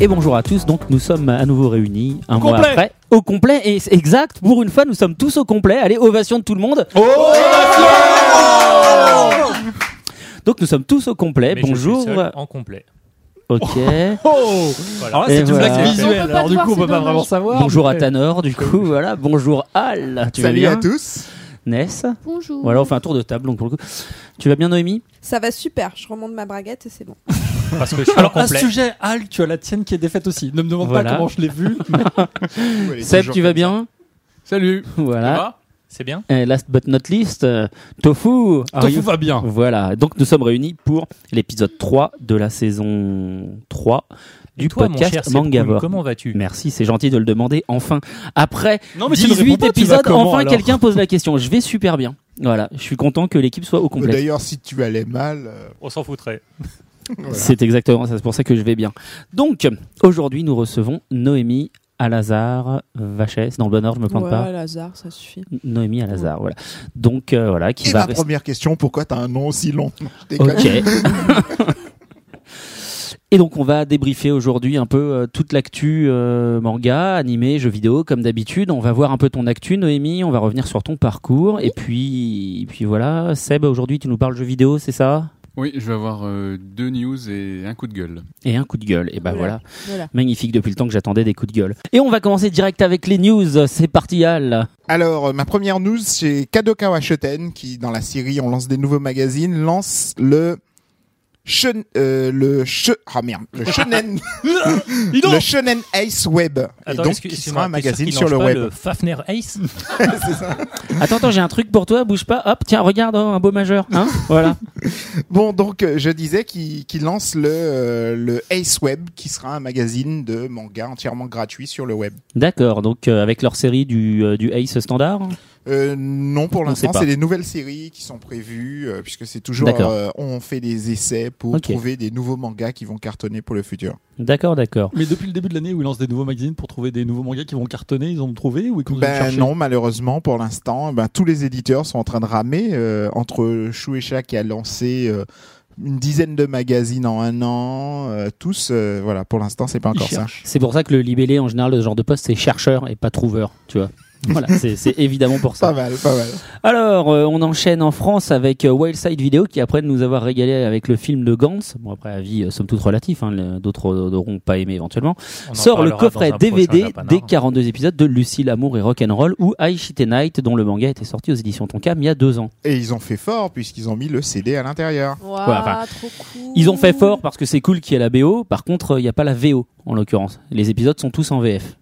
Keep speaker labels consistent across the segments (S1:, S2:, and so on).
S1: Et bonjour à tous, donc nous sommes à nouveau réunis un mois
S2: complet.
S1: après, au complet, et c'est exact, pour une fois nous sommes tous au complet, allez, ovation de tout le monde Donc nous sommes tous au complet,
S3: Mais je suis
S1: bonjour,
S3: seul en complet.
S1: ok,
S2: Oh
S3: Voilà.
S2: Alors là, c'est
S1: Et
S2: une
S1: voilà.
S2: blague
S4: On peut
S2: visuelle.
S4: pas
S2: Alors
S4: te
S2: du
S4: voir,
S2: coup, on
S4: c'est
S2: peut pas
S4: dommage.
S2: vraiment savoir.
S1: bonjour à
S2: mais-
S1: Tanor, du coup, voilà, bonjour Al, tu vas
S5: Salut
S1: bien
S5: à tous.
S1: Ness
S4: Bonjour.
S1: Voilà, on fait un tour de table, donc pour le coup. Tu vas bien Noémie
S6: Ça va super, je remonte ma braguette et c'est bon.
S3: Parce que je
S1: Ah,
S3: suis en
S2: Alors, à ce
S3: complet.
S2: Bah, sujet, Al, tu as la tienne qui est défaite aussi. Ne me demande
S1: Voilà.
S2: pas comment je l'ai vue.
S1: Seb, tu vas bien
S2: Salut.
S3: Ça
S1: Voilà.
S3: va Ah, C'est bien
S1: Et last but not least, euh, Tofu are
S2: Tofu
S1: you-
S2: va
S5: Ah.
S2: bien.
S1: Voilà, donc nous sommes réunis pour l'épisode 3 de la saison 3 du
S3: Et toi, mon cher
S1: podcast
S3: Sepkoun,
S1: Mangavore.
S3: Comment vas-tu
S1: Merci, c'est gentil de le demander enfin. Après
S2: Non, tu ne réponds
S1: 18
S2: pas, tu vas
S1: épisodes,
S2: comment,
S1: enfin
S2: alors
S1: quelqu'un pose la question. Je vais super bien. Voilà, je suis content que l'équipe soit au complet.
S5: Bah, D'ailleurs, si tu allais mal, euh,
S3: On s'en foutrait.
S5: voilà.
S1: C'est exactement ça, c'est pour ça que je vais bien. Donc, aujourd'hui, nous recevons Noémie Alazar Vaches, dans le bon ordre, je me plante pas.
S6: hasard, ça suffit.
S1: Noémie Alazar, voilà. Donc, euh, voilà, qui
S5: Et
S1: va
S5: ma
S1: rester.
S5: première question, pourquoi t'as un nom si long Je déconne.
S1: Ok. Et donc on va débriefer aujourd'hui un peu euh, toute l'actu euh, manga, animé, jeux vidéo comme d'habitude. On va voir un peu ton actu Noémie, on va revenir sur ton parcours et puis et puis voilà, Seb aujourd'hui tu nous parles jeux vidéo, c'est ça
S7: Oui, je vais avoir euh, deux news et un coup de gueule.
S1: et un coup de gueule, et bah
S6: Oula.
S1: voilà.
S6: Voilà.
S1: magnifique depuis le temps que j'attendais des coups de gueule. Et on va commencer direct avec les news, c'est parti Al
S5: Alors, euh, ma première news, c'est Kadokawa Shoten, qui, dans la série On lance des nouveaux magazines, lance le... Shun- euh, le che, ah merde, le shonen, le shonen Ace Web, et
S3: Attends,
S5: donc
S3: excuse-
S5: qui
S3: excuse-moi,
S5: sera
S3: t'es
S5: un
S3: sûr
S5: magazine
S3: qu'il
S5: sur
S3: lance
S5: le
S3: pas
S5: web.
S3: Le Fafner Ace
S5: C'est ça.
S1: Attends, attends, j'ai un truc pour toi, bouge pas, hop, tiens, regarde, oh, un beau majeur, hein Voilà.
S5: Bon, donc euh, je disais qu'il qu'il lance le, euh, le Ace Web, qui sera un magazine de manga entièrement gratuit sur le web.
S1: D'accord, donc euh, avec leur série du, euh, du Ace standard
S5: Euh, non, pour
S1: On sait
S5: l'instant,
S1: pas.
S5: c'est des nouvelles séries qui sont prévues, euh, puisque c'est toujours.
S1: D'accord.
S5: euh, on fait des essais pour
S1: Ok.
S5: trouver des nouveaux mangas qui vont cartonner pour le futur.
S1: D'accord, d'accord.
S2: Mais depuis le début de l'année où ils lancent des nouveaux magazines pour trouver des nouveaux mangas qui vont cartonner, ils ont trouvé ou ils continuent de
S5: Ben
S2: chercher
S5: non, malheureusement, pour l'instant, ben, tous les éditeurs sont en train de ramer. euh, entre Shueisha qui a lancé euh, une dizaine de magazines en un an, euh, tous, euh, voilà, pour l'instant, c'est pas
S2: Ils
S5: encore ça.
S2: cherchent.
S1: C'est pour ça que le libellé, en général, de ce genre de poste, c'est chercheur et pas trouveur, tu vois. Voilà, c'est c'est évidemment pour
S5: Pas
S1: ça.
S5: mal, pas mal.
S1: Alors, euh, on enchaîne en France avec euh, Wildside Video, qui après de nous avoir régalé avec le film de Gantz, bon après avis euh, somme toute relatif, hein, le- d'autres euh, n'auront pas aimé éventuellement,
S3: On en
S1: sort le
S3: parlera
S1: coffret
S3: dans un
S1: DVD
S3: prochain
S1: des
S3: Japanard.
S1: 42 épisodes de Lucille, Amour et Rock'n'Roll ou Aishite Night, dont le manga était sorti aux éditions Tonkam il y a deux ans.
S5: Et ils ont fait fort, puisqu'ils ont mis le CD à l'intérieur.
S6: Waouh,
S1: Ouais, enfin,
S6: trop cool.
S1: Ils ont fait fort parce que c'est cool qu'il y ait la BO, par contre, euh, il n'y a pas la VO, en l'occurrence. Les épisodes sont tous en VF.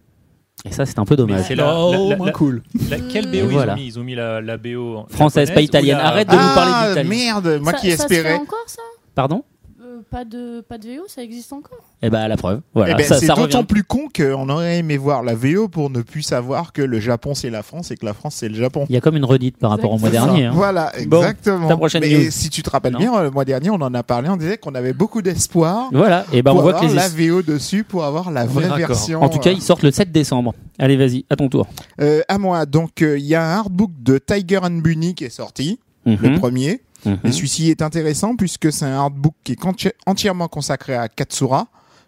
S1: Et ça, c'est un peu
S3: Mais
S1: dommage.
S3: c'est la, la-
S2: Oh,
S3: la-
S2: moins
S3: la-
S2: cool.
S3: la- quelle
S6: Et
S3: BO ils
S1: voilà.
S3: ont mis Ils ont mis la, la BO en-
S1: Française, pas
S3: japonaise
S1: italienne.
S3: ou la-
S1: Arrête de nous parler d'Italie.
S5: Ah, merde, moi
S4: Ça-
S5: qui
S4: ça se
S5: espérais.
S4: fait encore ça
S1: Pardon
S4: Euh, pas, de, pas de VO, ça existe encore
S1: Eh ben, à la preuve. Voilà,
S5: Eh ben,
S1: ça,
S5: c'est
S1: ça
S5: d'autant
S1: revient.
S5: plus con qu'on aurait aimé voir la VO pour ne plus savoir que le Japon c'est la France et que la France c'est le Japon.
S1: Il y a comme une redite par rapport au mois
S4: C'est ça.
S1: dernier. hein.
S5: Voilà,
S1: Bon,
S5: exactement.
S1: ta prochaine
S5: Mais
S1: news.
S5: si tu te rappelles
S1: Non.
S5: bien, le mois dernier, on en a parlé, on disait qu'on avait beaucoup d'espoir
S1: Voilà, et ben
S5: pour
S1: on voit
S5: avoir
S1: que les.
S5: la VO dessus, pour avoir la vraie
S3: d'accord.
S5: version.
S1: En tout cas, ils sortent le 7 décembre. Allez, vas-y, à ton tour.
S5: Euh, à moi, donc euh, il y a un artbook de Tiger and Bunny qui est sorti, le
S1: Mhm,
S5: premier.
S1: mhm.
S5: Et celui-ci est intéressant puisque c'est un artbook qui est conti- entièrement consacré à Katsura,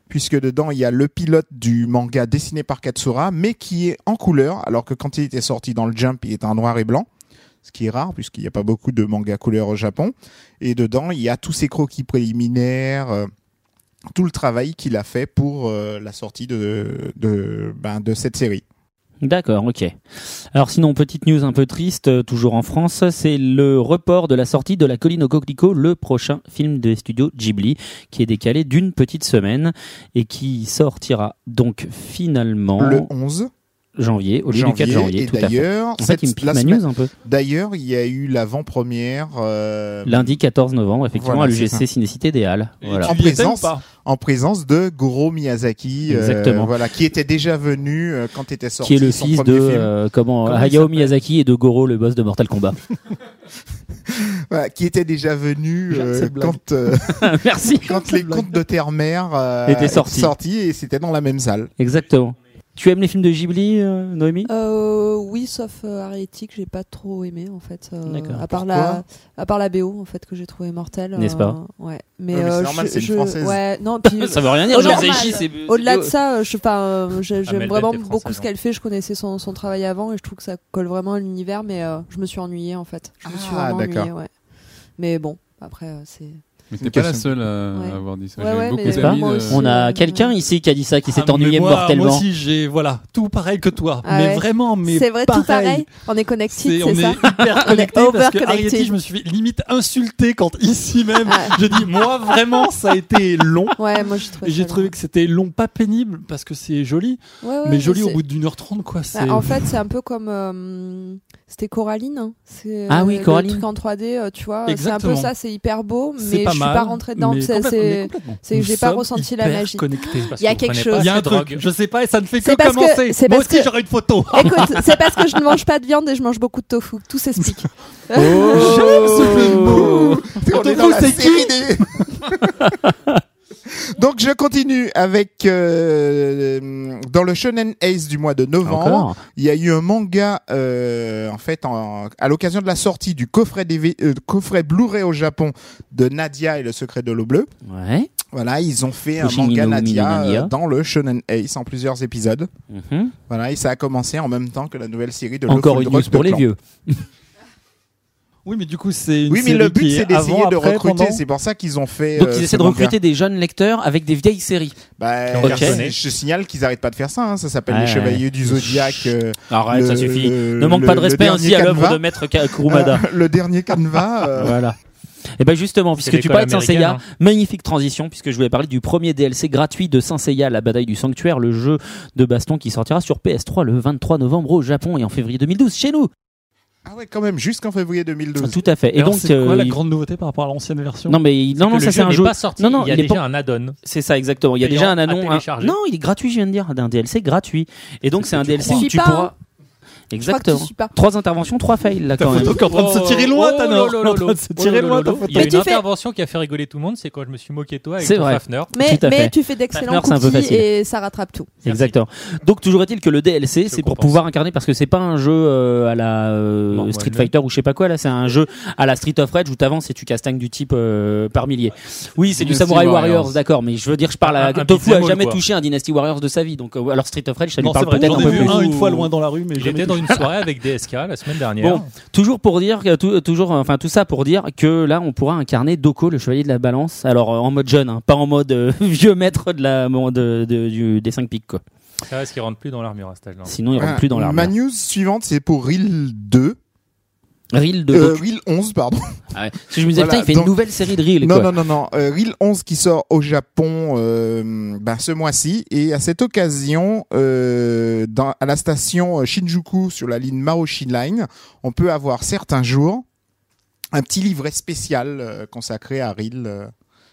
S5: puisque dedans il y a le pilote du manga dessiné par Katsura, mais qui est en couleur, alors que quand il était sorti dans le Jump, il était en noir et blanc, ce qui est rare puisqu'il n'y a pas beaucoup de mangas couleur au Japon. Et dedans, il y a tous ces croquis préliminaires. euh, tout le travail qu'il a fait pour euh, la sortie de, de, ben, de cette série.
S1: D'accord, ok. Alors sinon, petite news un peu triste, euh, toujours en France, c'est le report de la sortie de La colline au coquelicot, le prochain film des studios Ghibli, qui est décalé d'une petite semaine et qui sortira donc finalement
S5: Le 11,
S1: janvier, au lieu
S5: janvier,
S1: du 4 janvier,
S5: et
S1: tout à fait.
S5: d'ailleurs,
S1: En fait,
S5: cette-
S1: il me pique
S5: la
S1: ma
S5: semaine-
S1: news un peu.
S5: d'ailleurs, il y a eu l'avant-première euh,
S1: Lundi 14 novembre, effectivement,
S5: Voilà,
S1: à
S5: c'est
S1: l'UGC Cinécité des Halles. Voilà.
S5: En
S2: En présence
S5: présence. en présence de Goro Miyazaki, euh,
S1: Exactement.
S5: voilà, qui était déjà venu euh, quand était sorti
S1: Qui est le
S5: son
S1: fils de
S5: premier film,
S1: euh, comment,
S3: Comment il
S1: Hayao
S3: s'appelle
S1: Miyazaki et de Goro, le boss de Mortal Kombat.
S5: Voilà, qui était déjà venu
S2: J'aime
S5: euh,
S2: cette blague.
S5: quand euh,
S1: Ah, Merci.
S5: quand les contes de Terre-Mère euh,
S1: Étaient
S5: étaient
S1: sortis.
S5: sortis et c'était dans la même salle.
S1: Exactement. Tu aimes les films de Ghibli, euh, Noémie
S6: Euh, oui, sauf euh, Arietti, que j'ai pas trop aimé en fait. euh,
S1: D'accord.
S6: à part la, à part la BO en fait que j'ai trouvé mortelle.
S1: N'est-ce
S6: euh,
S1: pas
S6: Ouais. Mais,
S5: Ouais, mais c'est
S6: euh,
S5: normal,
S6: je-
S5: c'est une
S6: je-
S5: Française.
S6: Ouais. Non. Puis
S1: veut rien
S6: dire, Euh, Normal.
S4: Miyazaki,
S6: au-delà de ça, euh, je, enfin, euh, j'ai- j'aime
S3: Bette
S6: vraiment
S3: est française,
S6: beaucoup ce
S3: hein.
S6: qu'elle fait. Je connaissais son, son travail avant et je trouve que ça colle vraiment à l'univers, mais euh, je me suis ennuyée en fait. Je me suis
S5: Ah,
S6: vraiment
S5: d'accord.
S6: ennuyée. Ouais. Mais bon, après euh, c'est.
S7: Mais
S5: une
S7: t'es pas la
S5: question.
S7: seule à
S6: Ouais.
S7: avoir dit ça.
S6: Ouais, ouais,
S7: J'ai
S6: mais
S7: beaucoup
S1: pas
S7: d'amis.
S6: moi
S7: de-
S6: aussi.
S1: On a
S6: Euh,
S1: quelqu'un ici qui a dit ça, qui s'est
S2: Ah,
S1: ennuyé
S2: mais moi- Moi
S1: mortellement.
S2: aussi, j'ai voilà, tout pareil que toi.
S6: Ah
S2: mais
S6: ouais.
S2: vraiment, mais
S6: C'est vrai, tout pareil. On est
S2: C'est-
S6: connected,
S2: on
S6: c'est ça.
S2: est hyper connecté parce que
S6: overconnected.
S2: Arietti, je me suis fait limite insulté quand ici même,
S6: Ah.
S2: j'ai dit moi vraiment ça a été long.
S6: Ouais, moi j'ai
S2: Et
S6: trouvé.
S2: j'ai
S6: ça
S2: trouvé
S6: long.
S2: que c'était long, pas pénible parce que c'est joli,
S6: Ouais, ouais,
S2: mais joli au
S6: c'est-
S2: bout d'une heure trente quoi. C'est
S6: Bah, en fait, c'est un peu comme. euh, C'était Coraline. hein. C'est,
S1: Ah oui,
S6: le
S1: Coraline.
S6: truc en 3D, euh, tu vois. C'est un
S2: Exactement.
S6: peu ça, c'est hyper beau,
S2: c'est
S6: mais je suis
S2: mal,
S6: pas rentrée dedans.
S2: mais
S6: C'est-
S2: complète- mais
S6: c'est-
S2: complètement.
S6: c'est-
S2: Nous
S6: j'ai pas
S2: sommes
S6: ressenti la
S2: hyper
S6: magie.
S2: connectés.
S3: Parce
S6: Il y a
S3: que vous
S6: quelque
S3: prenez
S6: chose.
S3: pas
S2: Il y a un
S3: cette
S2: truc,
S3: drogue.
S2: je sais pas, et ça ne fait
S6: C'est
S2: que
S6: parce que-
S2: commencer.
S6: c'est
S2: Moi
S6: parce
S2: aussi
S6: que-
S2: j'aurais une photo.
S6: Écoute, c'est parce que je ne mange pas de viande et je mange beaucoup de tofu. Tout s'explique.
S1: Oh
S5: Oh, On est dans la série des- Donc je continue avec euh, dans le Shonen Ace du mois de novembre.
S1: Encore
S5: Il y a eu un manga euh, en fait en- à l'occasion de la sortie du coffret DV euh, coffret Blu-ray au Japon de Nadia et le secret de l'eau bleue.
S1: Ouais.
S5: Voilà, ils ont fait un
S1: Ushinino
S5: manga Nadia
S1: Minonania.
S5: euh, dans le Shonen Ace en plusieurs épisodes.
S1: Mhm.
S5: Voilà, et ça a commencé en même temps que la nouvelle série de
S1: Encore
S5: Lawful
S1: une
S5: Drugs
S1: news pour
S5: de
S1: les
S5: Clan.
S1: vieux.
S2: Oui, mais du coup c'est une
S5: Oui, mais
S2: série
S5: le but
S2: qui est
S5: c'est d'essayer
S2: avant,
S5: de
S2: après,
S5: recruter.
S2: pendant.
S5: C'est pour ça qu'ils ont fait.
S1: Donc
S5: euh,
S1: ils
S5: ce
S1: essaient de
S5: manga.
S1: recruter des jeunes lecteurs avec des vieilles séries.
S5: Bah,
S1: Ok.
S5: je- Je signale qu'ils n'arrêtent pas de faire ça. hein. Ça s'appelle
S1: Ouais,
S5: les
S1: ouais.
S5: Chevaliers du Zodiac. euh,
S1: Arrête,
S5: le-
S1: ça suffit.
S5: le-
S1: Ne manque
S5: le-
S1: pas de
S5: le
S1: respect ainsi
S5: dernier
S1: à l'œuvre
S5: canevas.
S1: de Maître Ka- Kurumada.
S5: Euh, le dernier canevas. euh,
S1: Voilà. Et ben justement,
S3: C'est
S1: puisque tu
S3: l'école
S1: parlais de Saint
S3: américaine, hein.
S1: Seiya, magnifique transition, puisque je voulais parler du premier DLC gratuit de Saint Seiya, la bataille du sanctuaire, le jeu de baston qui sortira sur PS3 le 23 novembre au Japon et en février 2012 chez nous.
S5: Ah ouais, quand même, jusqu'en février 2012.
S1: Tout à fait. Et
S2: Alors,
S1: donc,
S2: c'est quoi
S1: euh,
S2: la
S1: il-
S2: grande nouveauté par rapport à l'ancienne version
S1: non mais il- non non
S3: que
S1: ça
S3: le
S1: c'est un
S3: n'est
S1: jeu.
S3: pas sorti.
S1: Non, non,
S3: il y a
S1: il est
S3: déjà
S1: pas-
S3: un add-on.
S1: C'est ça exactement. Il y a
S3: Payant
S1: déjà un
S3: à
S1: anon. un-
S3: télécharger.
S1: Non, il est gratuit, je viens de dire, d'un DLC gratuit. Et donc
S3: C'est
S1: c'est
S3: ce
S1: un
S3: que tu
S1: DLC
S6: crois.
S1: où tu
S6: Je suis pas,
S1: pourras.
S6: Je crois que tu
S1: Exactement.
S6: suis pas.
S1: Trois interventions, trois fails là quand même.
S2: Photo qui est en train de se tirer loin,
S3: Oh,
S2: Tanner.
S3: lolo, lolo,
S2: En train de se
S3: lolo,
S2: tirer
S3: lolo,
S2: loin, ta
S3: lolo.
S2: photo.
S3: Il y a
S6: Mais
S3: une
S6: tu fais-
S3: intervention qui a fait rigoler tout le monde, c'est quand je me suis moqué de toi avec
S1: C'est
S3: ton
S1: vrai.
S3: Fafner.
S6: Mais,
S1: Tout à fait.
S6: mais tu fais d'excellents
S1: Fafner, c'est un peu
S6: croquis
S1: facile.
S6: et ça rattrape tout.
S1: Exactement. Donc toujours est-il que le DLC, c'est pour
S3: compense.
S1: pouvoir incarner parce que c'est pas un jeu euh, à la euh,
S3: Normal.
S1: Street Fighter ou je sais pas quoi là, c'est un jeu à la Street of Rage où t'avances et tu castagnes du type euh, par milliers. Oui, c'est du
S7: Dynasty
S1: Samurai Warriors,
S7: Warriors.
S1: d'accord, mais je veux dire je parle
S3: Un-
S1: à
S3: un
S1: Tofu
S3: beat'em
S1: a
S3: all,
S1: jamais
S3: quoi.
S1: touché un Dynasty Warriors de sa vie. Donc euh, alors Street of Rage, ça lui
S2: Non, c'est
S1: parle
S2: vrai,
S1: peut-être
S2: j'en
S1: un
S2: ai
S1: peu
S2: vu
S1: plus.
S2: un une fois loin dans la rue, mais
S3: J'étais dans une soirée avec DSK la semaine dernière.
S1: Bon, toujours pour dire que tout, toujours enfin tout ça pour dire que là on pourra incarner Doko le chevalier de la balance alors euh, en mode jeune hein, pas en mode euh, vieux maître de la bon, de, de- du, des 5 pics quoi.
S3: Ça va, ce qui rentre plus dans l'armure à cet âge-là.
S1: Sinon il rentre
S5: Ah,
S1: plus dans
S5: Ma
S1: l'armure.
S5: news suivante, c'est pour Reel 2.
S1: Reel de
S5: Euh,
S1: Doko.
S5: Reel 11, pardon.
S1: Ah ouais. Si je me disais,
S5: Voilà,
S1: putain, il fait
S5: donc-
S1: une nouvelle série de reels.
S5: Non,
S1: quoi.
S5: non, non, non. Euh, Reel 11 qui sort au Japon euh, ben, ce mois-ci. Et à cette occasion, euh, dans, à la station euh, Shinjuku sur la ligne Maoshi Line, on peut avoir certains jours un petit livret spécial euh, consacré à Reel euh,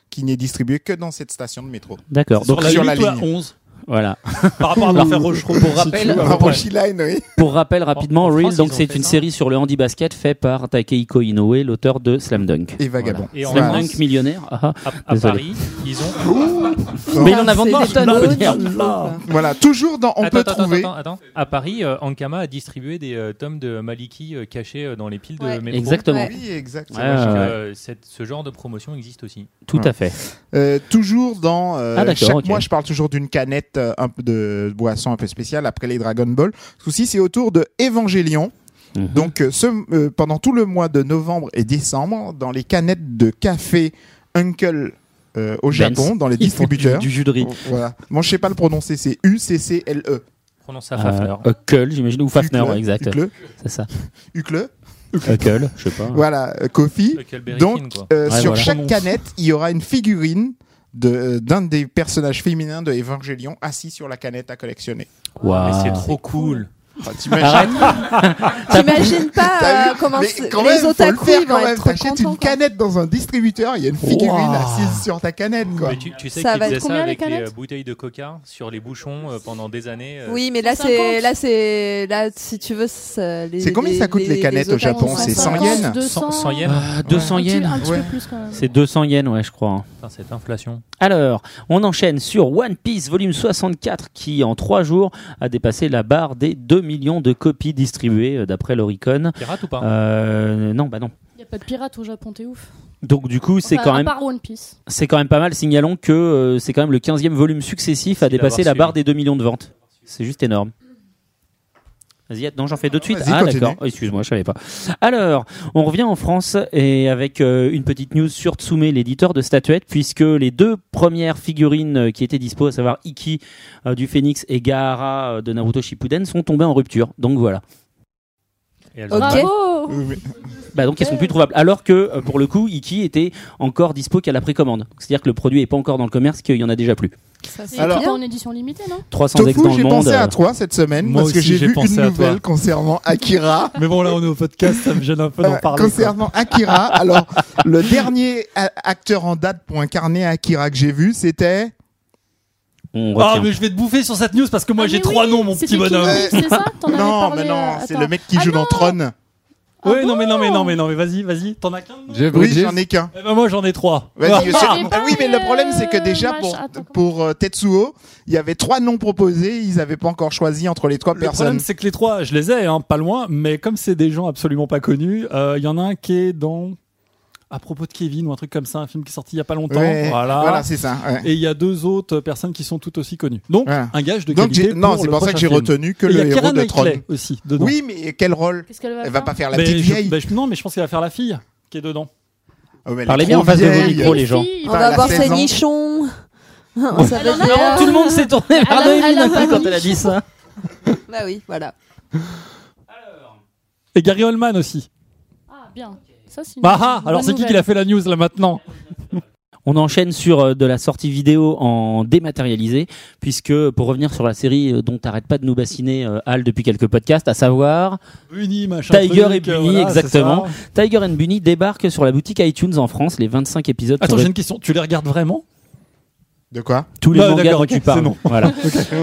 S5: qui n'est distribué que dans cette station de métro.
S1: D'accord. Donc,
S5: la sur ligne, ligne.
S2: 11
S1: voilà.
S2: par rapport à l'affaire Rochereau. Pour
S1: rappel, Ah, ouais.
S5: Maoshi Line, oui.
S1: Pour rappel rapidement,
S3: En- en France,
S1: Reels, donc
S3: ils ont
S1: c'est
S3: fait
S1: une
S3: ça.
S1: série sur le handi basket fait par Takehiko Inoue, l'auteur de Slam Dunk.
S5: Et Vagabond.
S3: Et en
S1: Slam
S3: France,
S1: Dunk millionnaire. ah, ah.
S3: à, à
S1: Désolé.
S3: Paris, ils ont.
S1: Mais il en a
S6: C'est
S1: vendu
S6: des
S1: des tonnes.
S6: tonnes.
S1: faut dire.
S5: Voilà, toujours dans On
S3: attends,
S5: peut
S3: attends,
S5: trouver.
S3: attends, attends, attends. À Paris, euh, Ankama a distribué des euh, tomes de Maliki euh, cachés euh, dans les piles
S6: Ouais.
S3: de métro.
S1: Exactement.
S6: Ouais.
S5: Oui, exact.
S1: Ouais, ouais,
S3: Donc,
S1: ouais.
S3: euh, cette- ce genre de promotion existe aussi.
S1: Tout à fait.
S5: Euh, toujours dans euh,
S1: Ah, d'accord,
S5: chaque
S1: ok.
S5: mois, je parle toujours d'une canette euh, un peu de boisson un peu spéciale après les Dragon Ball. Ce Souci, c'est autour de Evangelion.
S1: Mhm.
S5: Donc euh, ce, euh, pendant tout le mois de novembre et décembre, dans les canettes de café Uncle euh, au Japon, dans les
S1: Ils font
S5: distributeurs.
S1: Du, du jus de riz.
S5: Voilà. Moi, je sais pas le prononcer, c'est U C C L E.
S3: Prononce ça Fafner.
S1: Euh, Uccle, j'imagine, ou Fafner,
S5: Ucle,
S1: ouais, exact.
S5: Ucle,
S1: C'est ça.
S5: Ucle.
S1: Uccle, je sais pas.
S5: Voilà, euh, Kofi.
S3: Huckleberry
S5: Donc,
S3: Finn, quoi.
S5: euh,
S1: Ouais,
S5: sur
S1: voilà.
S5: chaque canette, il y aura une figurine de- euh, d'un des personnages féminins de Evangelion assis sur la canette à collectionner.
S1: Waouh.
S3: Mais c'est trop cool.
S5: Ah, T'imagines
S1: Arrête.
S6: T'imagines pas
S5: T'as
S6: euh,
S5: vu
S6: comment
S5: Mais
S6: c'est-
S5: quand même,
S6: les
S5: faut le
S6: otaku
S5: faire
S6: ils
S5: quand
S6: vont
S5: même.
S6: être
S5: T'achètes
S6: contents.
S5: une
S6: quoi.
S5: canette dans un distributeur, il y a une figurine
S1: Ouah.
S5: assise sur ta canette, quoi.
S3: Mais tu, tu sais
S6: Ça
S3: qu'ils
S6: va être
S3: faisaient ça
S4: combien, les
S3: avec les
S4: canettes
S3: euh, bouteilles de coca sur les bouchons euh, pendant des années. euh,
S6: Oui, mais là
S4: 150.
S6: c'est là c'est là si tu veux ça- les-
S5: C'est combien
S6: les-
S5: ça coûte, les canettes au
S6: otakus
S5: Japon
S6: sont
S5: C'est
S6: pas-
S5: 100 yens
S4: 200,
S3: 100 yens.
S1: Ah, 200
S4: Un petit-
S1: yens.
S4: Un petit
S5: Ouais.
S4: peu plus quand même.
S1: C'est 200 yens, ouais, je crois. hein.
S3: Putain, cette inflation.
S1: Alors, on enchaîne sur One Piece volume 64 qui, en 3 jours, a dépassé la barre des 2 millions de copies distribuées euh, d'après l'Oricon.
S3: Pirate ou pas
S1: Euh, non, bah non.
S4: Il a pas de pirate au Japon, t'es ouf.
S1: Donc du coup, c'est
S4: Enfin,
S1: quand
S4: à
S1: même
S4: part One Piece.
S1: c'est quand même pas mal. Signalons que euh, c'est quand même le 15e volume successif à
S3: Merci
S1: dépasser la
S3: d'avoir
S1: barre des 2 millions de ventes. C'est juste énorme. Vas-y, non, j'en fais deux de suite.
S5: Vas-y,
S1: Ah,
S5: continue.
S1: d'accord. Oh, Excuse-moi, je savais pas. Alors, on revient en France et avec euh, une petite news sur Tsume, l'éditeur de statuettes, puisque les deux premières figurines euh, qui étaient dispo, à savoir Iki euh, du Phénix et Gaara euh, de Naruto Shippuden, sont tombées en rupture. Donc voilà.
S3: Et elles ont-
S6: Ok.
S4: Bravo
S5: Oui, mais-
S1: Bah donc elles sont plus trouvables. Alors que euh, pour le coup, Iki était encore dispo qu'à la précommande. C'est-à-dire que le produit est pas encore dans le commerce, qu'il y en a déjà plus.
S6: Ça, c'est
S4: Et
S5: Alors-
S4: pas en édition limitée, non
S1: 300 ex dans
S5: Tofu,
S1: le
S5: j'ai
S1: monde.
S5: pensé à
S1: euh,
S5: toi cette semaine
S2: Moi
S5: parce que
S2: aussi,
S5: j'ai
S2: j'ai
S5: vu
S2: pensé
S5: une
S2: à toi.
S5: nouvelle concernant Akira.
S2: Mais bon, là, on est au podcast, ça me gêne un peu d'en
S5: Euh,
S2: parler. quoi.
S5: concernant Akira, alors le dernier a- acteur en date pour incarner Akira que j'ai vu, c'était
S1: on
S2: Ah,
S1: retient.
S2: mais je vais te bouffer sur cette news parce que moi,
S4: Ah,
S2: j'ai
S4: mais
S2: trois
S4: oui,
S2: noms, mon
S4: c'était
S2: petit bonhomme.
S4: Kill Bill, C'est ça T'en avais
S5: non,
S4: parlé
S5: mais non,
S4: euh,
S5: c'est
S4: attends.
S5: le mec qui
S4: Ah
S5: joue dans
S4: non
S5: Tron.
S4: Ah
S2: ouais,
S4: bon
S2: non, mais non, mais non, mais non, mais vas-y, vas-y. T'en as qu'un de nous
S7: Jeff
S5: Oui,
S7: Bridges
S5: j'en ai qu'un.
S2: Eh ben, moi, j'en ai trois. Ah,
S5: Vas-y, c'est-
S4: j'ai
S5: Ah
S4: pas
S5: oui, mais le problème c'est que
S4: le
S5: déjà
S4: match.
S5: pour
S4: Attends,
S5: pour euh, Tetsuo, il y avait trois noms proposés, ils n'avaient pas encore choisi entre les trois
S2: Le
S5: personnes.
S2: problème, c'est que les trois, je les ai, hein, pas loin, mais comme c'est des gens absolument pas connus, euh, il y en a un qui est dans À propos de Kevin ou un truc comme ça, un film qui est sorti il y a pas longtemps.
S5: Ouais,
S2: voilà.
S5: voilà, c'est ça. ouais.
S2: Et il y a deux autres personnes qui sont tout aussi connues. Donc,
S5: Voilà.
S2: un gage de
S5: Donc
S2: qualité.
S5: j'ai- non,
S2: pour
S5: c'est
S2: le
S5: pour ça que
S2: prochain
S5: j'ai
S2: film.
S5: retenu que
S2: Et il y a
S5: le héros
S2: Keira
S5: de Tron.
S2: Knightley aussi dedans.
S5: Oui, mais quel rôle
S4: Qu'est-ce qu'elle va
S5: Elle va
S4: faire
S5: pas faire la
S2: Mais
S5: petite
S2: je-
S5: vieille.
S2: bah, je- non, mais je pense qu'elle va faire la fille qui est dedans.
S5: Oh, mais elle est
S1: Parlez
S5: trop
S1: bien en face de vos
S5: vieille.
S1: micros, les gens.
S4: Si,
S6: On
S2: Ah.
S5: Enfin, elle
S4: bah,
S6: va
S5: a
S6: voir
S5: 16
S6: ses
S5: ans.
S6: nichons. Ça
S4: Elle en
S6: va faire-
S4: a un.
S1: Ah. Tout le monde s'est tourné vers
S4: Elle a-
S1: Noémie
S4: elle a
S1: d'un coup
S4: pas
S1: quand
S4: mis.
S1: elle a dit ça.
S6: Bah oui, voilà.
S2: Et Gary Oldman aussi.
S4: Ah, bien. Ça, c'est une
S2: Bah ah, alors
S4: bonne
S2: c'est qui qui
S4: nouvelle.
S2: l'a fait la news là maintenant
S1: On enchaîne sur euh, de la sortie vidéo en dématérialisé, puisque pour revenir sur la série euh, dont t'arrêtes pas de nous bassiner euh, Al depuis quelques podcasts, à savoir
S2: Bunny, machin.
S1: Tiger
S2: truc,
S1: et Bunny,
S2: euh, voilà, c'est
S1: exactement.
S2: ça. hein.
S1: Tiger and Bunny débarque sur la boutique iTunes en France. Les 25 épisodes
S2: Attends,
S1: sont
S2: j'ai une question. Tu les regardes vraiment
S5: De quoi
S1: tous les
S2: Ah,
S1: mangas
S2: d'accord,
S1: dont
S2: ok,
S1: tu parles.
S2: c'est bon.
S1: Voilà.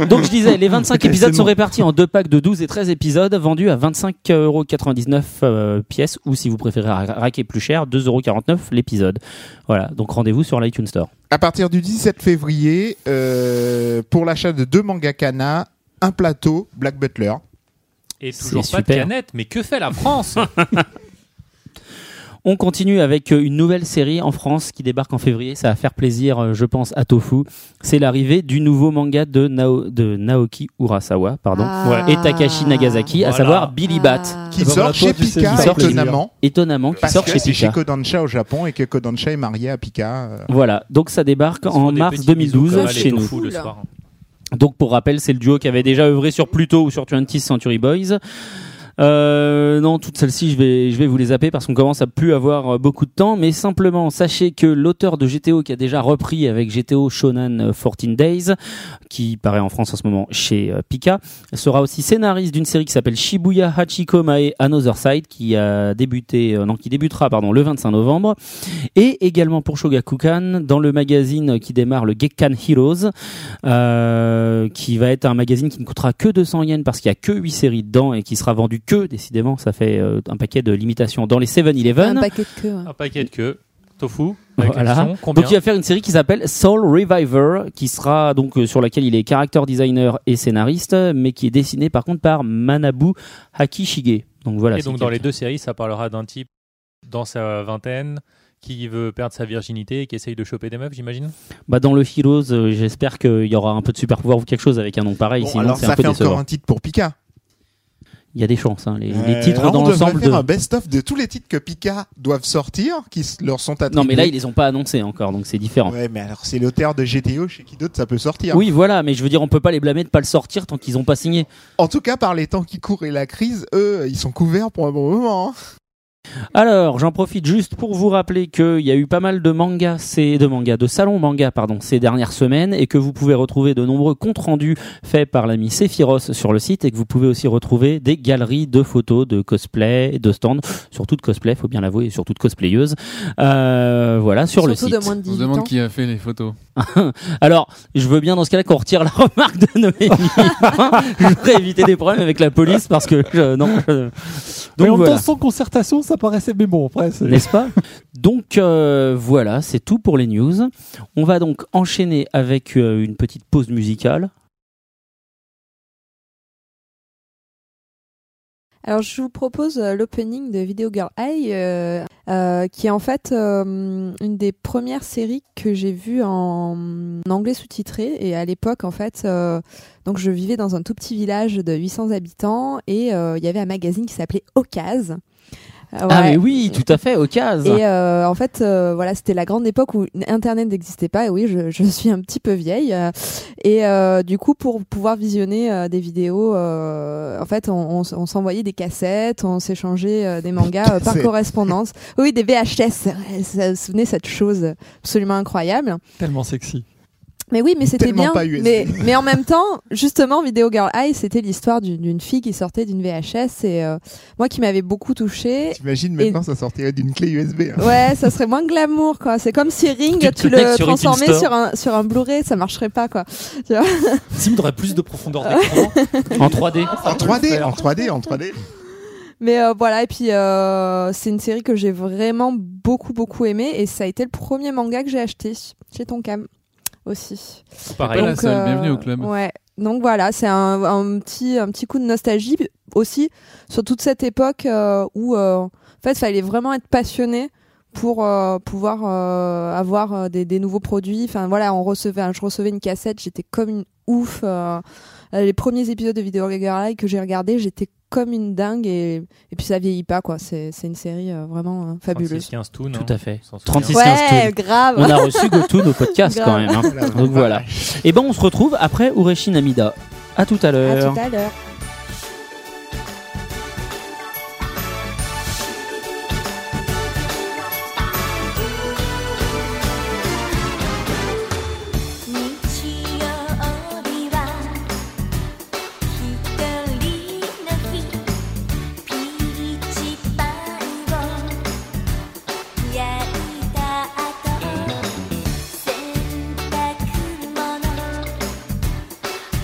S1: Donc je disais, les 25
S2: Ok,
S1: épisodes
S2: c'est
S1: sont
S2: bon.
S1: répartis en deux packs de 12 et 13 épisodes vendus à 25,99€ euh, pièce ou si vous préférez ra- raquer plus cher, 2,49€ l'épisode. Voilà, donc rendez-vous sur l'iTunes Store.
S5: À partir du 17 février, euh, pour l'achat de deux mangakana, un plateau Black Butler.
S3: Et
S1: C'est
S3: toujours pas de
S1: super.
S3: canettes, mais que fait la France
S1: On continue avec euh, une nouvelle série en France qui débarque en février. Ça va faire plaisir, euh, je pense, à Tofu. C'est l'arrivée du nouveau manga de, Nao- de Naoki Urasawa pardon,
S6: Ah.
S1: et Takashi Nagasaki,
S3: Voilà.
S1: à savoir Billy Bat.
S6: Ah.
S5: Qui
S2: Devant
S5: sort
S2: la
S5: chez
S2: toile bah, du
S5: Pika,
S1: César.
S5: étonnamment.
S1: Étonnamment, qui
S5: Parce
S1: sort
S5: que
S1: chez
S5: c'est chez
S1: Pika.
S5: Kodansha au Japon et que Kodansha est marié à Pika. euh.
S1: Voilà, donc ça débarque
S3: Ils se font
S1: en
S3: des
S1: mars
S3: petits bisous
S1: 2012
S3: comme à
S1: chez
S3: les
S1: nous.
S3: Tofu le
S6: Cool.
S3: soir.
S1: Donc pour rappel, c'est le duo qui avait déjà œuvré sur Pluto ou sur 20 Century Boys. Euh, non, toutes celles-ci, je vais, je vais vous les zapper parce qu'on commence à plus avoir euh, beaucoup de temps. Mais simplement, sachez que l'auteur de GTO qui a déjà repris avec GTO Shonan euh, 14 Days, qui paraît en France en ce moment chez euh, Pika, sera aussi scénariste d'une série qui s'appelle Shibuya Hachiko Mae Another Side, qui a débuté, euh, non, qui débutera pardon le 25 novembre, et également pour Shogakukan dans le magazine qui démarre le Gekkan Heroes, euh, qui va être un magazine qui ne coûtera que 200 yens parce qu'il y a que 8 séries dedans et qui sera vendu que, décidément, ça fait euh, un paquet de limitations dans les 7-Eleven.
S6: Un paquet de queues. ouais.
S3: Un paquet de queues. Tofu. Avec
S1: Voilà.
S3: l'action. Combien
S1: Donc il va faire une série qui s'appelle Soul Reviver, qui sera donc euh, sur laquelle il est character designer et scénariste, mais qui est dessiné par contre par Manabu Hakishige. Donc voilà.
S3: Et
S1: c'est
S3: donc dans les
S1: quelqu'un.
S3: deux séries, ça parlera d'un type dans sa vingtaine qui veut perdre sa virginité et qui essaye de choper des meufs, j'imagine.
S1: Bah dans le Heroes, euh, j'espère qu'il y aura un peu de super pouvoir ou quelque chose avec un nom pareil.
S5: Bon,
S1: sinon
S5: alors
S1: c'est un
S5: ça
S1: peu
S5: fait encore
S1: décevant.
S5: un titre pour Pika.
S1: Il y a des chances. hein, Les, les
S5: Euh,
S1: titres
S5: là,
S1: dans
S5: on devrait
S1: l'ensemble
S5: faire
S1: de.
S5: un best-of de tous les titres que Pika doivent sortir, qui s- leur sont attribués.
S1: Non mais là ils les ont pas annoncés encore, donc c'est différent.
S5: Ouais, mais alors c'est l'auteur de GTO, chez qui d'autre ça peut sortir
S1: Oui, voilà, mais je veux dire, on peut pas les blâmer de pas le sortir tant qu'ils ont pas signé.
S5: En tout cas, par les temps qui courent et la crise, eux, ils sont couverts pour un bon moment. hein.
S1: Alors, j'en profite juste pour vous rappeler qu'il y a eu pas mal de mangas, ces, de mangas, de salons manga, pardon, ces dernières semaines, et que vous pouvez retrouver de nombreux comptes rendus faits par l'ami Sephiros sur le site, et que vous pouvez aussi retrouver des galeries de photos, de cosplay, de stands, surtout de cosplay, faut bien l'avouer, et surtout de cosplayeuses, euh, voilà, sur le
S6: Surtout
S1: site.
S6: de moins de
S7: On se
S6: 18 ans.
S7: demande qui a fait les photos.
S1: Alors, je veux bien dans ce cas-là qu'on retire la remarque de Noémie. je voudrais éviter des problèmes avec la police parce que je- non. je-
S2: Mais en
S1: Donc voilà.
S2: même temps, sans concertation, ça paraissait. Mais bon, après, c'est.
S1: N'est-ce pas Donc euh, voilà, c'est tout pour les news. On va donc enchaîner avec euh, une petite pause musicale.
S6: Alors, je vous propose euh, l'opening de Video Girl Eye, euh, euh, qui est en fait euh, une des premières séries que j'ai vues en, en anglais sous-titré. Et à l'époque, en fait, euh, donc je vivais dans un tout petit village de 800 habitants et euh, il y avait un magazine qui s'appelait Ocase. Euh,
S1: Ah
S6: ouais.
S1: mais oui, tout à fait, Ocase.
S6: Et euh, en fait, euh, voilà, c'était la grande époque où Internet n'existait pas. Et oui, je, je suis un petit peu vieille. euh, et euh, du coup, pour pouvoir visionner euh, des vidéos, euh, en fait, on, on s- on s'envoyait des cassettes, on s'échangeait euh, des mangas euh, par
S5: Cassettes.
S6: correspondance. Oui, des VHS. Ça, vous souvenez cette chose absolument incroyable.
S2: Tellement sexy.
S6: Mais oui, mais c'était
S5: Tellement
S6: bien.
S5: pas USB.
S6: Mais, mais en même temps, justement, Video Girl Eye, c'était l'histoire d'une d'une fille qui sortait d'une VHS et euh, moi qui m'avait beaucoup touchée.
S5: T'imagines maintenant, ça sortirait d'une clé USB. hein.
S6: Ouais, ça serait moins glamour, quoi. C'est comme si Ring,
S3: Tu
S6: tu,
S3: te connectes
S6: le
S3: sur
S6: transformais
S3: iTunes
S6: sur un, sur un Blu-ray, ça marcherait pas, quoi.
S2: Si, il faudrait plus de profondeur
S1: Ah,
S2: d'écran.
S6: euh,
S1: En 3D.
S5: En 3D, en 3D, en 3D.
S6: Mais euh, voilà, et puis euh, c'est une série que j'ai vraiment beaucoup, beaucoup aimée, et ça a été le premier manga que j'ai acheté chez Tonkam aussi.
S7: Pas
S1: Ah,
S3: Pareil.
S7: la seule,
S6: euh,
S7: bienvenue au club.
S6: Ouais. Donc voilà, c'est un, un petit, un petit coup de nostalgie aussi sur toute cette époque euh, où, euh, en fait, fallait vraiment être passionné pour euh, pouvoir euh, avoir euh, des, des nouveaux produits. Enfin voilà, on recevait, je recevais une cassette, j'étais comme une ouf. euh, les premiers épisodes de Video Girl Eye que j'ai regardé, j'étais comme une dingue et, et puis ça vieillit pas quoi. C'est c'est une série euh, vraiment euh, fabuleuse.
S3: 15 Toon.
S1: Tout à fait.
S3: hein, On s'en souvient.
S1: 36
S6: Ouais,
S1: 15
S6: grave.
S1: On a reçu Gotoon au podcast quand même. hein.
S5: Voilà.
S1: Donc voilà. Et ben on se retrouve après Ureshi Namida. À tout à
S6: À
S1: l'heure.
S6: tout à l'heure.
S4: 「日曜日はひとりの日」「ピーチパンを焼いたあと」「洗濯物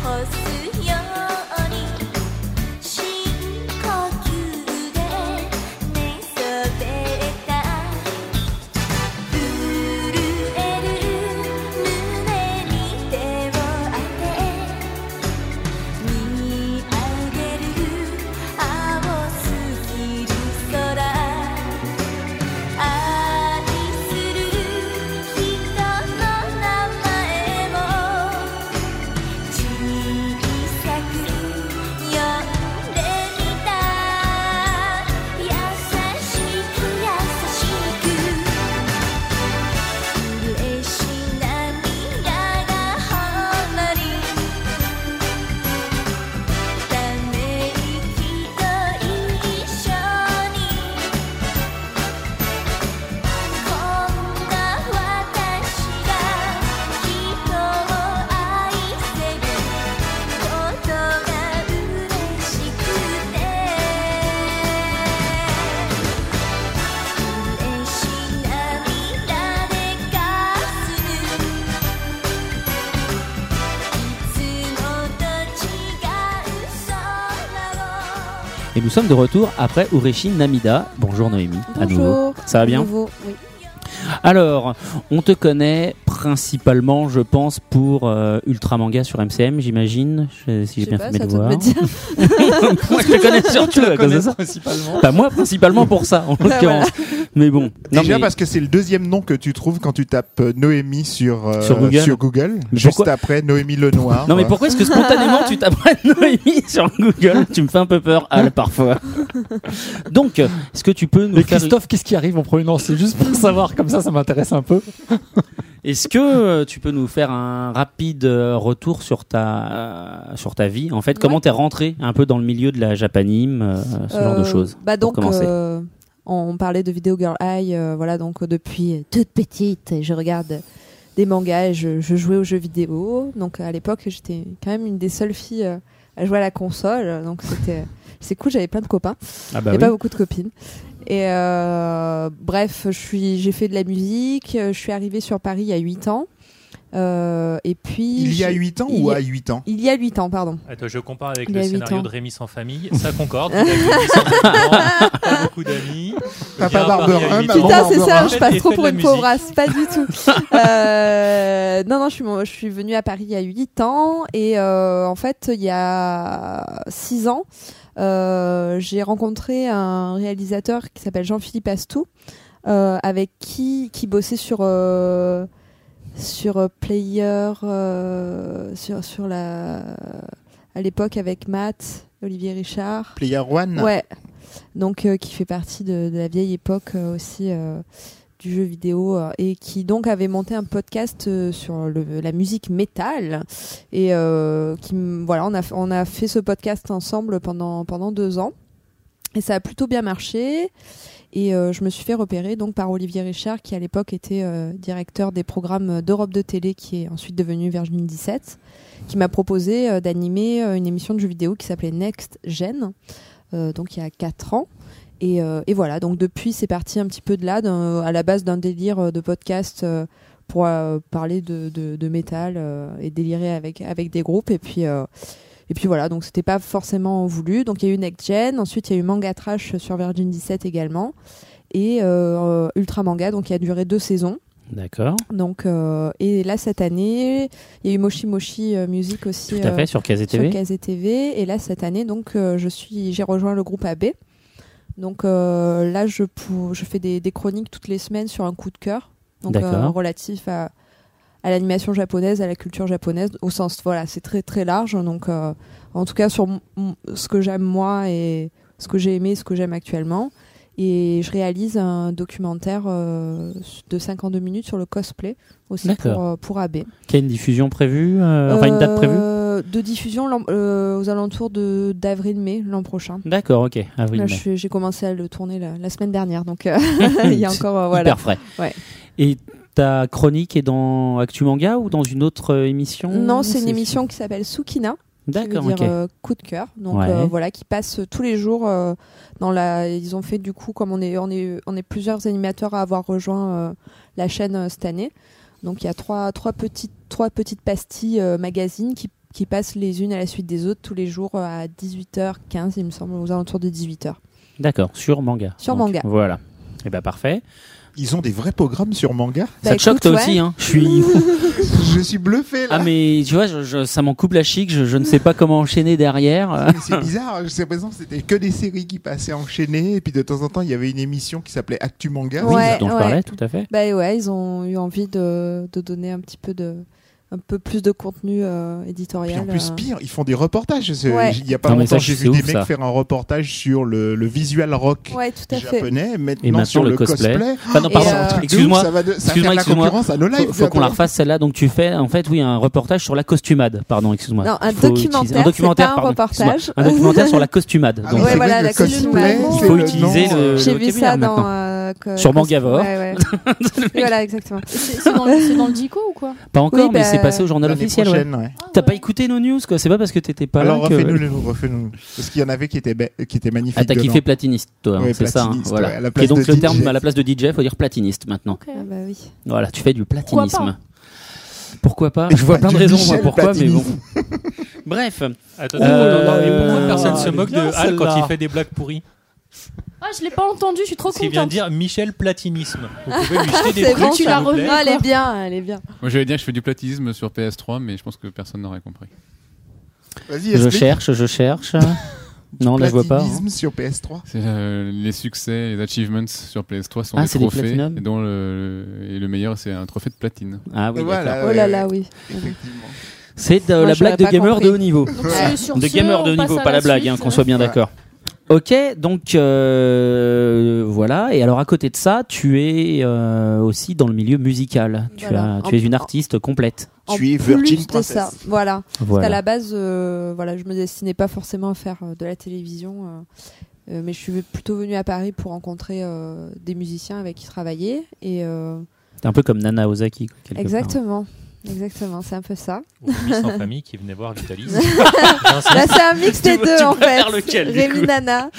S4: 干すように」「深呼吸で寝そべった」「震える胸に手を当て」「見上げる青すぎる空」「愛する人の名前も小さく呼んでみた」「優しく優しく」嬉し涙がほんのりため息と一緒にこんな私が人を愛せることが嬉しくて「うれし涙でかすむ」「いつもと違う空を」
S1: Et nous sommes de retour après Ureshi Namida. Bonjour Noémie. À nouveau.
S6: Bonjour.
S1: Ça va bien
S6: À nouveau, oui.
S1: Alors, on te connaît principalement, je pense, pour euh, Ultra Manga sur MCM, j'imagine, je- si j'ai
S6: Je sais
S1: bien
S6: pas,
S1: fait mes
S6: ça te
S1: devoirs.
S6: me dire.
S1: Moi, je te connais surtout à cause de ça.
S2: principalement.
S1: Enfin, moi, principalement pour ça,
S6: Ah,
S1: en l'occurrence. Mais bon. Non,
S5: Déjà
S1: mais-
S5: parce que c'est le deuxième nom que tu trouves quand tu tapes euh, Noémie sur, euh,
S1: Sur Google.
S5: Google,
S1: Mais
S5: juste
S1: pourquoi-
S5: après Noémie Lenoir.
S1: Non mais pourquoi est-ce que spontanément tu t'apprêtes Noémie sur Google Tu me fais un peu peur Al parfois. Donc, est-ce que tu peux nous
S2: Mais
S1: faire-
S2: Christophe, qu'est-ce qui arrive en premier Non, c'est juste pour savoir, comme ça, ça m'intéresse un peu.
S1: Est-ce que euh, tu peux nous faire un rapide euh, retour sur ta euh, sur ta vie En fait, comment t'es rentré un peu dans le milieu de la japanime, euh, ce genre de
S6: Euh,
S1: choses
S6: Bah donc,
S1: commencer.
S6: euh, on parlait de Video Girl High, euh, voilà, donc euh, depuis toute petite, je regarde des mangas et je, je jouais aux jeux vidéo. Donc à l'époque, j'étais quand même une des seules filles euh, à jouer à la console, donc c'était c'est cool, j'avais plein de copains
S2: Ah bah
S6: et pas beaucoup de copines. Et euh, bref, je suis, j'ai fait de la musique. euh, Je suis arrivée sur Paris il y a 8 ans. Euh, et puis
S5: Il y a
S6: j'ai-
S5: 8 ans
S6: il
S5: ou
S6: y a-
S5: à 8 ans
S6: Il y a 8 ans, pardon.
S3: Attends, je compare avec
S6: Il
S3: le
S6: a huit
S3: scénario
S6: ans.
S3: de Rémi sans famille, ça concorde. Il a Rémi sans enfants, pas beaucoup d'amis.
S5: Papa
S3: Bien,
S5: Barber
S3: Paris à
S5: 1,
S3: huit
S5: Maman
S3: ans.
S6: Putain, c'est
S5: Barbara.
S6: ça,
S3: Faites-
S6: je
S3: et
S6: passe trop
S3: faites
S6: pour
S3: la
S6: une pauvre
S3: musique.
S6: race, pas du tout. Euh, non, non, je suis, mon- je suis venue à Paris il y a 8 ans et euh, en fait, il y a 6 ans, euh, j'ai rencontré un réalisateur qui s'appelle Jean-Philippe Astou, euh, avec qui, qui bossait sur. euh, sur euh, Player, euh, sur, sur la. à l'époque avec Matt, Olivier Richard.
S5: Player One.
S6: Ouais. Donc euh, qui fait partie de, de la vieille époque euh, aussi euh, du jeu vidéo euh, et qui donc avait monté un podcast euh, sur le- la musique métal et euh, qui m- voilà on a f- on a fait ce podcast ensemble pendant pendant deux ans et ça a plutôt bien marché et euh, je me suis fait repérer donc par Olivier Richard qui à l'époque était euh, directeur des programmes d'Europe de télé qui est ensuite devenu Virgin 17 qui m'a proposé euh, d'animer euh, une émission de jeux vidéo qui s'appelait Next Gen euh, donc il y a 4 ans. Et, euh, et voilà, donc depuis c'est parti un petit peu de là, d'un- à la base d'un délire euh, de podcast euh, pour euh, parler de, de, de métal euh, et délirer avec, avec des groupes. Et puis, euh, et puis voilà, donc c'était pas forcément voulu. Donc il y a eu Next Gen, ensuite il y a eu Manga Trash sur Virgin 17 également, et euh, Ultra Manga, donc il a duré deux saisons.
S1: D'accord,
S6: Donc, euh, et là cette année, il y a eu Moshi Moshi euh, Music aussi.
S1: tout à
S6: euh,
S1: fait, sur KZTV.
S6: sur Case TV. Et là, cette année, donc, euh, je suis, j'ai rejoint le groupe AB. Donc euh, là, je, pou- je fais des, des chroniques toutes les semaines sur un coup de cœur, donc euh,
S1: D'accord.
S6: relatif à, à l'animation japonaise, à la culture japonaise, au sens voilà, c'est très très large. Donc euh, en tout cas sur m- m- ce que j'aime moi et ce que j'ai aimé, ce que j'aime actuellement. Et je réalise un documentaire euh, de 52 minutes sur le cosplay aussi pour,
S1: D'accord.
S6: euh, pour AB.
S1: Qui a une diffusion prévue, euh, enfin une date prévue
S6: Euh, De diffusion l'an- euh, aux alentours de d'avril-mai l'an prochain.
S1: D'accord, ok, avril.
S6: Là,
S1: mai.
S6: je suis- j'ai commencé à le tourner la, la semaine dernière, donc euh, il y a
S1: C'est
S6: encore euh, voilà.
S1: Hyper frais.
S6: Ouais.
S1: Et ta chronique est dans Actu Manga ou dans une autre euh, émission
S6: Non, c'est une émission qui s'appelle Sukina, qui veut
S1: D'accord,
S6: dire
S1: ok.
S6: euh, coup de cœur. Donc
S1: Ouais.
S6: euh, voilà, qui passe tous les jours euh, dans la. Ils ont fait du coup comme on est on est on est plusieurs animateurs à avoir rejoint euh, la chaîne euh, cette année. Donc il y a trois trois petites trois petites pastilles euh, magazines qui qui passent les unes à la suite des autres tous les jours euh, à 18h15, il me semble, aux alentours de 18h.
S1: D'accord, sur manga.
S6: Sur manga.
S1: Voilà. Et ben parfait.
S5: Ils ont des vrais programmes sur manga.
S6: Bah
S1: ça te choque toi aussi, hein Je suis.
S5: Je suis bluffé là.
S1: ah mais tu vois, je- je- ça m'en coupe la chic. Je, je ne sais pas comment enchaîner derrière.
S5: Mais c'est bizarre, jusqu'à présent c'était que des séries qui passaient enchaînées, et puis de temps en temps il y avait une émission qui s'appelait Actu Manga.
S6: Oui, Ouais,
S1: dont je
S6: ouais.
S1: parlais, tout à fait.
S6: Bah ouais, ils ont eu envie de, de donner un petit peu de un peu plus de contenu euh,
S5: Puis
S6: éditorial.
S5: en plus,
S6: euh.
S5: pire, ils font des reportages. C'est-
S6: Ouais.
S5: Il y a pas
S1: Non, mais
S5: longtemps,
S1: ça,
S5: j'ai
S1: c'est
S5: vu des
S1: ouf,
S5: mecs
S1: ça.
S5: faire un reportage sur le, le visual rock
S6: Ouais, tout à fait.
S5: japonais, maintenant,
S1: maintenant,
S5: sur
S1: le
S5: le cosplay.
S1: cosplay. Enfin, non,
S6: Et,
S1: pardon,
S6: euh,
S5: C'est un truc de ouf,
S1: excuse-moi.
S5: ça va de- ça va
S1: excuse-moi,
S5: faire de la
S1: excuse-moi.
S5: concurrence à nos lives.
S1: Faut, faut qu'on la refasse celle-là. Donc tu fais, en fait, oui, un reportage sur la costumade. Pardon, excuse-moi.
S6: Non, un
S1: Il faut
S6: documentaire,
S1: utiliser-
S6: c'est pas un
S1: pardon,
S6: reportage.
S1: excuse-moi. Un documentaire sur la costumade.
S5: Ah
S1: Donc,
S5: oui,
S6: Ouais,
S5: c'est
S6: voilà,
S5: vrai
S6: la
S5: que le cosplay,
S6: costumade.
S5: c'est
S6: Faut
S5: le
S1: utiliser
S5: nom,
S1: le-
S5: euh,
S6: J'ai vu ça
S1: vocabulaire,
S6: dans
S1: maintenant.
S6: euh, que-
S1: Sur
S6: que-
S1: Mangavore.
S6: Ouais, ouais. voilà, exactement.
S4: C'est c'est dans, le- c'est dans le dico ou quoi Ah
S1: Pas encore,
S6: Oui,
S1: mais
S6: bah,
S1: c'est passé au journal
S5: l'année
S1: officiel. ouais.
S5: prochaine, ouais.
S1: T'as pas écouté nos news, quoi. C'est pas parce que t'étais pas
S5: Alors
S1: là que.
S5: refais-nous, le- refais-nous. Parce qu'il y en avait qui étaient, be- qui étaient magnifiques.
S1: Ah, t'as
S5: dedans.
S1: kiffé platiniste, toi, hein,
S5: Ouais,
S1: c'est ça. hein,
S5: platiniste, ouais, à
S1: voilà.
S5: la
S1: Qui est
S5: place
S1: donc
S5: de
S1: le terme,
S5: DJ.
S1: à la place de DJ, faut dire platiniste maintenant.
S4: Ok.
S6: Ah bah oui.
S1: Voilà, tu fais du
S4: Pourquoi
S1: platinisme. Pourquoi pas
S5: Et
S1: Je vois
S5: pas
S1: plein de
S5: du
S1: raisons, moi,
S5: Michel
S1: pourquoi, mais bon.
S5: Platiniste.
S1: Bref,
S3: Attends,
S1: Oh
S3: attends,
S1: là
S3: attends, mais
S1: là.
S3: pourquoi personne se
S2: Elle est
S3: moque
S2: bien,
S3: de Al quand
S2: celle-là.
S3: il fait des blagues pourries
S4: Ah, je l'ai pas entendu, je suis trop
S3: C'est bien
S4: contente.
S3: dire Michel Platinisme. Vous pouvez lui jeter des
S6: C'est bon,
S3: trucs,
S6: tu
S3: s'il
S6: l'as
S3: vous
S4: revu.
S3: plaît.
S6: Ah, elle est bien, elle est bien.
S7: Moi, j'allais dire que je fais du platisme sur PS3, mais je pense que personne n'aurait compris.
S5: Vas-y,
S1: je
S5: explique.
S1: cherche, je cherche. non, là, je vois pas. hein.
S5: Platinisme sur PS3.
S7: C'est euh, les succès, les achievements sur PS3 sont
S1: Ah,
S7: des
S1: c'est des
S7: trophées,
S1: platinums
S7: et dont le, et le meilleur, c'est un trophée de platine.
S1: Ah oui,
S5: Voilà,
S1: d'accord.
S6: Oh
S5: ouais,
S6: là
S5: ouais,
S6: là, oui.
S5: effectivement.
S1: C'est de
S6: Moi,
S1: la
S6: j'aurais
S1: blague de
S6: pas
S1: gamer
S6: compris.
S1: de haut niveau.
S4: Donc, c'est- sur
S1: de
S4: ce,
S1: gamer
S4: on
S1: de haut
S4: passe
S1: niveau,
S4: à
S1: pas la blague,
S4: suite.
S1: hein, qu'on soit bien
S5: Ouais.
S1: d'accord. Ok, donc euh, voilà. Et alors à côté de ça, tu es euh, aussi dans le milieu musical. Tu,
S6: Voilà.
S1: as,
S6: En-
S1: tu es une artiste complète.
S6: En
S5: Tu es
S6: plus
S5: Virgin
S6: de
S5: Princess.
S6: ça, voilà. Parce qu'à
S1: Voilà.
S6: la base, euh, voilà, je me destinais pas forcément à faire euh, de la télévision. euh, Euh, mais je suis plutôt venue à Paris pour rencontrer euh, des musiciens avec qui travailler. Et, euh,
S1: C'est un peu comme Nana Ozaki. quoi, quelque part.
S6: exactement, exactement, c'est un peu ça.
S3: Ou Miss en famille qui venait voir Vitalis.
S6: Là, c'est un mix des
S1: Ah Tu-
S6: deux
S1: tu
S6: en fait.
S1: préfères lequel, du
S6: Rémi
S1: coup
S6: Nana.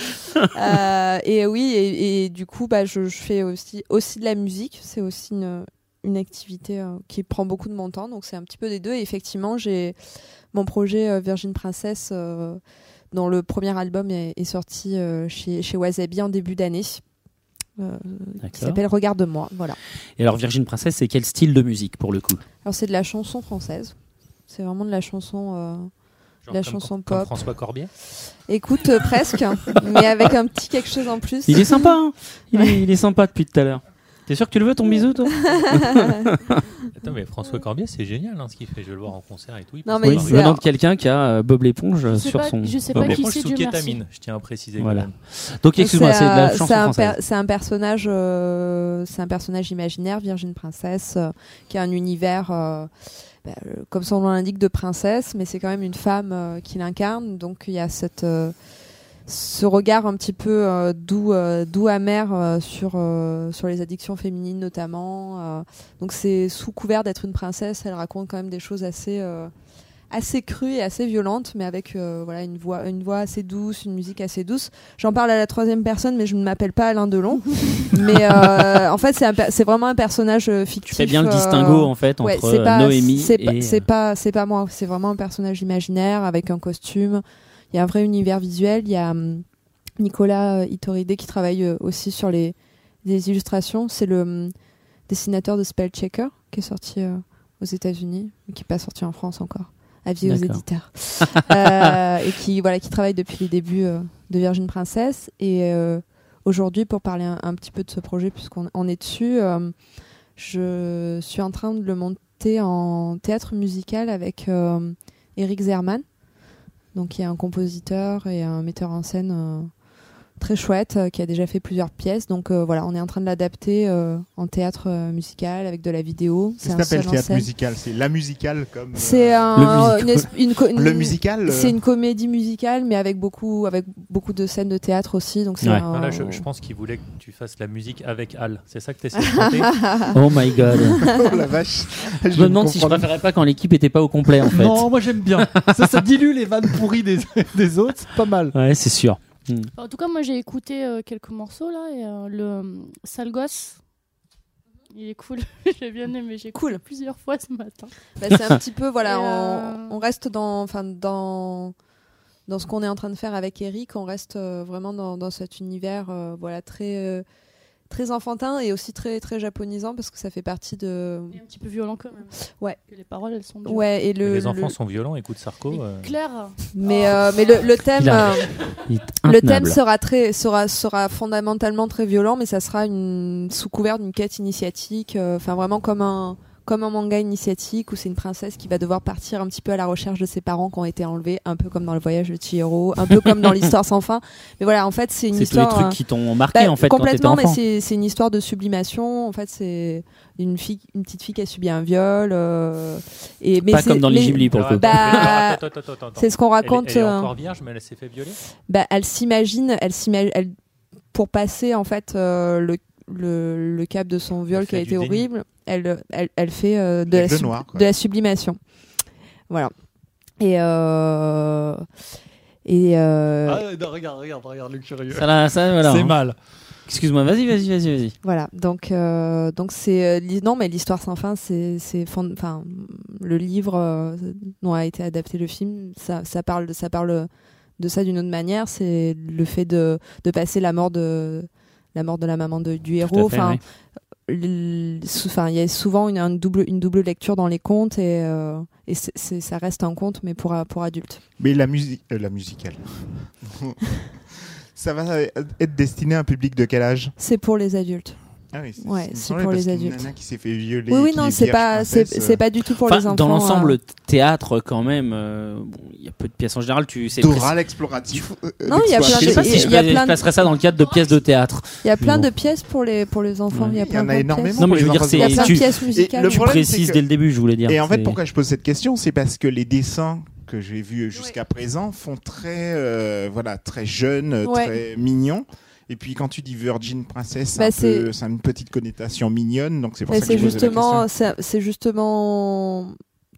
S6: Euh, et oui, et, et du coup, bah, je, je fais aussi, aussi de la musique. C'est aussi une, une activité euh, qui prend beaucoup de mon temps. Donc, c'est un petit peu des deux. Et effectivement, j'ai mon projet euh, Virgin Princess, euh, dont le premier album est, est sorti euh, chez, chez Wasabi en début d'année. euh, qui
S1: D'accord.
S6: s'appelle Regarde-moi. Voilà.
S1: Et alors, Virgin Princess, c'est quel style de musique pour le coup
S6: Alors, c'est de la chanson française. C'est vraiment de la chanson. euh,
S3: Genre
S6: La
S3: comme-
S6: chanson
S3: comme
S6: pop.
S3: François Corbier.
S6: Écoute, euh, presque, mais avec un petit quelque chose en plus.
S1: Il est sympa, hein il, est, il est sympa depuis tout à l'heure. T'es sûr que tu le veux ton bisou, toi
S6: Ah,
S3: Attends, mais François Corbier, c'est génial hein, ce qu'il fait. Je vais le voir en concert et tout. il
S6: Non,
S3: passe
S6: mais
S1: Oui,
S3: par
S6: c'est-
S1: je me demande quelqu'un qui a euh, Bob l'éponge euh,
S4: Je sais
S1: sur
S4: pas,
S1: son.
S4: je sais
S3: Bob
S4: pas qui
S3: Éponge
S4: c'est,
S3: sous
S4: Dieu merci.
S3: kétamine, je tiens à préciser.
S1: Voilà.
S3: quand même.
S1: Donc, excuse-moi, c'est de la
S6: un-
S1: chanson
S6: c'est un,
S1: française.
S6: per- c'est un personnage, euh, c'est un personnage imaginaire, Virgin Princesse, euh, qui a un univers, euh, bah, euh, comme son nom l'indique, de princesse, mais c'est quand même une femme euh, qui l'incarne. Donc il y a cette, euh, ce regard un petit peu euh, doux, euh, doux amer euh, sur euh, sur les addictions féminines notamment. euh. donc c'est sous couvert d'être une princesse, elle raconte quand même des choses assez euh, assez crues et assez violentes, mais avec euh, voilà une voix une voix assez douce, une musique assez douce. J'en parle à la troisième personne, mais je ne m'appelle pas Alain Delon. mais euh, en fait, c'est un per- c'est vraiment un personnage euh, fictif.
S1: Tu fais bien le
S6: euh,
S1: distinguo en fait
S6: ouais,
S1: entre
S6: c'est
S1: euh,
S6: pas-
S1: Noémie
S6: c'est pas-
S1: et. euh,
S6: c'est pas c'est pas moi. C'est vraiment un personnage imaginaire avec un costume. Il y a un vrai univers visuel. Il y a hum, Nicolas euh, Itoridé qui travaille euh, aussi sur les des illustrations. C'est le hum, dessinateur de Spellchecker qui est sorti euh, aux États-Unis, mais qui n'est pas sorti en France encore. Avis aux
S1: D'accord.
S6: éditeurs. Euh, et qui voilà qui travaille depuis les débuts euh, de Virgin Princess. Et euh, aujourd'hui, pour parler un, un petit peu de ce projet, puisqu'on on est dessus, euh, je suis en train de le monter en théâtre musical avec euh, Eric Zerman, donc qui est un compositeur et un metteur en scène euh, très chouette, euh, qui a déjà fait plusieurs pièces. Donc euh, voilà, on est en train de l'adapter euh, en théâtre euh, musical avec de la vidéo.
S5: Ça
S6: un
S5: s'appelle
S6: seul en
S5: théâtre
S6: scène.
S5: musical. C'est la musicale comme. euh,
S6: C'est un-
S1: Le
S6: une es- une co- une-
S5: Le musical. euh,
S6: c'est une comédie musicale, mais avec beaucoup, avec beaucoup de scènes de théâtre aussi. Donc c'est
S1: Ouais.
S6: un-
S3: Non, Ah, là, je, je pense qu'il voulait que tu fasses la musique avec Al. C'est ça que tu essaies de chanter
S1: Oh my god.
S5: Oh la vache.
S1: Je me demande si je
S5: comprends-
S1: préférais pas quand l'équipe était pas au complet en fait.
S2: Non, moi j'aime bien. ça, ça dilue les vannes pourries des, des autres, c'est pas mal.
S1: Ouais, c'est sûr.
S4: En tout cas, moi j'ai écouté euh, quelques morceaux là et euh, le euh, sale gosse. Il est cool, j'ai bien aimé, j'ai cool
S6: Cool.
S4: plusieurs fois ce matin.
S6: Bah, c'est un petit peu voilà,
S4: Et,
S6: on,
S4: euh,
S6: on reste dans, enfin dans dans ce qu'on est en train de faire avec Eric, on reste euh, vraiment dans, dans cet univers euh, voilà très euh, très enfantin et aussi très très japonisant parce que ça fait partie de
S4: Et un petit peu violent quand même.
S6: Ouais.
S4: Parce que les paroles elles sont dures.
S6: ouais et le
S3: Les enfants
S6: le-
S3: sont violents, écoute Sarko. euh,
S4: Claire,
S6: mais euh, mais le, le thème
S1: Il a-
S6: euh,
S1: Il est
S6: Le thème
S1: intenable.
S6: sera très sera sera fondamentalement très violent, mais ça sera une sous couvert d'une quête initiatique, euh, enfin vraiment comme un comme un manga initiatique où c'est une princesse qui va devoir partir un petit peu à la recherche de ses parents qui ont été enlevés, un peu comme dans le voyage de Chihiro, un peu comme dans l'histoire sans fin. Mais voilà, en fait, c'est une
S1: C'est tous les
S6: histoire
S1: trucs
S6: euh,
S1: qui t'ont marqué
S6: bah,
S1: en fait quand t'étais
S6: complètement, mais
S1: enfant.
S6: c'est c'est une histoire de sublimation. En fait, c'est une fille, une petite fille qui a subi un viol. euh, et mais
S1: Pas
S6: c'est-
S1: comme dans les
S6: mais
S1: Ghibli pour le coup.
S3: attends,
S6: Bah,
S3: attends, attends, attends, attends, attends.
S6: C'est ce qu'on
S3: Elle,
S6: raconte.
S3: elle est
S6: euh,
S3: encore vierge, mais elle s'est fait violer.
S6: bah, elle s'imagine, elle s'imagine, elle, pour passer en fait euh, le, le, le cap de son viol
S3: Elle
S6: qui a
S3: fait
S6: été
S3: du déni.
S6: horrible, elle, elle, elle fait euh, de, la
S5: Avec le
S6: sub-
S5: noir, quoi.
S6: de la sublimation. Voilà. Et euh, et euh,
S2: Ah, non, regarde, regarde, regarde le curieux.
S1: Ça, là, ça, voilà,
S2: c'est
S1: hein.
S2: mal.
S1: Excuse-moi, vas-y, vas-y, vas-y, vas-y.
S6: Voilà, donc euh, donc c'est euh, l'hi- non mais l'histoire sans fin, c'est c'est fond- enfin le livre euh, dont a été adapté le film, ça ça parle de ça parle de ça d'une autre manière, c'est le fait de de passer la mort de la mort de la maman de- du
S1: Tout
S6: héros,
S1: à fait,
S6: enfin
S1: oui.
S6: l- sou- enfin, il y a souvent une, un double une double lecture dans les contes et euh, et c'est- c'est- ça reste un conte mais pour a- pour adultes.
S5: Mais la musique, euh, la musicale. ça va être destiné à un public de quel âge
S6: C'est pour les adultes.
S5: Ah oui, c'est-
S6: Ouais,
S5: il me
S6: c'est
S5: semblait
S6: pour
S5: parce
S6: les
S5: qu'une
S6: adultes.
S5: nana qui s'est fait violer.
S6: Oui oui
S5: qui euh.
S6: non,
S5: est
S6: c'est
S5: vierge
S6: pas c'est
S5: princesse,
S6: c'est pas du tout pour
S1: Enfin,
S6: les enfants.
S1: dans l'ensemble
S6: euh.
S1: théâtre quand même, euh, bon, il y a peu de pièces en général. Tu sais.
S5: Dora l'exploratif. euh,
S6: Non, il y a
S1: Je
S5: l'exploratrice.
S1: sais pas
S6: Ah, Il y
S1: si
S6: a
S1: je,
S6: plein
S1: pla-
S6: de-
S1: je placerais ça dans le cadre de pièces de théâtre.
S6: Il y a plein
S1: Mais
S6: de pièces pour les pour les enfants,
S1: Ouais.
S6: il y a
S5: Il y
S6: plein,
S5: en a
S6: plein de
S5: énormément.
S6: pièces.
S1: Non, mais je veux
S5: Pour les
S1: dire,
S5: enfants,
S6: Il y a
S1: c'est
S6: plein de
S1: tu,
S6: pièces musicales.
S5: le
S1: tu
S5: problème, c'est
S1: précises
S5: que-
S1: dès le début, je voulais dire.
S5: Et en fait,
S1: c'est-
S5: pourquoi je pose cette question C'est parce que les dessins que j'ai vus jusqu'à présent font très, euh, voilà, très jeunes, euh,
S6: Ouais.
S5: très mignons. Et puis quand tu dis Virgin Princess, c'est
S6: Bah,
S5: un
S6: c'est-
S5: peu- ça a une petite connotation mignonne, donc c'est pour
S6: Mais
S5: ça que
S6: c'est
S5: je posais la question.
S6: justement, c'est c'est justement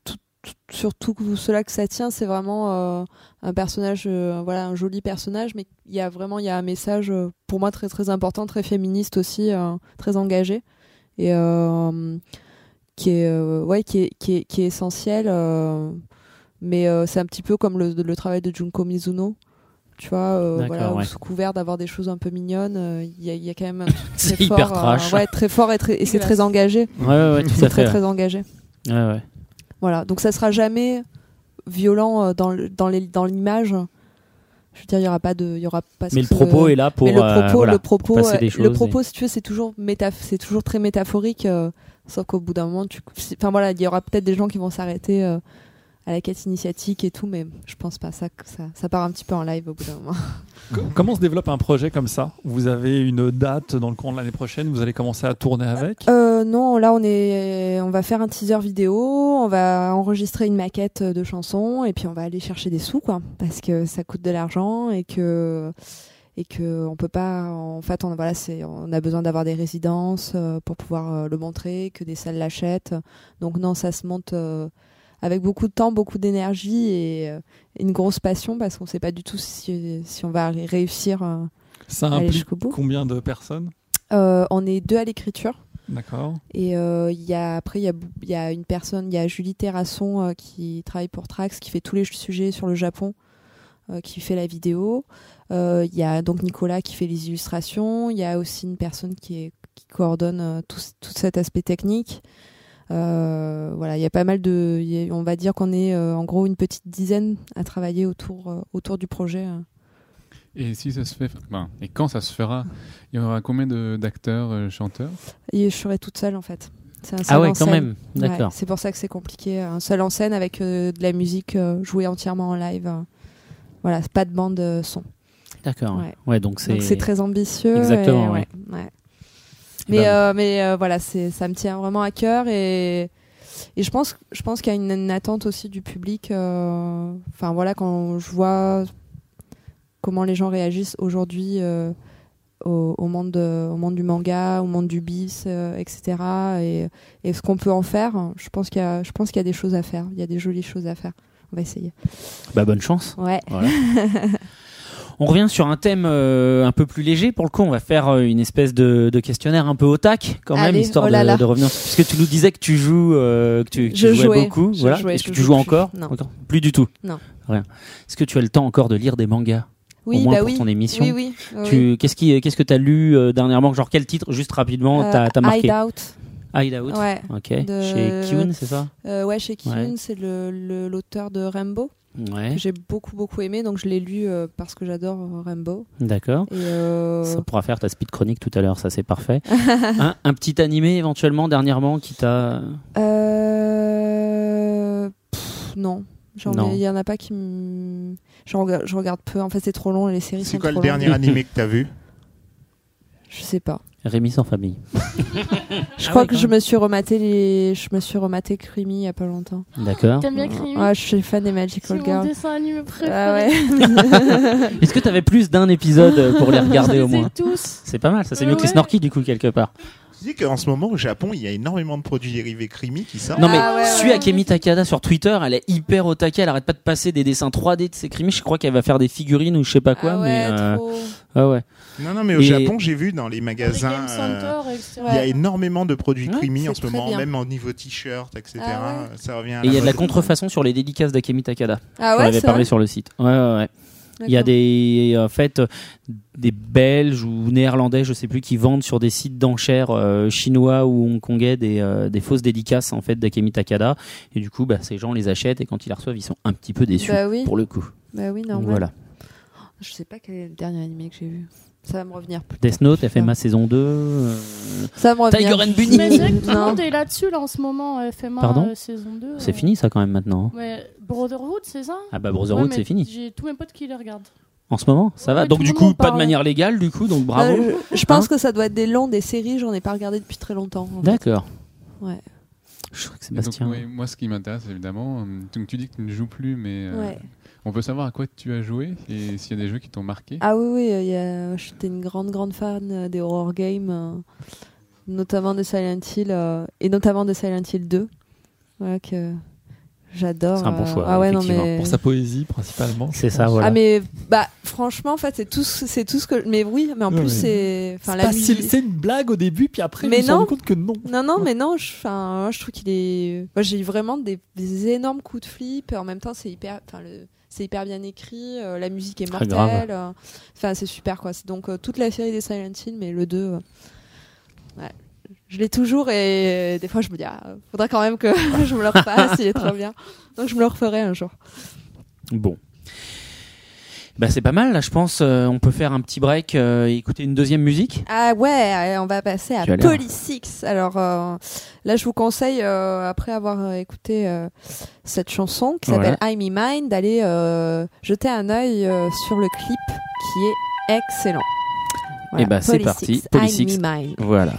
S6: tout, tout- surtout que cela que ça tient, c'est vraiment euh, un personnage, euh, voilà, un joli personnage, mais il y a vraiment, il y a un message euh, pour moi très très important, très féministe aussi, euh, très engagé et euh, qui est, euh, ouais, qui est, qui est, qui est essentiel. euh, mais euh, c'est un petit peu comme le, le travail de Junko Mizuno. Tu vois, euh,
S1: D'accord,
S6: voilà, où
S1: ouais.
S6: sous couvert d'avoir des choses un peu mignonnes, euh, il y, a- il y a quand même un truc
S1: C'est
S6: très fort,
S1: hyper
S6: euh,
S1: trash.
S6: ouais, très fort et, très- et c'est
S4: Dégueulasse.
S6: très engagé
S1: Ouais, ouais, ouais, tout
S6: très
S1: à fait.
S6: très,
S1: ouais.
S6: engagé.
S1: Ouais, ouais.
S6: Voilà, donc ça sera jamais violent euh, dans le- dans les- dans l'image. Je veux dire, il y aura pas de, il y aura pas.
S1: Mais le propos est là pour.
S6: mais le
S1: euh,
S6: propos,
S1: voilà.
S6: le propos,
S1: passer
S6: euh,
S1: des
S6: le
S1: choses
S6: propos, si tu veux, c'est toujours méta, c'est toujours très métaphorique. euh, sauf qu'au bout d'un moment, tu, si- enfin voilà, il y aura peut-être des gens qui vont s'arrêter euh, à la quête initiatique et tout, mais je pense pas ça, que ça, ça part un petit peu en live au bout d'un moment.
S2: Co- Comment se développe un projet comme ça Vous avez une date dans le courant de l'année prochaine, vous allez commencer à tourner avec
S6: Euh, non, là on est, on va faire un teaser vidéo, on va enregistrer une maquette de chansons et puis on va aller chercher des sous quoi, parce que ça coûte de l'argent et que et que on peut pas, en fait on voilà c'est, on a besoin d'avoir des résidences euh, pour pouvoir euh, le montrer, que des salles l'achètent, donc non ça se monte euh, avec beaucoup de temps, beaucoup d'énergie et, euh, et une grosse passion parce qu'on sait pas du tout si, si on va ré- réussir euh,
S2: Ça
S6: à aller
S2: implique
S6: jusqu'au bout.
S2: combien de personnes
S6: Euh, on est deux à l'écriture.
S2: D'accord.
S6: Et euh, il y a, après, il y a, bou- il y a une personne, il y a Julie Terrasson euh, qui travaille pour Trax, qui fait tous les ch- sujets sur le Japon, euh, qui fait la vidéo. Euh, Il y a donc Nicolas qui fait les illustrations. Il y a aussi une personne qui, est, qui coordonne euh, tout, c- tout cet aspect technique. Euh, voilà, il y a pas mal de. il y a- on va dire qu'on est euh, en gros une petite dizaine à travailler autour, euh, autour du projet. euh.
S7: Et si ça se fait, enfin, ben, et quand ça se fera, il y aura combien de- d'acteurs, euh, chanteurs
S6: Et je serai toute seule en fait. C'est un seul
S1: Ah ouais,
S6: en
S1: quand
S6: scène.
S1: même.
S6: Ouais,
S1: D'accord.
S6: c'est pour ça que c'est compliqué. Un seul en scène avec euh, de la musique euh, jouée entièrement en live. euh. Voilà, c'est pas de bande euh, son.
S1: D'accord. Ouais.
S6: Ouais.
S1: donc
S6: Donc
S1: c'est.
S6: c'est très ambitieux.
S1: Exactement,
S6: et
S1: ouais.
S6: ouais.
S1: Eh
S6: Mais,
S1: ben,
S6: euh, mais euh, voilà, c'est, ça me tient vraiment à cœur et, et je pense, je pense qu'il y a une, une attente aussi du public. euh, Enfin voilà, quand je vois comment les gens réagissent aujourd'hui euh, au, au monde de- au monde du manga, au monde du bis, euh, etc. Et, et ce qu'on peut en faire, je pense qu'il y a, je pense qu'il y a des choses à faire. Il y a des jolies choses à faire. On va essayer.
S1: Bah, bonne chance.
S6: Ouais.
S1: Voilà. On revient sur un thème euh, un peu plus léger. Pour le coup, on va faire euh, une espèce de, de questionnaire un peu au tac, quand même,
S6: Allez,
S1: histoire
S6: oh là
S1: de,
S6: là.
S1: de revenir. Parce que tu nous disais que tu joues, euh, que tu, que tu
S6: Je
S1: jouais,
S6: jouais,
S1: beaucoup.
S6: je
S1: voilà.
S6: jouais,
S1: Est-ce que
S6: je
S1: tu
S6: joue
S1: joues
S6: plus.
S1: encore
S6: Non.
S1: Encore Plus du tout.
S6: Non.
S1: Rien. Est-ce que tu as le temps encore de lire des mangas
S6: Oui,
S1: moins
S6: bah
S1: pour
S6: oui.
S1: ton émission.
S6: Oui, oui. oui, oui.
S1: Tu qu'est-ce qui qu'est-ce que t'as lu euh, dernièrement Genre quel titre Juste rapidement,
S6: Euh,
S1: t'as t'as marqué.
S6: Hideout.
S1: Hide Out.
S6: Ouais.
S1: Ok.
S6: De-
S1: Chez Kyun, c'est ça
S6: Euh, ouais, chez Kim,
S1: Ouais.
S6: c'est le- le- l'auteur de Rambo,
S1: Ouais.
S6: que j'ai beaucoup beaucoup aimé, donc je l'ai lu euh, parce que j'adore euh, Rambo.
S1: D'accord.
S6: Et, euh,
S1: Ça pourra faire ta speed chronique tout à l'heure, ça c'est parfait. un, un petit animé éventuellement dernièrement qui t'a.
S6: euh, pff, non, Genre,
S1: Non.
S6: mais il y en a pas qui me... je, regarde, je regarde peu, en fait c'est trop long, les séries
S5: C'est
S6: sont
S5: quoi le
S6: trop longues.
S5: dernier animé que t'as vu
S6: Je sais
S4: Ah
S6: pas.
S1: Rémi sans famille.
S6: Je
S3: Ah
S6: crois que je me suis rematé les... je me suis rematé Creamy il y a pas longtemps.
S1: D'accord.
S4: T'aimes bien Creamy
S6: Ouais, Ah, je suis fan des
S4: C'est
S6: Magical
S4: mon
S6: Girls.
S4: dessin animé préféré.
S6: Ah ouais.
S1: Est-ce que t'avais plus d'un épisode euh, pour les regarder
S4: Je
S1: au
S4: les ai
S1: moins
S4: tous.
S1: C'est pas mal, ça c'est
S4: Mais
S1: mieux que les
S4: ouais.
S1: Snorky du coup quelque part.
S5: Tu sais qu'en ce moment, au Japon, il y a énormément de produits dérivés crimi qui sortent.
S1: Non mais
S6: Ah ouais,
S1: suis
S6: ouais.
S1: Akemi Takada sur Twitter, elle est hyper au taquet, elle arrête pas de passer des dessins 3D de ses crimes. Je crois qu'elle va faire des figurines ou je sais pas quoi,
S6: Ah
S1: mais
S6: ouais,
S1: euh,
S6: trop.
S1: ouais, ouais.
S5: Non, non, mais au
S1: Et-
S5: Japon, j'ai vu dans les
S4: Les Game
S5: magasins. euh,
S4: Center, etc.
S5: Il y a énormément de produits
S1: Ouais,
S5: crimi en
S6: c'est
S5: ce
S6: très
S5: moment,
S6: bien.
S5: même au niveau t-shirt, etc.
S6: Ah ouais.
S5: Ça revient. à
S1: Et il y a de la
S5: mode.
S1: contrefaçon sur les dédicaces d'Akemi Takada.
S6: Ah
S1: on
S6: ouais,
S1: avait
S6: c'est
S1: parlé
S6: vrai
S1: sur le site. Ouais, ouais, ouais. Il y a
S6: D'accord.
S1: des, en fait, euh, des Belges ou Néerlandais, je sais plus, qui vendent sur des sites d'enchères euh, chinois ou hongkongais des, euh, des fausses dédicaces en fait d'Akemi Takada. Et du coup, bah, ces gens les achètent et quand ils la reçoivent, ils sont un petit peu déçus
S6: Bah oui,
S1: pour le coup.
S6: bah oui,
S1: Donc,
S6: normal.
S1: voilà.
S6: Je sais pas quel est le dernier animé que j'ai vu. Ça va me revenir plus tard.
S1: Death Note, FMA saison 2. euh,
S6: Ça va me revenir.
S1: Tiger and Bunny.
S4: Mais c'est vrai que tout le
S6: Non.
S4: monde est là-dessus là en ce moment, euh, FMA
S1: Pardon
S4: euh, saison 2.
S1: C'est
S4: euh.
S1: fini ça quand même maintenant. hein.
S4: Ouais, Brotherhood, c'est ça
S1: Ah bah Brotherhood,
S4: Ouais, mais
S1: c'est fini.
S4: J'ai tous mes potes qui les regardent.
S1: En ce moment, ça
S4: Ouais,
S1: va.
S4: mais
S1: Donc
S4: tout
S1: du
S4: le monde
S1: coup,
S4: en
S1: pas de
S4: parle.
S1: manière légale, du coup, donc bravo.
S6: Euh, je, je pense
S1: Hein
S6: que ça doit être des longs, des séries, j'en ai pas regardé depuis très longtemps. en fait.
S1: D'accord.
S6: Ouais.
S1: Je crois que
S7: Et donc,
S1: Sébastien.
S7: ouais, moi, ce qui m'intéresse, évidemment, euh, donc tu dis que tu ne joues plus, mais euh,
S6: Ouais.
S7: on peut savoir à quoi tu as joué et s'il y a des jeux qui t'ont marqué.
S6: Ah oui, oui, euh, il y a- j'étais une grande, grande fan euh, des horror games, euh, notamment de Silent Hill, euh, et notamment de Silent Hill 2, voilà, que j'adore.
S1: C'est un bon
S6: euh,
S1: choix,
S6: Ah ouais, non,
S1: effectivement.
S6: mais...
S2: Pour sa poésie, principalement. je
S1: C'est ça,
S2: pense.
S1: voilà.
S6: Ah mais bah franchement en fait c'est tout ce- c'est tout ce que mais oui mais en
S2: Ouais,
S6: plus
S2: ouais.
S6: c'est enfin
S2: C'est
S6: la
S2: pas si-
S6: musique
S2: C'est une blague au début, puis après,
S6: Mais
S2: je me suis rendu
S6: non.
S2: compte que non.
S6: non non mais non je enfin moi, je trouve qu'il est moi j'ai eu vraiment des, des énormes coups de flip en même temps c'est hyper enfin le c'est hyper bien écrit euh, la musique est
S1: Très
S6: mortelle euh, enfin c'est super quoi c'est donc euh, toute la série des Silent Hill mais le 2 euh, ouais, je l'ai toujours et euh, des fois je me dis ah, faudra quand même que je me le refasse il est trop bien donc je me le referai un jour
S1: Bon. Bah, c'est pas mal, là, je pense. Euh, on peut faire un petit break euh, et écouter une deuxième musique.
S6: Ah ouais, euh, on va passer à
S1: Tu as l'air.
S6: Polysix. Alors euh, là, je vous conseille, euh, après avoir euh, écouté euh, cette chanson qui s'appelle I'm in Mine, d'aller euh, jeter un œil euh, sur le clip qui est excellent.
S1: Eh ben, c'est parti. Polysix.
S6: I'm in Mine.
S1: Voilà.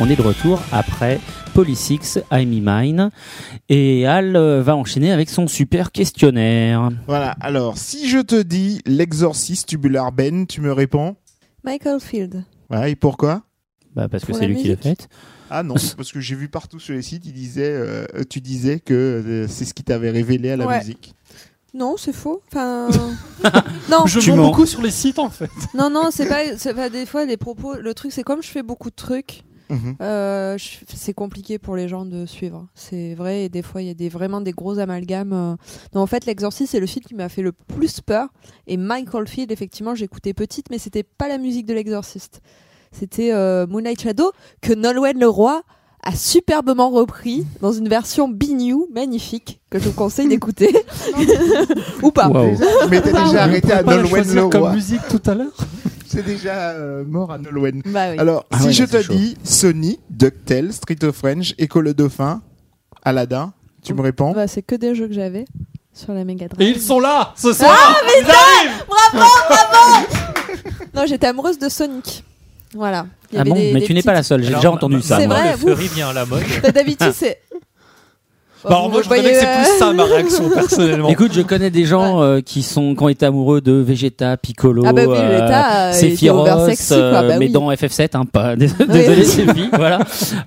S1: On est de retour après Polysix, I'm in Mine. Et Al euh, va enchaîner avec son super questionnaire.
S5: Voilà, alors si je te dis l'exorciste tubular Ben, tu me réponds
S6: Michael Field.
S5: Ouais, et pourquoi
S1: Bah, parce que
S6: Pour
S1: c'est
S6: la
S1: lui qui l'a
S6: musique.
S1: fait.
S5: Ah non, parce que j'ai vu partout sur les sites, il disait, euh, tu disais que euh, c'est ce qui t'avait révélé à la
S6: Ouais.
S5: musique.
S6: Non, c'est faux. Enfin, non,
S2: Je
S1: Tu
S2: mens
S1: mens.
S2: beaucoup sur les sites, en fait.
S6: non, non, c'est pas, c'est pas des fois les propos. Le truc, c'est comme je fais beaucoup de trucs.
S5: Mhm.
S6: Euh, je- c'est compliqué pour les gens de suivre. hein. C'est vrai, et des fois, il y a des, vraiment des gros amalgames. euh. Non, en fait, L'Exorciste, c'est le film qui m'a fait le plus peur. Et Michael Field, effectivement, j'écoutais petite, mais c'était pas la musique de L'Exorciste. C'était euh, Moonlight Shadow, que Nolwenn Leroy a superbement repris dans une version B-New magnifique, que je vous conseille d'écouter. Ou pas.
S1: Waouh.
S5: Mais t'es
S6: Pardon.
S5: déjà arrêté à
S2: Pourquoi pas la
S5: Nolwenn
S2: choisir comme
S5: Leroy.
S2: musique tout à l'heure
S5: C'est déjà euh, mort à Nolwenn.
S6: Bah oui.
S5: Alors,
S1: Ah
S5: si
S1: ouais,
S5: je
S1: là, c'est
S5: te
S1: chaud.
S5: dis Sony, DuckTales, Street of French, Écho le Dauphin, Aladdin, tu me réponds
S6: Bah, c'est que des jeux que j'avais sur la Mega Drive.
S2: Et ils sont là, ce soir
S6: Non, j'étais amoureuse de Sonic. Voilà. Il y
S1: Ah
S6: avait
S1: bon
S6: des-
S1: Mais
S6: des
S1: tu n'es pas
S6: petites-
S1: la seule, j'ai
S3: Alors,
S1: déjà entendu
S3: ma-
S1: ça.
S6: C'est
S1: moi.
S6: vrai,
S3: Le fleuri
S6: ouf.
S3: vient à la mode.
S6: Bah, D'habitude, c'est.
S2: Bah, en
S6: Vous
S2: moi, je reconnais
S6: voyez,
S2: que c'est plus
S6: euh,
S2: ça, ma réaction, personnellement.
S1: Écoute, je connais des gens euh, qui sont qui ont été amoureux de Vegeta, Piccolo,
S6: Ah bah oui,
S1: euh,
S6: Vegeta, euh,
S1: Sephiroth,
S6: il était oversexy, quoi,
S1: euh,
S6: bah
S1: mais
S6: oui.
S1: dans FF7, hein, pas. Désolé,
S6: Oui.
S1: Séphie, voilà.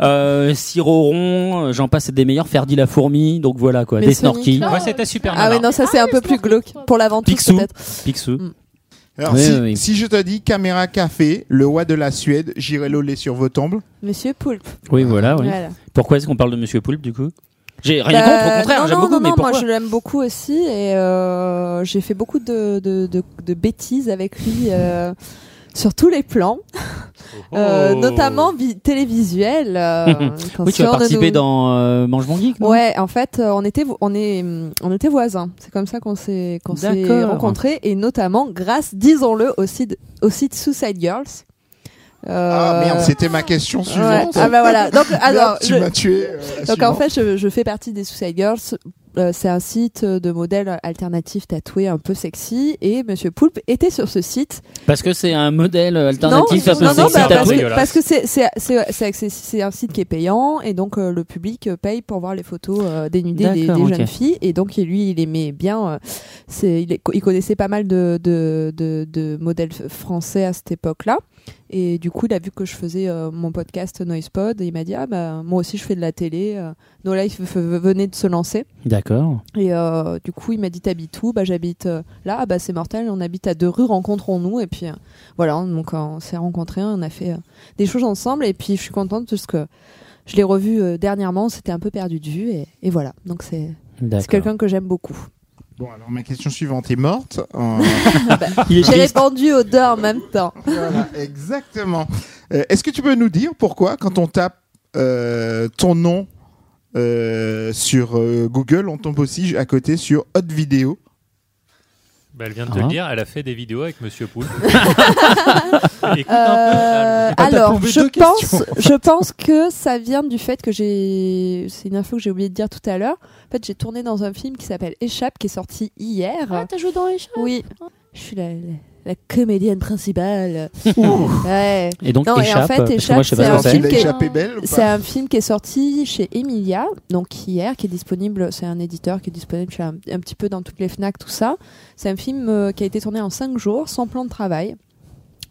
S1: Euh, Siroron, euh, j'en passe c'est des meilleurs. Ferdi la fourmi, donc voilà quoi.
S6: Mais
S1: des
S6: Sonic,
S1: Snorky,
S4: là,
S3: Moi, c'était super
S6: Ah ouais, non, ça c'est un peu plus glauque. Pour l'aventure,
S1: Picsou.
S6: peut-être. Mm.
S1: Picsou.
S5: Alors,
S1: Oui,
S5: si,
S1: oui, oui.
S5: si je te dis Caméra Café, le roi de la Suède, j'irai l'olé sur vos tombes.
S6: Monsieur Poulpe.
S1: Oui, voilà. Ah Oui. Ah,
S6: Voilà.
S1: Pourquoi est-ce qu'on parle de Monsieur Poulpe du coup J'ai rien
S6: Bah,
S1: contre, au contraire,
S6: non,
S1: j'aime
S6: non,
S1: beaucoup,
S6: non,
S1: mais
S6: non,
S1: pourquoi
S6: Moi, je l'aime beaucoup aussi et euh, j'ai fait beaucoup de, de, de, de bêtises avec lui euh, sur tous les plans.
S3: Oh.
S6: euh, notamment vi- télévisuel. euh,
S1: Oh. Oui, tu as
S6: attention de
S1: participé
S6: nous-
S1: dans euh, Mange mon geek, non
S6: Ouais, en fait, euh, on était, vo- on est, hum, on était voisins. C'est comme ça qu'on s'est, qu'on s'est
S1: D'accord.
S6: rencontrés et notamment grâce, disons-le, au site, au site Suicide Girls. Euh,
S5: Ah merde, c'était ma question
S6: ouais.
S5: suivante.
S6: Ah bah voilà. Donc, alors,
S5: Merde, tu
S6: je-
S5: m'as tué. euh, la
S6: donc en
S5: suivante.
S6: fait, je, je fais partie des Suicide Girls. Euh, c'est un site de modèles alternatifs tatoués un peu sexy et Monsieur Poulpe était sur ce site.
S1: Parce que c'est un modèle alternatif
S6: non,
S1: à ce
S6: non, non,
S1: site
S6: bah, parce,
S1: tatoué.
S6: que, parce que c'est c'est- c'est- c'est accessi- c'est un site qui est payant et donc euh, le public euh, paye pour voir les photos euh, dénudées des,
S1: D'accord,
S6: des
S1: ok.
S6: jeunes filles et donc il- lui il aimait bien euh, c'est- il, est- il connaissait pas mal de, de, de, de modèles f- français à cette époque-là et du coup il a vu que je faisais euh, mon podcast Noisepod et il m'a dit ah bah moi aussi je fais de la télé euh, No Life v- v- venait de se lancer
S1: D'accord.
S6: et euh, du coup, il m'a dit T'habites où Bah, j'habite euh, là. Ah, bah, c'est mortel. On habite à deux rues. Rencontrons-nous. Et puis, euh, voilà. Donc, euh, on s'est rencontrés. On a fait euh, des choses ensemble. Et puis, je suis contente parce que je l'ai revu euh, dernièrement. On s'était un peu perdu de vue. Et, et voilà. Donc, c'est c'est
S1: D'accord.
S6: quelqu'un que j'aime beaucoup.
S5: Bon, alors ma question suivante est morte. Euh,
S1: Il est
S6: J'ai
S1: triste.
S6: répondu aux deux en même temps.
S5: voilà, exactement. Euh, Est-ce que tu peux nous dire pourquoi, quand on tape euh, ton nom euh, sur euh, Google, on tombe aussi à côté sur Hot Vidéo
S3: Bah, elle vient de te
S1: Ah.
S3: le dire, elle a fait des vidéos avec Monsieur Poulpe. Écoute un
S6: Euh,
S3: peu.
S2: t'as
S6: alors,
S2: plombé
S6: je
S2: deux
S6: pense,
S2: questions.
S6: je pense que ça vient du fait que j'ai. C'est une info que j'ai oublié de dire tout à l'heure. En fait, j'ai tourné dans un film qui s'appelle Échappe, qui est sorti hier.
S4: Ah, t'as joué dans les chats
S6: Oui, je suis la, la- la comédienne principale. ouais.
S1: Et donc,
S6: Non, et en
S1: échappe.
S6: fait,
S1: parce que
S6: échappe,
S1: moi, je sais
S6: C'est un
S1: pas
S5: Alors,
S1: ce que
S5: tu
S1: c'est.
S6: film
S5: l'as
S6: qui est-
S5: échappé belle ou
S6: C'est
S5: pas
S6: un film qui est sorti chez Emilia, donc hier, qui est disponible. C'est un éditeur qui est disponible chez un, un petit peu dans toutes les Fnac, tout ça. C'est un film euh, qui a été tourné en 5 jours, sans plan de travail.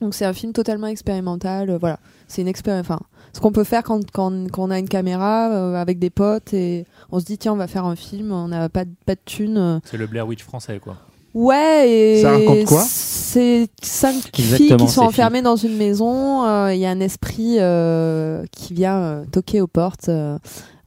S6: Donc c'est un film totalement expérimental. euh, voilà, c'est une expérience. Enfin, ce qu'on peut faire quand, quand, quand on a une caméra euh, avec des potes et on se dit tiens on va faire un film, on n'a pas, de- pas de thunes. euh,
S3: C'est le Blair Witch français, quoi.
S6: Ouais, et
S5: Ça raconte quoi
S6: C'est cinq filles
S1: Exactement,
S6: qui sont
S1: ces
S6: enfermées dans une maison. euh, Il y a un esprit euh, qui vient euh, toquer aux portes. euh,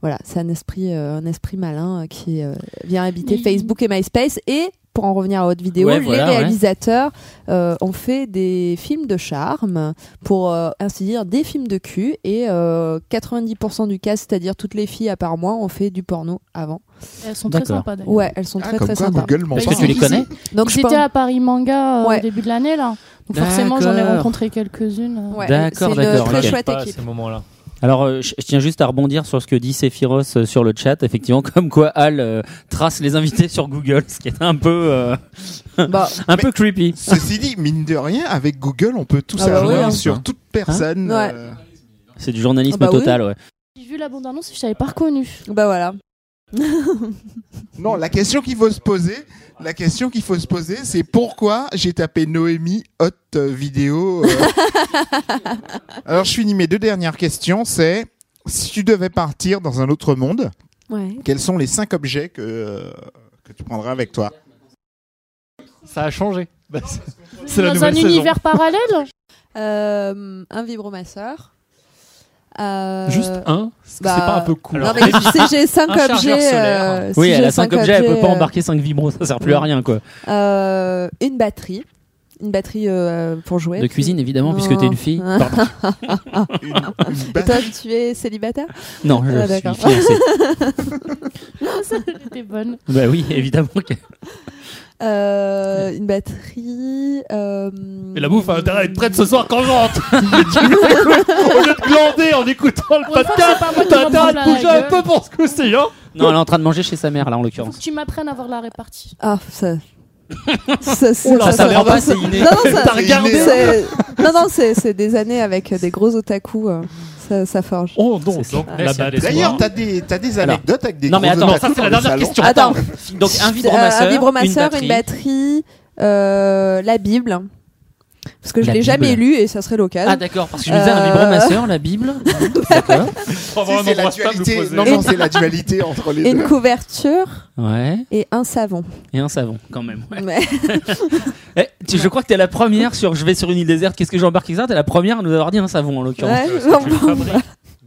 S6: voilà, c'est un esprit, euh, un esprit malin euh, qui euh, vient habiter
S4: Mais-
S6: Facebook et MySpace. Et pour en revenir à haute vidéo,
S1: Ouais,
S6: les
S1: voilà, ouais.
S6: réalisateurs euh, ont fait des films de charme pour euh, ainsi dire des films de cul. Et euh, 90% du cas, c'est-à-dire toutes les filles à part moi, ont fait du porno avant.
S4: Elles sont très
S1: D'accord.
S4: sympas d'ailleurs.
S6: Ouais, elles sont
S5: Ah,
S6: très
S5: comme
S6: très
S5: quoi,
S6: sympas.
S5: Google m'en
S4: Parce
S1: Est-ce que tu les
S5: parle.
S1: connais
S6: Donc je
S4: J'étais
S6: pense-
S4: à Paris Manga euh,
S6: Ouais.
S4: au début de l'année là. Donc forcément, j'en ai
S1: D'accord.
S4: rencontré quelques-unes.
S6: Ouais,
S1: D'accord,
S6: c'est une
S1: d'accord,
S6: Très
S1: ok.
S6: chouette
S3: Pas à
S6: équipe.
S3: ces moments-là.
S1: Alors, euh, je je tiens juste à rebondir sur ce que dit Sephiros euh, sur le chat. Effectivement, comme quoi Al euh, trace les invités sur Google, ce qui est un peu, euh,
S6: Bah,
S1: un
S5: Mais-
S1: peu creepy.
S5: Ceci dit, mine de rien, avec Google, on peut tout
S6: Ah bah
S5: savoir
S6: oui, hein.
S5: sur toute personne.
S6: Ouais.
S5: euh,
S1: C'est du journalisme
S6: Ah bah oui.
S1: total, ouais.
S4: J'ai vu la bande-annonce, je t'avais pas reconnu.
S6: bah voilà.
S5: Non, la question qu'il faut se poser, la question qu'il faut se poser, c'est pourquoi j'ai tapé Noémie hot euh, vidéo. euh. Alors je finis mes deux dernières questions. C'est si tu devais partir dans un autre monde,
S6: Ouais.
S5: quels sont les cinq objets que euh, que tu prendras avec toi
S2: Ça a changé. Bah, c'est- c'est la
S4: Dans un
S2: nouvelle saison.
S4: univers parallèle
S6: Euh, un vibromasseur. Euh,
S2: Juste un, c'est
S6: bah,
S2: pas un peu cool.
S6: Non, mais tu sais, j'ai cinq
S3: Un chargeur
S6: objets.
S3: solaire.
S6: euh, si
S1: Oui, elle
S6: j'ai
S1: a cinq objets, elle peut pas
S6: euh,
S1: embarquer cinq vibros, ça sert plus à rien, quoi.
S6: euh, une batterie. Une batterie euh, pour jouer.
S1: De cuisine, évidemment, puisque t'es une fille.
S6: Ah.
S1: Pardon.
S5: Une- une
S6: Et
S5: base-
S6: toi, tu es célibataire
S1: Non, je
S6: Ah,
S1: suis
S6: d'accord.
S1: fiancé.
S4: C'était bonne.
S1: bah oui, évidemment. que-
S6: Euh, Une batterie. Euh...
S2: Et la bouffe a intérêt à être prête ce soir quand je rentre. Au lieu de glander en écoutant le
S4: Pour une fois, c'est
S2: podcast,
S4: pas moi qui
S2: t'as
S4: m'en
S2: intérêt
S4: prends
S2: à
S4: plein
S2: bouger
S4: la
S2: un
S4: gueule.
S2: peu pour ce coup-ci, hein
S1: Non, elle est en train de manger chez sa mère, là, en
S4: Faut
S1: l'occurrence.
S4: que tu m'apprennes à voir la répartie.
S6: Ah, ça. ça, c'est-
S2: Oula, ça a l'air
S6: s'apprend
S2: pas, c'est
S6: ça.
S2: inné.
S6: Non, non, ça-
S2: T'as regardé hein
S6: c'est- Non, non, c'est c'est des années avec euh, des gros otaku. euh, Ça, ça forge.
S2: Oh, donc,
S3: Donc,
S2: la
S3: Nessie a
S2: batte.
S3: des
S5: D'ailleurs,
S3: soirs.
S5: t'as des t'as des
S1: Alors.
S5: anecdotes avec des.
S1: Non, mais
S5: gros
S1: attends,
S2: ça,
S5: otakus
S2: c'est la
S5: dans le
S2: dernière
S5: salon.
S2: question.
S6: Attends,
S1: Donc, un vibromasseur,
S6: Euh, un vibromasseur,
S1: une
S6: une
S1: batterie.
S6: batterie, euh, la Bible. Parce que je
S1: La
S6: l'ai
S1: Bible.
S6: jamais lu et ça serait
S1: Ah,
S6: l'occasion.
S1: d'accord, parce que je disais un
S6: Euh,
S1: vibromasseur, la Bible. D'accord.
S3: Faut avoir
S5: Si,
S3: un
S5: c'est la
S3: endroit stable où
S5: dualité.
S3: poser.
S5: Non, non, c'est la dualité entre les
S6: une
S5: deux.
S6: couverture
S1: Ouais.
S6: et un savon.
S1: Et un savon, quand même. ouais.
S6: Mais-
S1: Eh, tu- je crois que t'es la première sur Je vais sur une île déserte, qu'est-ce que j'embarque, etc. T'es la première à nous avoir dit un savon, en hein, l'occurrence.
S6: Ouais,
S3: Je le fabrique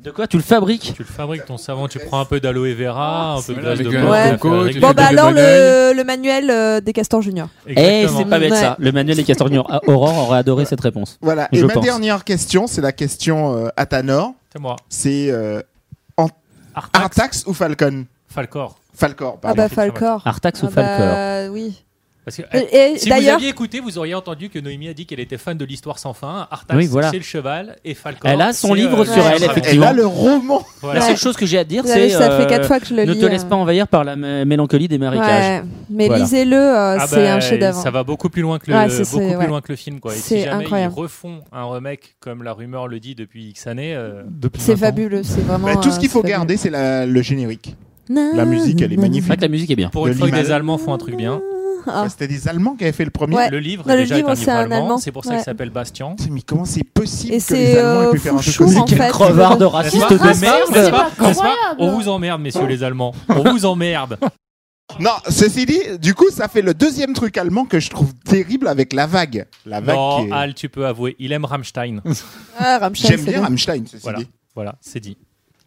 S1: De quoi Tu le fabriques
S3: Tu le fabriques ton savon, tu prends un peu d'aloe
S6: Ah,
S3: vera, un peu de
S7: Voilà,
S3: glace de
S6: un
S7: avec
S3: coco,
S7: coco,
S3: avec
S7: tu
S3: du-
S6: Bon,
S7: fais
S6: bah
S7: des
S6: alors le,
S7: bagailles.
S6: le manuel euh, des castors juniors.
S1: Eh,
S3: Exactement.
S1: c'est pas bête
S6: Ouais.
S1: ça. Le manuel des castors juniors. Ah, Aurore aurait adoré cette réponse.
S5: Voilà.
S1: Je
S5: Et ma
S1: pense.
S5: dernière question, c'est la question euh, à Tanor.
S3: C'est moi.
S5: C'est euh,
S3: Artax,
S5: Artax ou Falcon
S3: Falcor.
S5: Falcor,
S6: Ah
S5: pardon.
S6: bah Falcor.
S1: Artax ou
S6: Ah bah,
S1: Falcor
S6: oui.
S3: Parce que, eh,
S6: Et, et
S3: si vous
S6: Euh, d'ailleurs,
S3: aviez écouté, vous auriez entendu que Noémie a dit qu'elle était fan de l'histoire sans fin. Artax,
S1: Oui, voilà.
S3: c'est le cheval et Falcor.
S1: Elle a son
S3: c'est, euh,
S1: livre
S6: sur
S3: c'est
S1: elle,
S3: le cheval.
S5: Et
S1: effectivement.
S5: là, le roman.
S3: Voilà.
S1: La seule chose que j'ai à dire,
S6: vous savez,
S1: c'est.
S6: ça fait
S1: euh,
S6: quatre fois que je le
S1: Ne
S6: lis.
S1: te laisse
S6: euh.
S1: pas envahir par la mé- mélancolie des marécages.
S6: Ouais, mais
S1: Voilà.
S6: lisez-le, euh,
S3: Ah
S6: c'est
S3: bah,
S6: un chef-d'œuvre.
S3: Ça va beaucoup plus loin que le,
S6: Ouais, c'est-
S3: beaucoup
S6: c'est-
S3: plus
S6: ouais.
S3: loin que le film. Quoi. Et
S6: C'est
S3: si jamais
S6: incroyable.
S3: ils refont un remake, comme la rumeur le dit depuis X années, euh,
S2: Depuis
S6: C'est
S2: 20 ans.
S6: fabuleux, c'est vraiment.
S5: Bah, tout ce
S6: euh,
S5: qu'il faut
S6: c'est
S5: garder, c'est la- le générique.
S6: fabuleux.
S5: La musique, elle est
S1: C'est
S5: magnifique.
S1: vrai que la musique est bien.
S3: pour
S5: Le
S3: une fois que
S5: Liman.
S3: les Allemands font un truc bien,
S6: Ah.
S5: Bah, C'était des Allemands qui avaient fait le premier.
S6: Ouais.
S3: le livre
S6: Non,
S3: est
S6: le
S3: déjà
S6: livre,
S3: un
S6: c'est
S3: livre
S6: un
S3: allemand.
S6: Allemand.
S3: C'est pour ça
S6: Ouais.
S3: qu'il s'appelle Bastian.
S5: Putain, Mais comment c'est possible
S6: Et
S5: que les
S6: c'est
S5: Allemands aient
S6: euh,
S5: pu faire un truc
S6: Fouchou,
S5: comme
S6: en
S5: ça
S6: fait.
S1: Crevard de
S3: N'est-ce
S1: raciste
S3: pas
S1: de
S4: Raciste,
S1: merde
S4: c'est pas
S3: N'est-ce pas N'est-ce pas
S4: incroyable.
S3: On vous emmerde, messieurs les Allemands. On vous emmerde.
S6: hein.
S5: Non, ceci dit, du coup, ça fait le deuxième truc allemand que je trouve terrible avec la vague. La vague
S3: Non,
S5: qui est-
S3: Al, tu peux avouer, il aime Rammstein.
S6: Ah, Rammstein,
S5: J'aime
S6: c'est
S5: bien
S6: bien.
S5: Rammstein, ceci
S3: Voilà.
S5: dit.
S3: Voilà, c'est dit.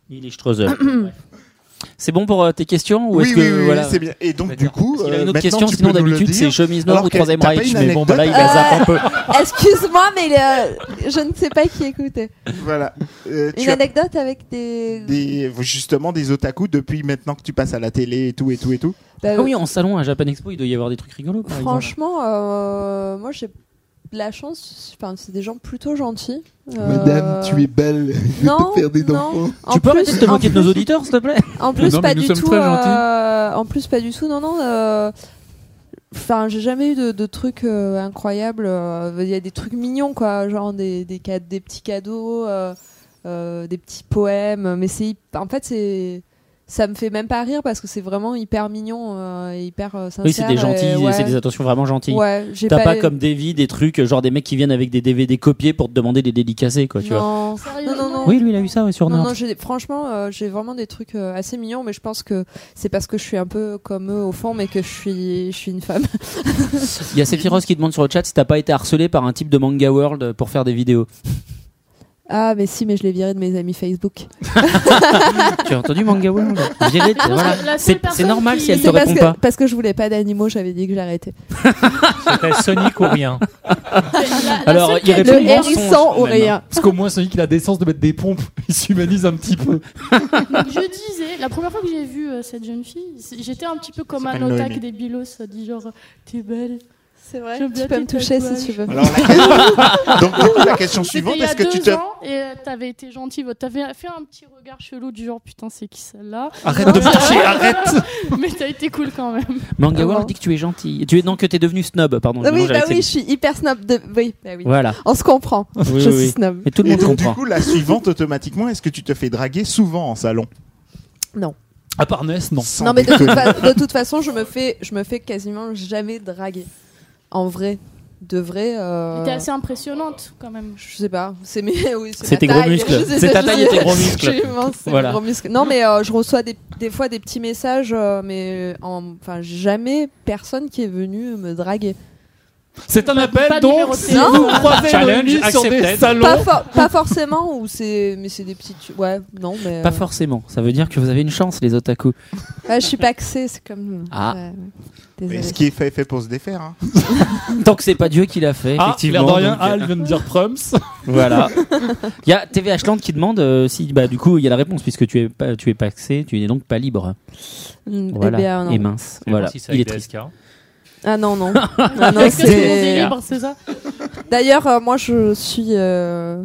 S1: Il est Strauss. C'est bon pour euh, tes questions ou
S5: Oui,
S1: est-ce
S5: oui,
S1: que
S5: oui, oui,
S1: voilà
S5: c'est bien. Et donc,
S1: D'accord.
S5: du coup,
S1: S'il a une
S5: euh,
S1: autre
S5: maintenant,
S1: question,
S5: tu
S1: sinon
S5: peux nous le
S1: d'habitude c'est
S5: dire.
S1: chemise noire
S5: Alors
S1: ou
S5: que
S1: troisième
S5: t'as pas
S1: Reich.
S5: une
S1: Mais bon, bah là il
S5: anecdote
S1: va zapper un peu.
S6: Euh, Excuse-moi, mais le- je ne sais pas qui écouter.
S5: Voilà. Euh,
S6: Une
S5: tu as
S6: anecdote avec des.
S5: des, justement des otaku depuis maintenant que tu passes à la télé et tout et tout et tout.
S6: Bah,
S1: Ah oui, en salon à Japan Expo, il doit y avoir des trucs rigolos. Par exemple.
S6: Franchement, euh, moi j'ai de la chance. Enfin, c'est des gens plutôt gentils. Euh,
S8: belle.
S6: non,
S8: faire des
S6: non.
S8: enfants.
S6: En
S1: Tu peux
S6: plus-
S1: arrêter de te
S6: en
S1: moquer de nos
S6: plus-
S1: auditeurs, s'il te plaît
S6: En plus,
S7: Non, mais
S6: pas
S7: nous
S6: du
S7: sommes
S6: tout.
S7: très
S6: euh, en plus, pas du tout. Non, non. euh, Enfin, j'ai jamais eu de, de trucs euh, incroyables. euh, Il y a des trucs mignons, quoi, genre des des, ca- des petits cadeaux, euh, euh, des petits poèmes. Mais c'est, hyp- en fait, c'est ça me fait même pas rire parce que c'est vraiment hyper mignon euh, et hyper euh, sincère.
S1: Oui, c'est des
S6: et
S1: gentils,
S6: ouais.
S1: c'est des attentions vraiment gentilles.
S6: Ouais, j'ai
S1: T'as pas,
S6: eu-
S1: comme Davy des trucs, genre des mecs qui viennent avec des DVD copiés pour te demander de les dédicacer, quoi, tu vois.
S6: non.
S4: Sérieux,
S6: Non, non, non.
S1: Oui, lui, il a eu ça ouais, sur
S6: Non,
S1: Nord.
S6: non, j'ai- franchement, euh, j'ai vraiment des trucs euh, assez mignons, mais je pense que c'est parce que je suis un peu comme eux au fond, mais que je suis, je suis une femme.
S1: Il y a Sephiroth qui demande sur le chat si t'as pas été harcelé par un type de Manga World pour faire des vidéos.
S6: Ah, mais si, mais je l'ai viré de mes amis Facebook.
S1: tu as entendu Manga World Virer,
S4: pense
S1: voilà.
S4: Ah, que
S1: C'est
S4: la seule
S1: c'est
S4: personne
S1: normal
S4: qui-
S1: si elle te
S4: C'est
S6: parce
S1: répond
S6: que,
S1: pas.
S6: parce que je voulais pas d'animaux, j'avais dit que j'arrêtais.
S3: C'était Sonic ou rien.
S4: La- la
S1: Alors,
S4: seule
S1: il
S4: qui a
S1: répond
S4: dit
S6: Le
S4: non,
S1: mensonge,
S6: hérisson ou
S1: même.
S6: rien.
S2: Parce qu'au moins, celui qui a décence de mettre des pompes, il s'humanise un petit peu.
S4: Je disais, la première fois que j'ai vu euh, cette jeune fille, c'est- j'étais un petit peu comme un
S5: s'appelle
S4: otak
S5: Noémie.
S4: des bilos, ça dit genre t'es belle.
S6: C'est vrai.
S4: J'aime
S6: Tu
S4: bien
S6: peux
S4: tes
S6: me toucher
S4: tatouages.
S6: si tu veux.
S5: Alors, la question, donc, du coup, la question
S4: C'était
S5: suivante,
S4: il y a
S5: est-ce que tu
S4: deux
S5: te.
S4: ans et euh, t'avais été gentil, t'avais fait un petit regard chelou du genre putain c'est qui celle-là,
S2: Arrête de me toucher, arrête
S4: mais t'as été cool quand même.
S1: Manga
S6: Ah bon.
S1: World dit que tu es gentil. Tu es non que t'es devenu snob, pardon. je
S6: Ah oui,
S1: mélange
S6: bah
S1: avec
S6: oui, je
S1: Céline.
S6: suis hyper snob. De... Oui, bah oui.
S1: Voilà.
S6: On se comprend.
S1: Oui,
S6: je
S1: oui,
S6: suis
S1: oui.
S6: snob.
S1: Mais tout le
S5: Et
S1: monde
S5: donc, du
S1: comprend.
S5: coup, la suivante, automatiquement, est-ce que tu te fais draguer souvent en salon
S2: À part Ness, non.
S5: Sans
S6: non, mais de
S5: déconner.
S6: toute, fa- de toute façon, je me fais, je me fais quasiment jamais draguer. En vrai, de vrai. euh,
S4: T'es assez impressionnante quand même.
S6: Je sais pas, c'est mes, oui, c'est
S1: C'est
S6: ma
S1: tes gros
S6: taille.
S1: muscles.
S6: Je sais
S1: C'est
S6: ça,
S1: ta
S6: je
S1: taille et
S6: sais.
S1: tes gros muscles.
S6: Je suis immense, c'est mes
S1: Voilà.
S6: gros muscles. Non, mais euh, je reçois des, des fois des petits messages, euh, mais en- enfin jamais personne qui est venu me draguer.
S2: C'est un
S4: pas
S2: appel,
S4: de numéro
S2: donc,
S4: de
S2: si
S4: téléphone.
S2: vous croisez
S3: Challenge
S2: Noémie sur des
S3: accepted.
S6: Pas,
S2: salons... Ah,
S6: for- pas forcément, ou c'est, mais c'est des petites, ouais, non, mais.
S1: Pas
S6: euh,
S1: forcément. Ça veut dire que vous avez une chance, les otaku.
S6: ouais, je suis pas axée, c'est comme. euh,
S1: Ah.
S6: ouais, ouais.
S5: Mais
S6: Désolée.
S5: ce qui est fait, est fait pour se défaire. hein.
S1: Tant que c'est pas Dieu qui l'a fait,
S2: Ah, l'air
S1: effectivement.
S2: de rien,
S1: donc, euh,
S2: Al vient de dire Prums.
S1: Voilà. Il y a TVH Land qui demande euh, si, bah, du coup, il y a la réponse puisque tu es pas, tu es pas axé, tu n'es donc pas libre.
S6: Mm, eh
S1: Voilà.
S6: bien, non.
S1: Et mince. Voilà.
S3: Si ça
S1: Il est
S3: avec
S1: triste.
S3: DSK.
S6: Ah non, non. Ah, non,
S4: Est-ce que tout
S6: c'est-
S4: le monde est libre, c'est ça
S6: D'ailleurs, euh, moi, je suis euh,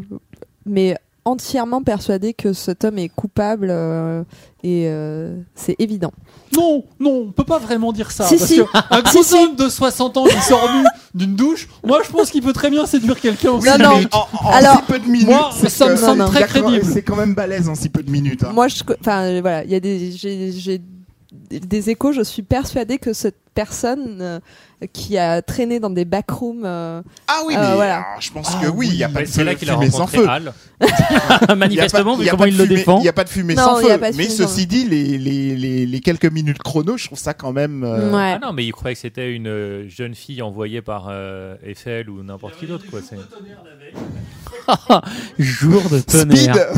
S6: mais entièrement persuadée que cet homme est coupable euh, et euh, c'est évident.
S2: Non, non, on peut pas vraiment dire ça.
S6: Si,
S2: parce
S6: si.
S2: que un
S6: Si,
S2: gros
S6: si.
S2: homme de 60 ans qui sort nu d'une douche, moi je pense qu'il peut très bien séduire quelqu'un aussi.
S6: Non, non.
S5: Mais En, en
S6: Alors-
S5: si peu de minutes.
S2: Moi,
S5: c'est
S2: ça
S5: que-
S2: me
S6: semble
S5: non, non.
S2: très
S5: Il y a quand-
S2: crédible.
S5: C'est quand même balèze en si peu de minutes. hein.
S6: Moi, je, co- enfin euh, voilà, il y a des, j'ai, j'ai des échos. Je suis persuadée que cette personne euh, qui a traîné dans des backrooms, euh,
S5: ah oui,
S6: Euh,
S5: mais
S6: voilà.
S5: alors, je pense
S2: Ah
S5: que oui, il n'y a pas
S3: Mais
S5: de
S3: C'est là
S5: feu-
S3: qu'il a
S5: fumée sans
S3: rencontré Ah,
S5: feu.
S3: Al.
S5: Il y a
S1: Manifestement,
S5: pas- il
S1: vu
S5: y a
S1: comment
S5: pas
S1: il
S5: de
S1: le
S5: fumée-
S1: défend.
S5: Il n'y a pas de fumée
S6: Non,
S5: sans
S6: il y a
S5: feu.
S6: pas de
S5: Mais
S6: fumée sans
S5: ceci dit, les, les, les, les quelques minutes chrono, je trouve ça quand même. euh,
S6: ouais.
S3: Ah non, mais il croyait que c'était une euh, jeune fille envoyée par euh, Eiffel ou n'importe qui d'autre. quoi. C'est-
S1: Jour de
S5: Speed
S1: tonnerre.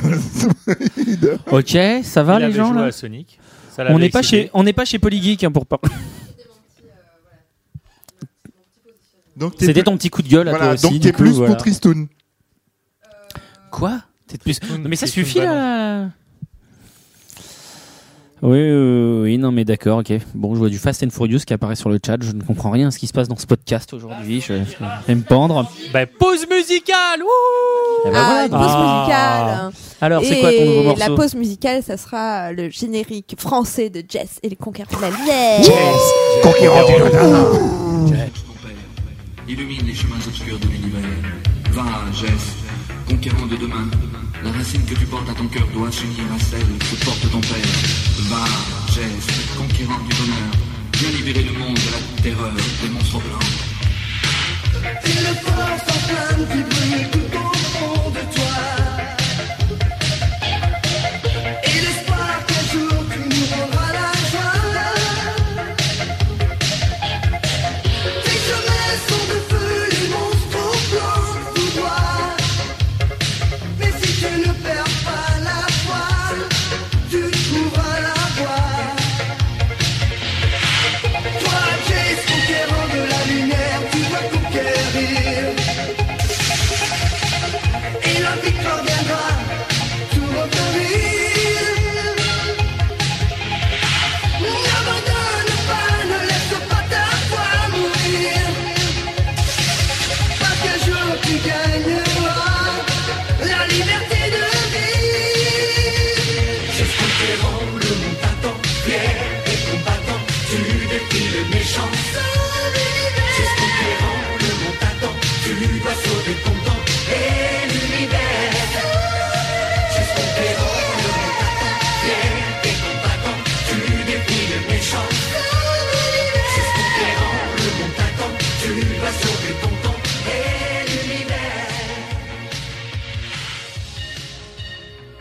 S5: Speed
S1: Ok, ça va
S3: Il
S1: les
S3: avait
S1: gens
S3: joué
S1: là
S3: à Sonic. Ça l'avait
S1: On n'est pas
S3: excité.
S1: chez on n'est pas chez Polygeek hein, pour pas.
S5: Donc t'es
S1: C'était
S5: plus-
S1: ton petit coup de gueule à toi
S5: Voilà,
S1: aussi.
S5: donc
S1: du
S5: t'es
S1: coup,
S5: plus
S1: voilà.
S5: pour Tristoun.
S1: Quoi T'es plus. Non, mais ça
S3: c'est
S1: suffit
S3: une
S1: là. Oui, euh, oui, non, mais d'accord, ok. Bon, je vois du Fast and Furious qui apparaît sur le chat. Je ne comprends rien à ce qui se passe dans ce podcast aujourd'hui. Je je vais me pendre.
S3: Bah, pause musicale
S1: Eh ben
S6: Ah,
S1: voilà.
S6: une pause
S1: Ah.
S6: musicale.
S1: Alors, c'est
S6: et
S1: quoi ton nouveau morceau
S6: la pause musicale, ça sera euh, le générique français de Jess et les conquérants de la Nièvre.
S5: Yes Conquérant du Lodin
S8: Illumine les chemins obscurs de l'univers. Va, geste, conquérant de demain. La racine que tu portes à ton cœur doit s'unir à celle que porte ton père. Va, geste, conquérant du bonheur. Viens libérer le monde de la terreur des monstres blancs.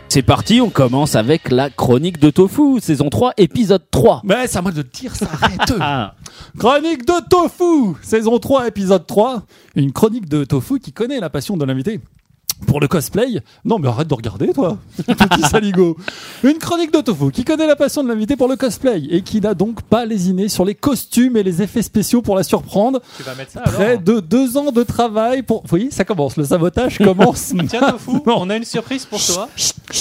S1: C'est parti, on commence avec la chronique de Tofu, saison 3, épisode 3.
S2: Mais c'est à moi de le dire, ça arrête
S1: Ah,
S2: Chronique de Tofu, saison 3, épisode 3. Une chronique de Tofu qui connaît la passion de l'invité. Pour le cosplay Non, mais arrête de regarder, toi, petit saligo. Une chronique de Tofu qui connaît la passion de l'invité pour le cosplay et qui n'a donc pas lésiné sur les costumes et les effets spéciaux pour la surprendre.
S3: Tu vas mettre ça
S2: Près
S3: alors
S2: de deux ans de travail pour. Vous voyez, ça commence, le sabotage commence.
S3: Tiens, Tofu, on a une surprise pour toi.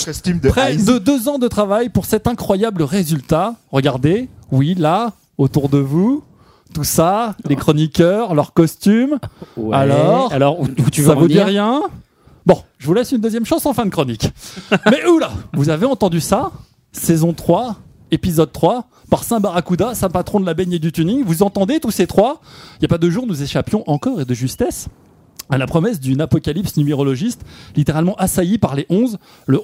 S5: Costume de
S2: Près
S5: Ice.
S2: de deux ans de travail pour cet incroyable résultat. Regardez, oui, là, autour de vous, tout ça, les chroniqueurs, leurs costumes.
S1: ouais.
S2: Alors
S1: alors où, où tu
S2: ça
S1: vas
S2: vous dit rien Bon, je vous laisse une deuxième chance en fin de chronique. Mais oula, vous avez entendu ça Saison 3, épisode 3, par Saint Barracuda, Saint patron de la baignée du tuning. Vous entendez tous ces trois Il n'y a pas deux jours, nous échappions encore et de justesse à la promesse d'une apocalypse numérologiste, littéralement assaillie par les 11, le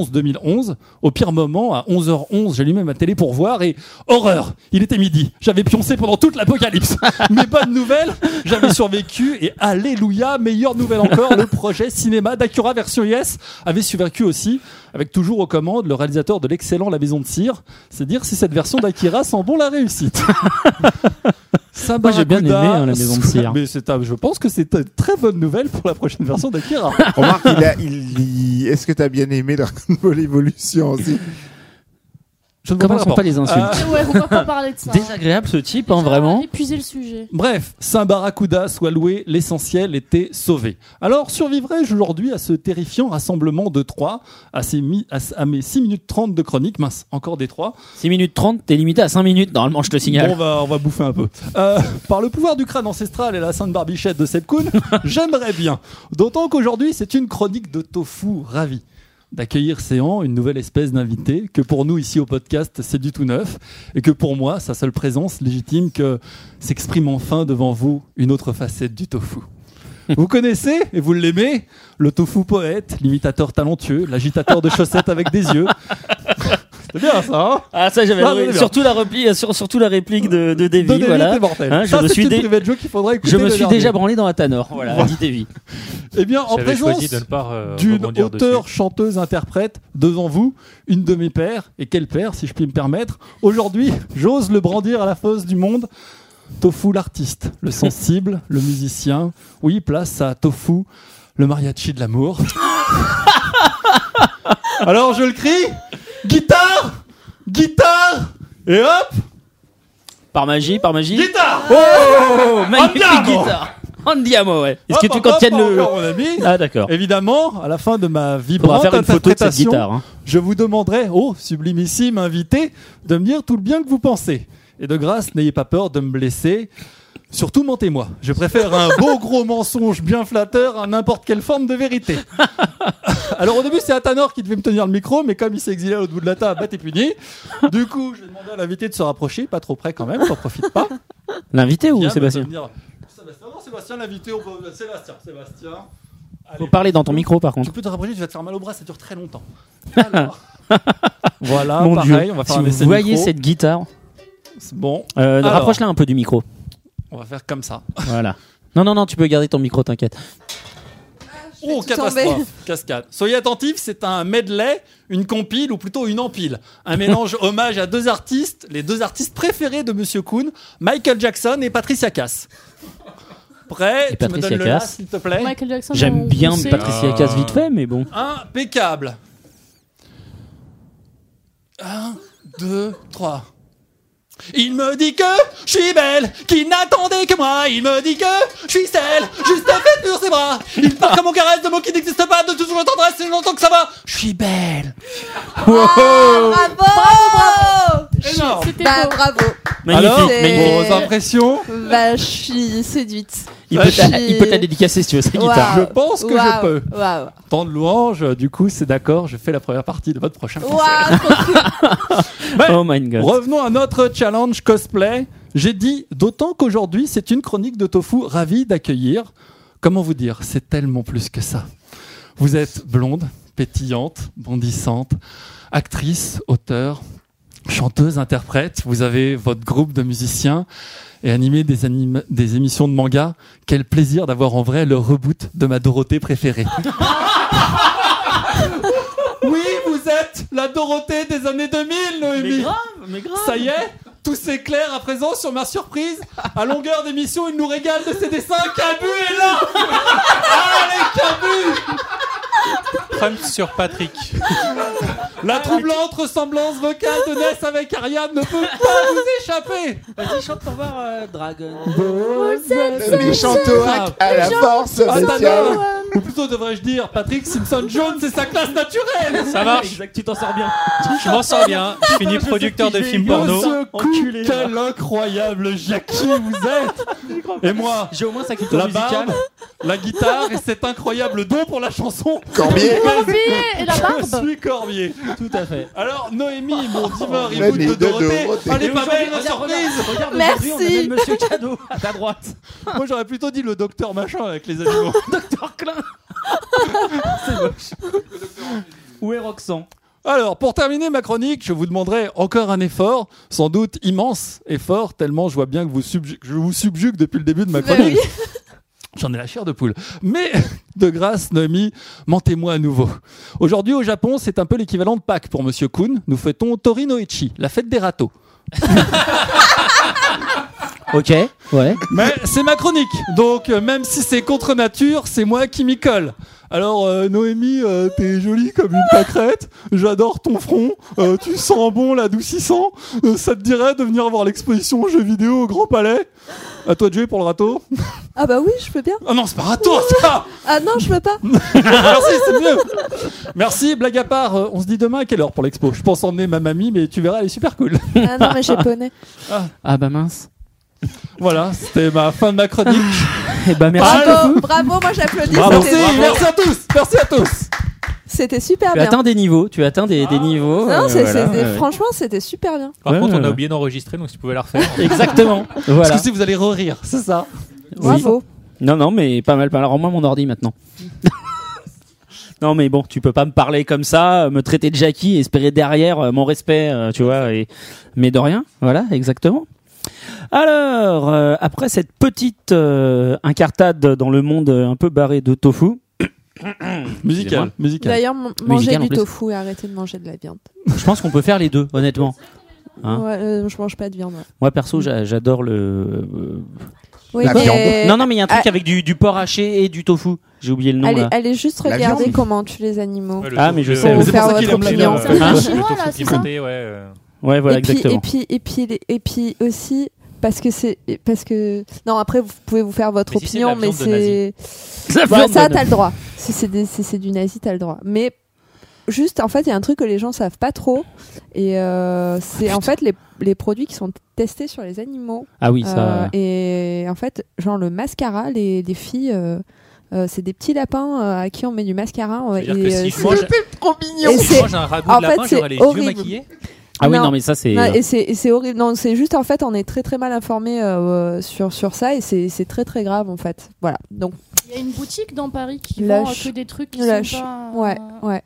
S2: 11-11-2011, au pire moment, à 11h11, j'allumais ma télé pour voir et horreur, il était midi, j'avais pioncé pendant toute l'apocalypse. Mais bonne nouvelle, j'avais survécu et alléluia, meilleure nouvelle encore, le projet cinéma d'Acura version US avait survécu aussi, avec toujours aux commandes le réalisateur de l'excellent La Maison de Cire, c'est dire si cette version d'Akira sent bon la réussite. Ça
S1: Moi, j'ai bien aimé, hein, La Maison de Cire.
S2: Mais c'est un- je pense que c'est une très bonne nouvelle pour la prochaine version d'Akira.
S5: Remarque, il a- il- il- est-ce que t'as bien aimé la nouvelle évolution aussi
S2: Je ne vois pas le
S1: Commençons
S2: rapport.
S1: pas les insultes.
S2: Euh,
S4: Ouais, on va pas parler de ça. hein.
S1: Désagréable ce type, hein, Ah. vraiment.
S4: Épuiser le sujet.
S2: Bref, Saint Barracuda soit loué, l'essentiel était sauvé. Alors survivrai-je aujourd'hui à ce terrifiant rassemblement de trois, à, ces mi- à, à mes 6 minutes 30 de chronique, mince, encore des trois
S1: 6 minutes 30, t'es limité à 5 minutes, normalement, je te signale.
S2: Bon, on va, on va bouffer un peu. Euh, par le pouvoir du crâne ancestral et la sainte barbichette de Sepkoun, j'aimerais bien. D'autant qu'aujourd'hui, c'est une chronique de tofu ravi d'accueillir Séan, une nouvelle espèce d'invité, que pour nous ici au podcast, c'est du tout neuf, et que pour moi, sa seule présence légitime que s'exprime enfin devant vous une autre facette du tofu. Vous connaissez et vous l'aimez le tofu poète, l'imitateur talentueux, l'agitateur de chaussettes avec des yeux. C'est bien ça, hein
S1: Ah, ça, j'avais
S2: Ah,
S1: adoré.
S2: oui, bien.
S1: surtout, la repli- euh, sur- surtout la réplique de, de Davy,
S2: Deux délits,
S1: voilà.
S2: t'es mortel.
S1: Hein, je
S2: Ça,
S1: me
S2: c'est
S1: suis
S2: une
S1: dé-
S2: privée de jeu qu'il faudra écouter
S1: Je me
S2: le
S1: suis
S2: dernier.
S1: déjà branlé dans la Tanor, voilà, dit Davy.
S2: Eh bien, en
S3: J'avais
S2: présence
S3: choisi de ne pas euh,
S2: d'une
S3: rebondir
S2: auteure,
S3: dessus.
S2: chanteuse, interprète, devant vous, une de mes pères, et quel père, si je puis me permettre, aujourd'hui, j'ose le brandir à la fosse du monde, Tofu l'artiste, le sensible, le musicien, oui, place à Tofu, le mariachi de l'amour. Alors je le crie Guitare Guitare Et hop
S1: Par magie, par magie.
S2: Guitare
S1: Oh, magnifique
S2: Andiamo
S1: guitare. Andiamo, ouais. Est-ce
S2: Hop,
S1: que tu
S2: hop, hop,
S1: contiennes le.
S2: encore, mon ami.
S1: Ah, d'accord.
S2: Évidemment, à la fin de ma
S1: On va
S2: vibrante
S1: faire une photo de cette
S2: interprétation,
S1: guitare. hein.
S2: je vous demanderai, ô sublimissime invité, de me dire tout le bien que vous pensez. Et de grâce, n'ayez pas peur de me blesser. Surtout, mentez-moi. Je préfère un beau gros mensonge bien flatteur à n'importe quelle forme de vérité. Alors, au début, c'est Atanor qui devait me tenir le micro, mais comme il s'est exilé à l'autre bout de la table, bah, t'es puni. Du coup, je vais demander à l'invité de se rapprocher, pas trop près quand même, t'en profites pas.
S1: L'invité ou
S2: Viens me
S1: Sébastien
S2: tenir- Sébastien, non, Sébastien, l'invité, on peut- Sébastien, Sébastien.
S1: Faut
S2: Allez,
S1: parler dans ton micro, par contre.
S2: tu peux te rapprocher, tu vas te faire mal au bras, ça dure très longtemps. Alors. voilà,
S1: Mon
S2: Ah, pareil,
S1: Dieu.
S2: on va faire
S1: si
S2: un essai
S1: vous voyez
S2: micro.
S1: cette guitare,
S2: C'est Bon,
S1: euh,
S2: Alors.
S1: rapproche-la un peu du micro.
S2: on va faire comme ça.
S1: Voilà. Non, non, non, tu peux garder ton micro, t'inquiète.
S2: Ah, Oh,
S6: tout
S2: catastrophe
S6: tomber.
S2: Cascade. Soyez attentifs, c'est un medley, une compile ou plutôt une empile. Un mélange hommage à deux artistes, les deux artistes préférés de Monsieur Kuhn, Michael Jackson et Patricia Cass. Prêt Tu me
S1: Patricia
S2: donnes le là,
S1: Cass.
S2: s'il te plaît
S4: Michael Jackson. on-
S1: J'aime
S4: on
S1: bien
S4: sait.
S1: Patricia Cass vite fait, mais bon.
S2: Impeccable. 1, 2, 3. Il me dit que je suis belle, qu'il n'attendait que moi. Il me dit que je suis celle, juste faite sur ses bras. Il part comme on caresse de mots qui n'existent pas, de toujours tendresse, c'est longtemps que ça va. Je suis belle.
S6: Ah,
S1: Oh.
S6: Bravo, bravo,
S2: Énorme.
S4: C'était
S6: Bah,
S4: beau.
S6: bravo.
S1: Magnifique,
S2: Alors,
S6: magnifique.
S2: vos impressions
S6: Bah, je suis séduite.
S1: Il
S2: Ah,
S1: peut
S6: Vache.
S1: t'a- il peut te la dédicacer si tu veux, cette guitare.
S2: Je pense que je
S6: Waouh,
S2: peux.
S6: Waouh,
S2: Tant de louanges, du coup, c'est d'accord, je fais la première partie de votre prochain concert.
S6: waouh, trop cool.
S1: Oh my god.
S2: Revenons à notre challenge cosplay. J'ai dit, d'autant qu'aujourd'hui, c'est une chronique de Tofu ravi d'accueillir. Comment vous dire C'est tellement plus que ça. Vous êtes blonde, pétillante, bondissante, actrice, auteur, chanteuse, interprète. Vous avez votre groupe de musiciens et animez des, anima- des émissions de manga. Quel plaisir d'avoir en vrai le reboot de ma Dorothée préférée. oui, vous êtes la Dorothée des années 2000, Noémie.
S1: mais grave.
S2: Ah. Ça y est, tout s'éclaire à présent sur ma surprise. À longueur d'émission, il nous régale de ses dessins. Cabu est là Allez, Cabu
S3: Trump sur Patrick.
S2: La troublante ressemblance vocale de Ness avec Ariane ne peut pas vous échapper
S1: Vas-y, chante pour voir euh, Dragon.
S5: Les chantoacs à la force
S2: Ah,
S5: de
S2: bah,
S5: Dieu.
S2: non. Ou plutôt devrais-je dire, Patrick Simpson Jones, c'est sa classe naturelle
S3: Ça marche.
S1: tu t'en sors bien.
S3: Je m'en sors bien. Je finis producteur de films porno.
S2: Monsieur Kuhn, quel incroyable Jackie vous êtes Et moi,
S1: J'ai au moins sa culture
S2: la
S1: musicale.
S2: barbe, la guitare et cet incroyable don pour la chanson.
S5: Corbier.
S4: Corbier et la
S2: Je
S4: barbe.
S2: suis Corbier
S1: Tout à fait.
S2: Alors Noémie, mon divin
S5: Mais
S2: reboot de
S5: Oh, de
S2: Dorothée,
S5: Dorothée.
S2: elle est pas belle la
S1: regarde,
S2: surprise
S1: regarde,
S6: Merci.
S1: aujourd'hui, on amène Monsieur Cadeau à ta droite.
S2: Moi j'aurais plutôt dit le docteur machin avec les animaux.
S1: Docteur Klein. C'est moche. Où est Roxan
S2: Alors pour terminer ma chronique, je vous demanderai encore un effort, sans doute immense effort, tellement je vois bien que, vous subju- que je vous subjugue depuis le début de ma
S6: Bah
S2: chronique. J'en ai la chair de poule. Mais de grâce, Noémie, mentez-moi à nouveau. Aujourd'hui au Japon, c'est un peu l'équivalent de Pâques pour Monsieur Kuhn. Nous fêtons Torinoichi, la fête des râteaux.
S1: Ok, ouais.
S2: Mais c'est ma chronique, donc euh, même si c'est contre nature, c'est moi qui m'y colle. Alors euh, Noémie, euh, t'es jolie comme une pâquerette, j'adore ton front, euh, tu sens bon l'adoucissant, Euh, ça te dirait de venir voir l'exposition jeux vidéo au Grand Palais À toi de jouer pour le râteau
S6: Ah bah oui, je peux bien.
S2: Ah non, c'est pas râteau ça
S6: Ah non, je peux pas.
S2: Merci, c'est mieux Merci, blague à part, euh, on se dit demain à quelle heure pour l'expo Je pense emmener ma mamie, mais tu verras, elle est super cool.
S6: Ah non, mais j'ai poney.
S1: Ah bah mince.
S2: Voilà, c'était ma fin de ma chronique.
S1: Eh bah merci.
S6: Bravo, bravo, moi j'applaudis.
S2: Merci,
S6: c'était-
S2: merci à tous Merci à tous
S6: C'était super
S1: Tu
S6: bien.
S1: atteins des niveaux, tu atteins des, des niveaux.
S6: Non,
S1: euh,
S6: c'est-
S1: voilà.
S6: c'est-
S1: Ouais.
S6: franchement, c'était super bien.
S3: Par
S1: Ouais,
S3: contre, on
S1: ouais.
S3: a oublié d'enregistrer, donc si tu pouvais la refaire.
S1: Exactement.
S2: Parce
S1: voilà.
S2: que si vous allez re-rire, c'est ça.
S6: Bravo.
S1: Non, non, mais pas mal. pas mal. Alors, moi, mon ordi maintenant. non, mais bon, tu peux pas me parler comme ça, euh, me traiter de Jackie, espérer derrière euh, mon respect, euh, tu vois. Et... Mais de rien, voilà, exactement. Alors, euh, après cette petite euh, incartade dans le monde euh, un peu barré de tofu,
S2: Musical, musical.
S6: D'ailleurs, m- manger
S1: Musical, en
S6: du
S1: plus.
S6: tofu et arrêter de manger de la viande.
S1: je pense qu'on peut faire les deux, honnêtement. Hein
S6: ouais, euh, je mange pas de viande. ouais.
S1: Moi, perso, j'a- j'adore le. euh,
S6: Oui,
S5: La
S6: mais-
S5: viande.
S1: Non, non, mais il y a un truc
S6: Ah.
S1: avec du, du porc haché et du tofu. J'ai oublié le nom
S6: allez,
S1: là.
S6: allez juste
S5: La
S6: regarder
S5: viande.
S6: comment tuent les animaux.
S3: Ouais, le
S1: Ah,
S3: tofu,
S1: mais je
S3: le-
S1: sais,
S3: le-
S6: Pour
S1: c'est
S6: faire
S2: pour ça qu'il
S6: votre
S2: aime la
S6: opinion.
S2: viande.
S4: C'est un
S1: Hein
S4: peu
S3: Le
S4: chinois, là,
S3: tofu
S4: c'est ça
S3: pimenté, ouais. euh,
S1: Ouais, voilà,
S6: et, puis,
S1: exactement.
S6: et puis, et puis, les- et puis aussi parce que c'est parce que non après vous pouvez vous faire votre
S3: Mais si c'est de la
S6: opinion mais
S3: viande de
S6: c'est
S1: La
S6: Bah,
S1: viande
S6: ça
S1: bonne.
S6: t'as le droit si c'est des- si c'est du nazi t'as le droit mais juste en fait il y a un truc que les gens savent pas trop et euh, c'est en fait les, les produits qui sont testés sur les animaux
S1: Ah oui, ça.
S6: Euh, et en fait genre le mascara les, les filles euh, euh, c'est des petits lapins euh, à qui on met du mascara euh, et
S3: C'est-à-dire que si
S6: euh,
S3: je
S6: c'est-
S3: mange-
S5: Trop
S6: Et
S5: mignon.
S3: si je
S6: c'est-
S3: mange un ragoût
S6: en
S3: de
S6: fait,
S3: lapin,
S6: c'est
S3: j'aurais les yeux
S6: horrible.
S3: maquillés.
S1: ah oui, non,
S6: non.
S1: mais ça c'est.
S6: Non, et c'est et c'est horrible. Non, c'est juste en fait, on est très très mal informé euh, sur sur ça et c'est c'est très très grave en fait. Voilà. Donc
S4: Il y a une boutique dans Paris qui
S6: Lâche.
S4: vend euh, que des trucs qui
S6: Lâche.
S4: sont pas. euh,
S6: ouais, ouais.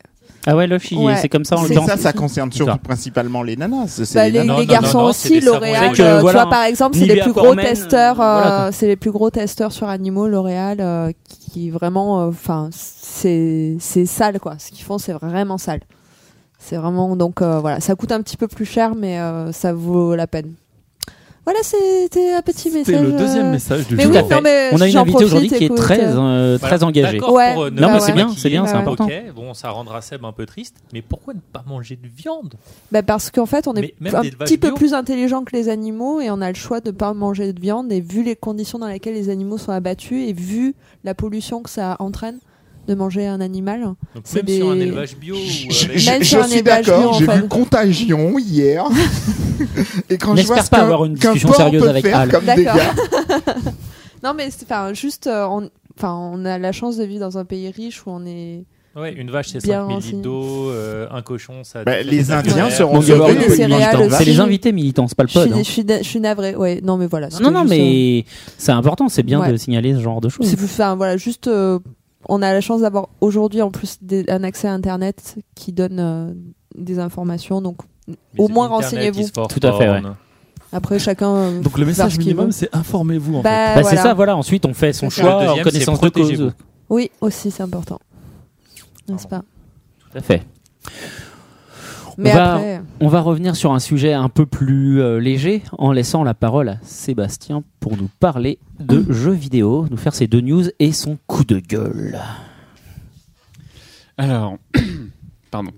S1: Ah ouais, Lush, il-
S6: Ouais.
S1: c'est comme ça en le
S6: C'est
S1: temps.
S5: ça, ça concerne surtout
S1: Putain.
S5: principalement les nanas. C'est
S6: Bah,
S5: les
S6: les,
S5: nanas.
S3: non,
S6: les
S3: non,
S6: garçons
S3: non, non, c'est
S6: aussi,
S3: des savons.
S6: L'Oréal.
S1: C'est que,
S6: euh, tu
S1: voilà,
S6: vois par exemple, c'est
S1: Nivea
S6: les plus gros
S1: Cormen, euh,
S6: testeurs. euh,
S1: voilà, quoi.
S6: c'est les plus gros testeurs sur animaux. L'Oréal, euh, qui, qui vraiment, euh, enfin, c'est c'est sale quoi. Ce qu'ils font, c'est vraiment sale. C'est vraiment donc euh, voilà, ça coûte un petit peu plus cher, mais euh, ça vaut la peine. Voilà, c'était un petit message.
S2: C'était le deuxième
S6: euh,
S2: message du
S6: Mais
S2: jour.
S6: oui, non, mais
S1: On a une
S6: j'en
S1: invitée
S6: profite,
S1: aujourd'hui qui est
S6: écoute,
S1: très,
S6: euh,
S1: euh,
S3: Voilà,
S1: très engagée.
S3: d'accord
S6: Ouais.
S3: pour, euh, ne
S6: Non,
S3: pas
S6: mais
S3: se
S6: c'est
S1: bien,
S3: maquiller,
S1: c'est bien,
S6: c'est important.
S3: Ok, bon, ça rendra Seb un peu triste, mais pourquoi ne pas manger de viande
S6: Bah parce qu'en fait, on est
S3: Mais même
S6: un
S3: des vaches
S6: petit peu
S3: bio
S6: plus intelligent que les animaux et on a le choix de ne pas manger de viande. Et vu les conditions dans lesquelles les animaux sont abattus et vu la pollution que ça entraîne de manger un animal,
S3: Donc
S6: C'est
S3: même sur un
S6: des-
S3: élevage bio, ou
S5: Je,
S3: avec-
S6: Même
S5: je-
S6: si
S5: je
S6: on est
S5: suis
S6: pas
S5: d'accord,
S6: juif,
S5: j'ai
S6: en
S5: vu
S6: fait.
S5: Contagion hier. Et quand je
S1: N'espère
S5: vois ce
S1: pas
S5: qu'un-
S1: avoir une
S5: qu'un
S1: discussion
S5: porc
S1: sérieuse
S5: peut
S1: avec
S5: faire
S1: Al.
S5: comme
S6: D'accord.
S5: dégâts.
S6: non mais c'est- enfin juste euh, on, enfin on a la chance de vivre dans un pays riche où on est
S3: Ouais, une vache c'est
S6: Bien
S3: 5000 litres
S6: renseigné.
S3: d'eau, euh, un cochon ça.
S5: Bah,
S3: ça-
S5: les
S3: ça-
S5: Indiens
S3: ça-
S5: seront
S1: Bon,
S5: On
S1: il va y avoir
S5: se
S1: beaucoup
S6: fait
S1: de
S6: des
S1: euh, militants.
S6: céréales
S1: C'est les
S6: aussi.
S1: invités militants, c'est pas le
S6: je,
S1: pod.
S6: suis,
S1: hein.
S6: je, suis, je suis navrée ouais non mais voilà
S1: Non, non,
S6: c'était juste, euh,
S1: mais c'est important, c'est bien
S6: Ouais.
S1: de signaler ce genre de choses. Bah,
S6: C'est- enfin, voilà, juste, euh, on a la chance d'avoir aujourd'hui en plus des- un accès à Internet qui donne euh, des informations. Donc,
S3: Mais
S6: Au
S3: c'est
S6: moins,
S3: Internet
S6: renseignez-vous.
S3: qui se force
S1: Tout à fait, ouais.
S3: porn.
S6: après, chacun. euh,
S2: Donc le
S6: Parce
S2: message
S6: qu'ils
S2: minimum,
S6: vont-
S2: c'est informez-vous. En fait.
S6: bah,
S1: Bah,
S6: voilà.
S1: C'est ça, voilà. Ensuite, on fait son
S6: C'est ça.
S1: choix
S3: Le deuxième,
S1: en connaissance
S3: c'est
S1: de cause.
S3: protégez-vous.
S6: Oui, aussi, c'est important. N'est-ce pas
S1: Tout à fait.
S6: Mais
S1: va-
S6: après,
S1: On va revenir sur un sujet un peu plus euh, léger en laissant la parole à Sébastien pour nous parler de jeux vidéo, nous faire ses deux news et son coup de gueule.
S7: Alors, pardon.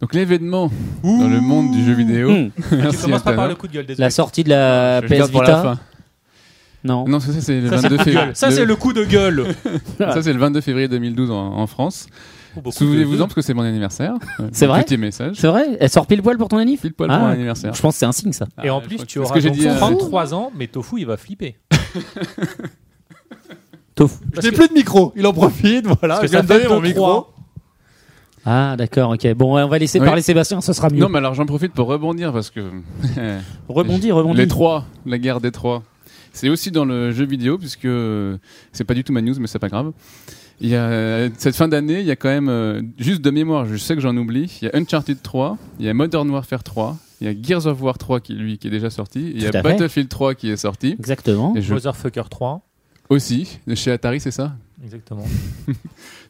S7: Donc l'événement dans le monde du jeu vidéo.
S1: Mmh.
S3: Hmm. Tu
S7: Merci,
S3: commences pas par
S7: Antoine.
S3: le coup de gueule, désolé.
S1: La sortie de la
S7: Je
S1: PS
S7: garde pour la
S1: Vita.
S7: fin.
S1: Non.
S7: Non, ça ça, c'est le
S3: Ça, c'est le coup
S7: 22
S3: de
S7: février.
S3: gueule. Ça, c'est le coup de gueule.
S7: Ça, c'est le 22 février 2012 en, en France.
S3: Beaucoup de-
S7: Souvenez-vous-en parce que c'est mon anniversaire.
S1: C'est vrai
S7: Petit message.
S1: C'est vrai Elle sort pile poil pour ton anniv
S7: Pile poil
S1: Ah,
S7: pour mon anniversaire.
S1: Je pense que c'est un signe ça.
S3: Et en
S7: Ah, je
S3: plus,
S7: crois
S3: tu
S7: que-
S3: auras
S7: parce que j'ai
S3: donc
S7: dit, euh,
S3: 33 ans, mais Tofu, il va flipper.
S1: Tofu.
S3: Parce
S2: J'ai
S3: que-
S2: plus de micro, il en profite, voilà.
S3: Parce
S2: Je
S3: que
S2: viens
S3: ça
S2: de
S3: fait
S2: donner mon
S3: deux,
S2: micro.
S3: trois.
S1: Ah d'accord, ok. Bon, ouais, on va laisser
S7: Oui.
S1: parler Sébastien, ce sera mieux.
S7: Non, mais alors j'en profite pour rebondir parce que
S1: Rebondis, rebondis.
S7: les trois, la guerre des trois, c'est aussi dans le jeu vidéo puisque euh, c'est pas du tout ma news, mais c'est pas grave. Il y a, euh, cette fin d'année, il y a quand même, euh, juste de mémoire, je sais que j'en oublie, il y a Uncharted 3, il y a Modern Warfare 3, il y a Gears of War 3 qui, lui, qui est déjà sorti, il y a
S1: Tout à fait.
S7: Battlefield 3 qui est sorti,
S1: Exactement.
S7: et je,
S3: Motherfucker 3.
S7: aussi, de chez Atari, c'est ça
S3: Exactement.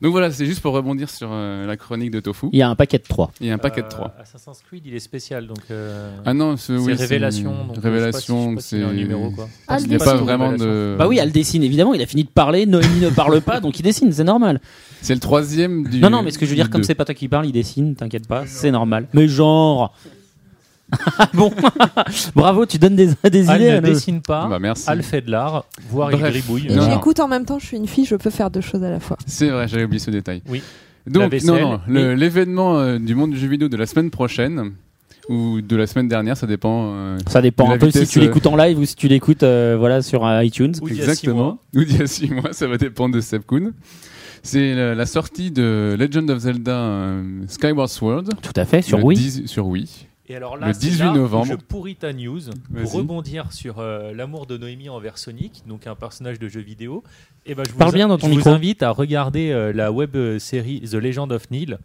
S7: Donc voilà, c'est juste pour rebondir sur euh, la chronique de Tofu,
S1: Il y a un paquet de trois.
S7: il y a un paquet de
S3: Euh,
S7: 3.
S3: Assassin's Creed, il est spécial, donc. euh,
S7: Ah non, c'est oui,
S3: c'est révélation. donc, euh,
S7: Révélation,
S3: je sais pas si- je sais pas s'il est en numéro quoi.
S4: Ah,
S7: Il
S4: le
S7: n'y a pas
S4: dessin.
S7: vraiment de.
S1: Bah oui, elle dessine évidemment, il a fini de parler, Noémie ne parle pas, donc il dessine, c'est normal.
S7: C'est le troisième du.
S1: Non, non, mais ce que je veux dire,
S7: du
S1: comme
S7: deux.
S1: c'est pas toi qui parle, il dessine, t'inquiète pas, c'est normal. Mais genre Ah Bon, bravo, tu donnes des, des
S3: Al
S1: idées.
S3: ne
S1: Anne.
S3: dessine pas,
S7: Bah merci.
S3: Al fait de l'art, voire il
S7: Bref.
S3: gribouille.
S6: et
S7: non, non.
S6: j'écoute en même temps, je suis une fille, je peux faire deux choses à la fois.
S7: C'est vrai, j'avais oublié ce détail.
S3: Oui. La
S7: Donc
S3: vaisselle
S7: non, non, le- l'événement euh, du monde du jeu vidéo de la semaine prochaine ou de la semaine dernière, ça dépend. euh,
S1: Ça dépend
S7: De la
S1: un peu si
S7: vitesse,
S1: tu
S7: euh.
S1: l'écoutes en live ou si tu l'écoutes euh, voilà sur euh, iTunes.
S3: Ou d'il y a six
S7: exactement. Ou d'il y a six mois, ça va dépendre de Seb Kuhn. C'est la, la sortie de Legend of Zelda euh, Skyward Sword
S1: Tout à fait, sur
S7: le
S1: Wii.
S7: 10 sur Wii.
S3: Et alors là,
S7: Le
S3: c'est
S7: 18
S3: là où
S7: novembre.
S3: je pourris ta news
S7: Vas-y.
S3: pour rebondir sur euh, l'amour de Noémie envers Sonic, donc un personnage de jeu vidéo. Et ben, je vous
S1: Parle bien dans ton
S3: je
S1: micro.
S3: vous invite à regarder euh, la web euh, série The Legend of Neil,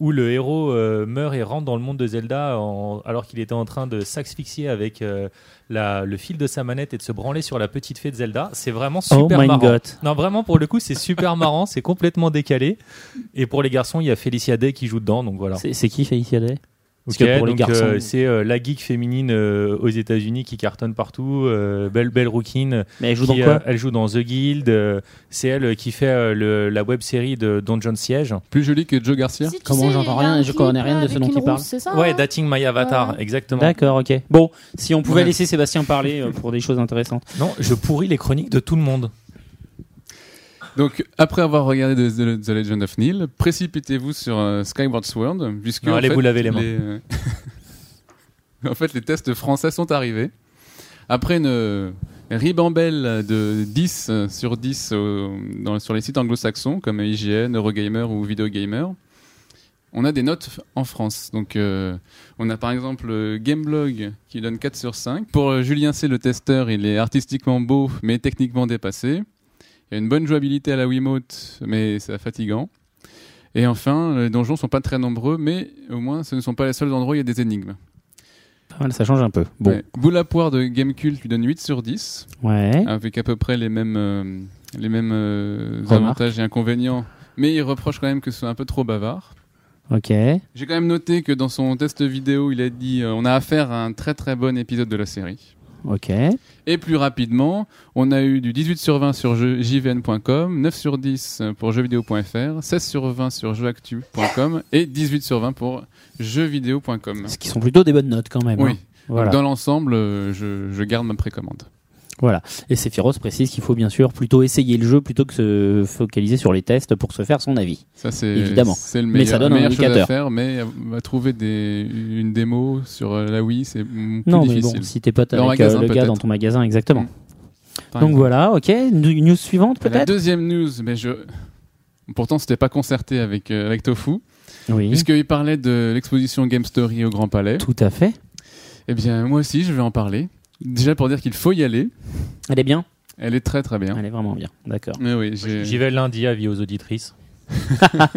S3: où le héros euh, meurt et rentre dans le monde de Zelda en- alors qu'il était en train de s'asphyxier avec euh, la- le fil de sa manette et de se branler sur la petite fée de Zelda. C'est vraiment
S1: Oh
S3: super
S1: my
S3: marrant.
S1: god.
S3: Non, vraiment, pour le coup, c'est super marrant, c'est complètement décalé. Et pour les garçons, il y a Felicia Day qui joue dedans, donc voilà.
S1: C'est c'est qui Felicia Day Parce que pour les
S3: donc,
S1: garçons-
S3: euh, c'est euh, la geek féminine euh, aux États-Unis qui cartonne partout, euh, belle belle rouquine.
S1: Mais elle joue dans
S3: qui,
S1: quoi
S3: euh, elle joue dans The Guild. euh, c'est elle qui fait euh, le- la web série de Donjon Siege.
S7: Plus joli que Joe Garcia.
S4: Si, tu
S1: Comment
S4: sais,
S1: j'entends
S4: il y a
S1: rien
S4: un
S1: et je
S4: clip,
S1: connais rien
S4: là,
S1: de ce
S4: avec
S1: dont
S4: une
S1: tu parles.
S4: rousse, c'est
S6: Ah.
S4: ça,
S3: Ouais,
S4: hein
S3: Dating My Avatar,
S4: Ouais.
S3: exactement.
S1: D'accord, ok. Bon, si on pouvait
S7: Ouais.
S1: laisser Sébastien parler euh, pour des choses intéressantes.
S3: Non, je pourris les chroniques de tout le monde.
S7: Donc, après avoir regardé The, The- The Legend of Neil, précipitez-vous sur euh, Skyward Sword, puisque.
S3: Non,
S7: en
S3: allez
S7: fait,
S3: vous laver les mains.
S7: euh, en fait, les tests français sont arrivés. Après une euh, ribambelle de 10 euh, sur 10 au- dans- sur les sites anglo-saxons comme IGN, Eurogamer ou Videogamer, on a des notes f- en France. Donc, euh, on a par exemple euh, Gameblog qui donne 4 sur 5. Pour euh, Julien C, le testeur, il est artistiquement beau mais techniquement dépassé. Il y a une bonne jouabilité à la Wiimote, mais c'est fatigant. Et enfin, les donjons sont pas très nombreux, mais au moins ce ne sont pas les seuls endroits où il y a des énigmes.
S1: Pas mal, ça change un peu. Bon.
S7: Ouais. Boule à poire de Gamecult lui donne 8 sur 10,
S1: Ouais.
S7: avec à peu près les mêmes, euh, les mêmes euh,
S1: Remarque.
S7: avantages et inconvénients, mais il reproche quand même que ce soit un peu trop bavard.
S1: Ok.
S7: J'ai quand même noté que dans son test vidéo, il a dit euh, on a affaire à un très très bon épisode de la série.
S1: Ok.
S7: Et plus rapidement, on a eu du 18 sur 20 sur jeu- jvn.com, 9 sur 10 pour jeuxvideo.fr, 16 sur 20 sur jeuxactu.com et 18 sur 20 pour jeuxvideo.com.
S1: Ce qui sont plutôt des bonnes notes quand même. hein.
S7: Oui,
S1: Voilà.
S7: dans l'ensemble, euh, je, je garde ma précommande.
S1: Et Sephiroth précise qu'il faut bien sûr plutôt essayer le jeu plutôt que se focaliser sur les tests pour se faire son avis.
S7: Ça, c'est
S1: Évidemment.
S7: c'est le
S1: Mais
S7: meilleur,
S1: ça donne un
S7: meilleure chose à
S1: indicateur.
S7: faire, mais euh, bah, trouver des, une démo sur euh, la Wii, c'est mm, plus
S1: non, mais
S7: difficile.
S1: bon, si t'es pote
S7: Dans
S1: avec
S7: magasin,
S1: euh, le gars
S7: peut-être.
S1: dans ton magasin, exactement.
S7: Mm, par
S1: Donc
S7: exemple.
S1: voilà, ok. Une news suivante
S7: La
S1: peut-être
S7: deuxième news, mais je... Pourtant, c'était pas concerté avec, euh, avec Tofu,
S1: Oui.
S7: puisqu'il parlait de l'exposition Game Story au Grand Palais.
S1: Tout à fait.
S7: Eh bien, moi aussi, je vais en parler. Déjà pour dire qu'il faut y aller.
S1: Elle est bien
S7: Elle est très très bien.
S1: Elle est vraiment bien. D'accord.
S7: Mais oui, j'ai-
S3: J'y vais lundi, avis aux auditrices.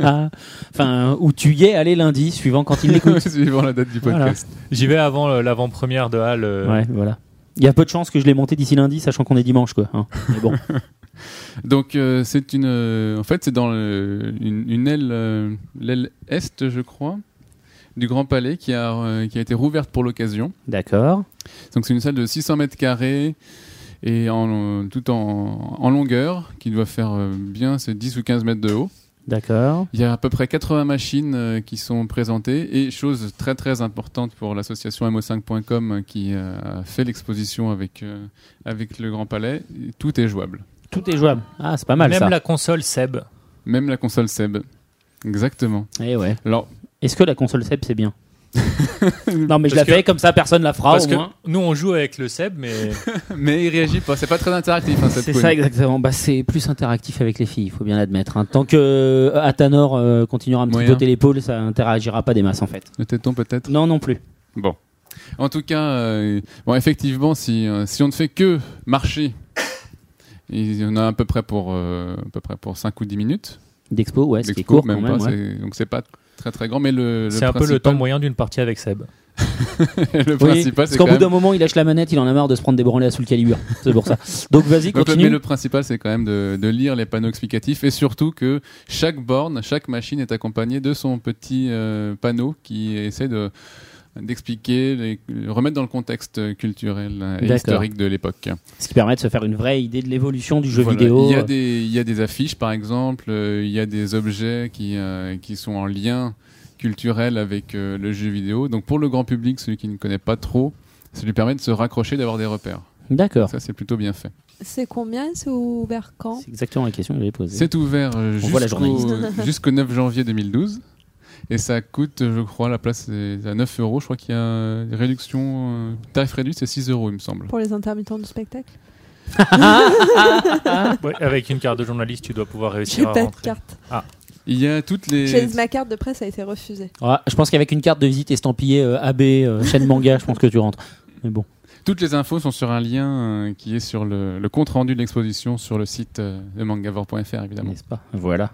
S1: enfin, où tu y es, allez lundi, suivant quand il l'écoute.
S7: Suivant la date du podcast.
S3: J'y vais avant euh, l'avant-première de Hall. euh,
S1: Ouais, voilà. Il y a peu de chances que je l'ai monté d'ici lundi, sachant qu'on est dimanche, quoi. hein. Mais bon,
S7: Donc euh, c'est une, euh, en fait c'est dans le- une, une aile, euh, l'aile est, je crois, du Grand Palais qui a euh, qui a été rouverte pour l'occasion.
S1: d'accord.
S7: Donc c'est une salle de 600 mètres carrés et en, euh, tout en, en longueur qui doit faire euh, bien c'est 10 ou 15 mètres de haut.
S1: D'accord.
S7: Il y a à peu près 80 machines euh, qui sont présentées et chose très très importante pour l'association mo5.com euh, qui euh, a fait l'exposition avec, euh, avec le Grand Palais, tout est jouable.
S1: Tout est jouable. Ah, c'est pas mal
S3: Même
S1: ça.
S3: la console Seb.
S7: Même la console Seb. Exactement.
S1: Eh ouais.
S7: Alors,
S1: Est-ce que la console Seb c'est bien Non, mais je la
S3: Parce que-
S1: fais comme ça, personne la fera
S3: Parce
S1: au
S3: que
S1: moins.
S3: nous, on joue avec le Seb, mais
S7: mais il réagit pas, c'est pas très interactif hein, cette
S1: C'est
S7: couille.
S1: ça exactement. Bah, c'est plus interactif avec les filles, il faut bien l'admettre. hein. Tant que euh, Athanor euh, continuera à me
S7: Moyen.
S1: tripoter l'épaule, ça interagira pas des masses en fait.
S7: Le téton peut-être
S1: Non, non plus.
S7: Bon. En tout cas, euh, bon, effectivement, si, euh, si on ne fait que marcher, il y en a à peu près pour, euh, à peu près pour 5 ou 10 minutes.
S1: D'expo, ouais, ce qui est
S7: L'expo,
S1: court quand même.
S7: pas,
S1: ouais.
S7: c'est- donc c'est pas très très grand, mais le,
S3: c'est un peu le
S7: principal-
S3: temps moyen d'une partie avec Seb.
S7: le
S1: Oui,
S7: principal,
S1: parce
S7: c'est
S1: qu'au
S7: quand
S1: bout d'un
S7: même.
S1: moment, il lâche la manette, il en a marre de se prendre des branlées à sous le calibre. C'est pour ça. Donc vas-y,
S7: Donc, le- mais
S1: continue.
S7: le principal, c'est quand même de, de lire les panneaux explicatifs et surtout que chaque borne, chaque machine est accompagnée de son petit euh, panneau qui essaie de d'expliquer, les- remettre dans le contexte culturel et
S1: D'accord.
S7: historique de l'époque.
S1: Ce qui permet de se faire une vraie idée de l'évolution du jeu
S7: Voilà.
S1: vidéo. euh.
S7: Il y, a des, il y a des affiches, par exemple, euh, il y a des objets qui, euh, qui sont en lien culturel avec euh, le jeu vidéo. Donc pour le grand public, celui qui ne connaît pas trop, ça lui permet de se raccrocher, d'avoir des repères.
S1: D'accord.
S7: Ça, c'est plutôt bien fait.
S6: C'est combien C'est ouvert quand
S1: C'est exactement la question que j'avais posée.
S7: C'est ouvert euh,
S1: voit la
S7: jusqu'au jusqu'au 9 janvier 2012. Et ça coûte, euh, je crois, la place est à 9 euros. Je crois qu'il y a euh, une réduction, euh, tarif réduit, c'est 6 euros, il me semble.
S6: Pour les intermittents du spectacle
S3: Ouais, avec une carte de journaliste, tu dois pouvoir
S6: J'ai
S3: réussir à
S6: pas de
S3: rentrer.
S6: carte.
S7: Il y a toutes les.
S6: J'ai- Ma carte de presse a été refusée.
S1: Ah, je pense qu'avec une carte de visite estampillée euh, AB, euh, chaîne manga, je pense que tu rentres. Mais bon.
S7: Toutes les infos sont sur un lien euh, qui est sur le, le compte rendu de l'exposition sur le site euh, de mangavore.fr évidemment.
S1: N'est-ce pas Voilà.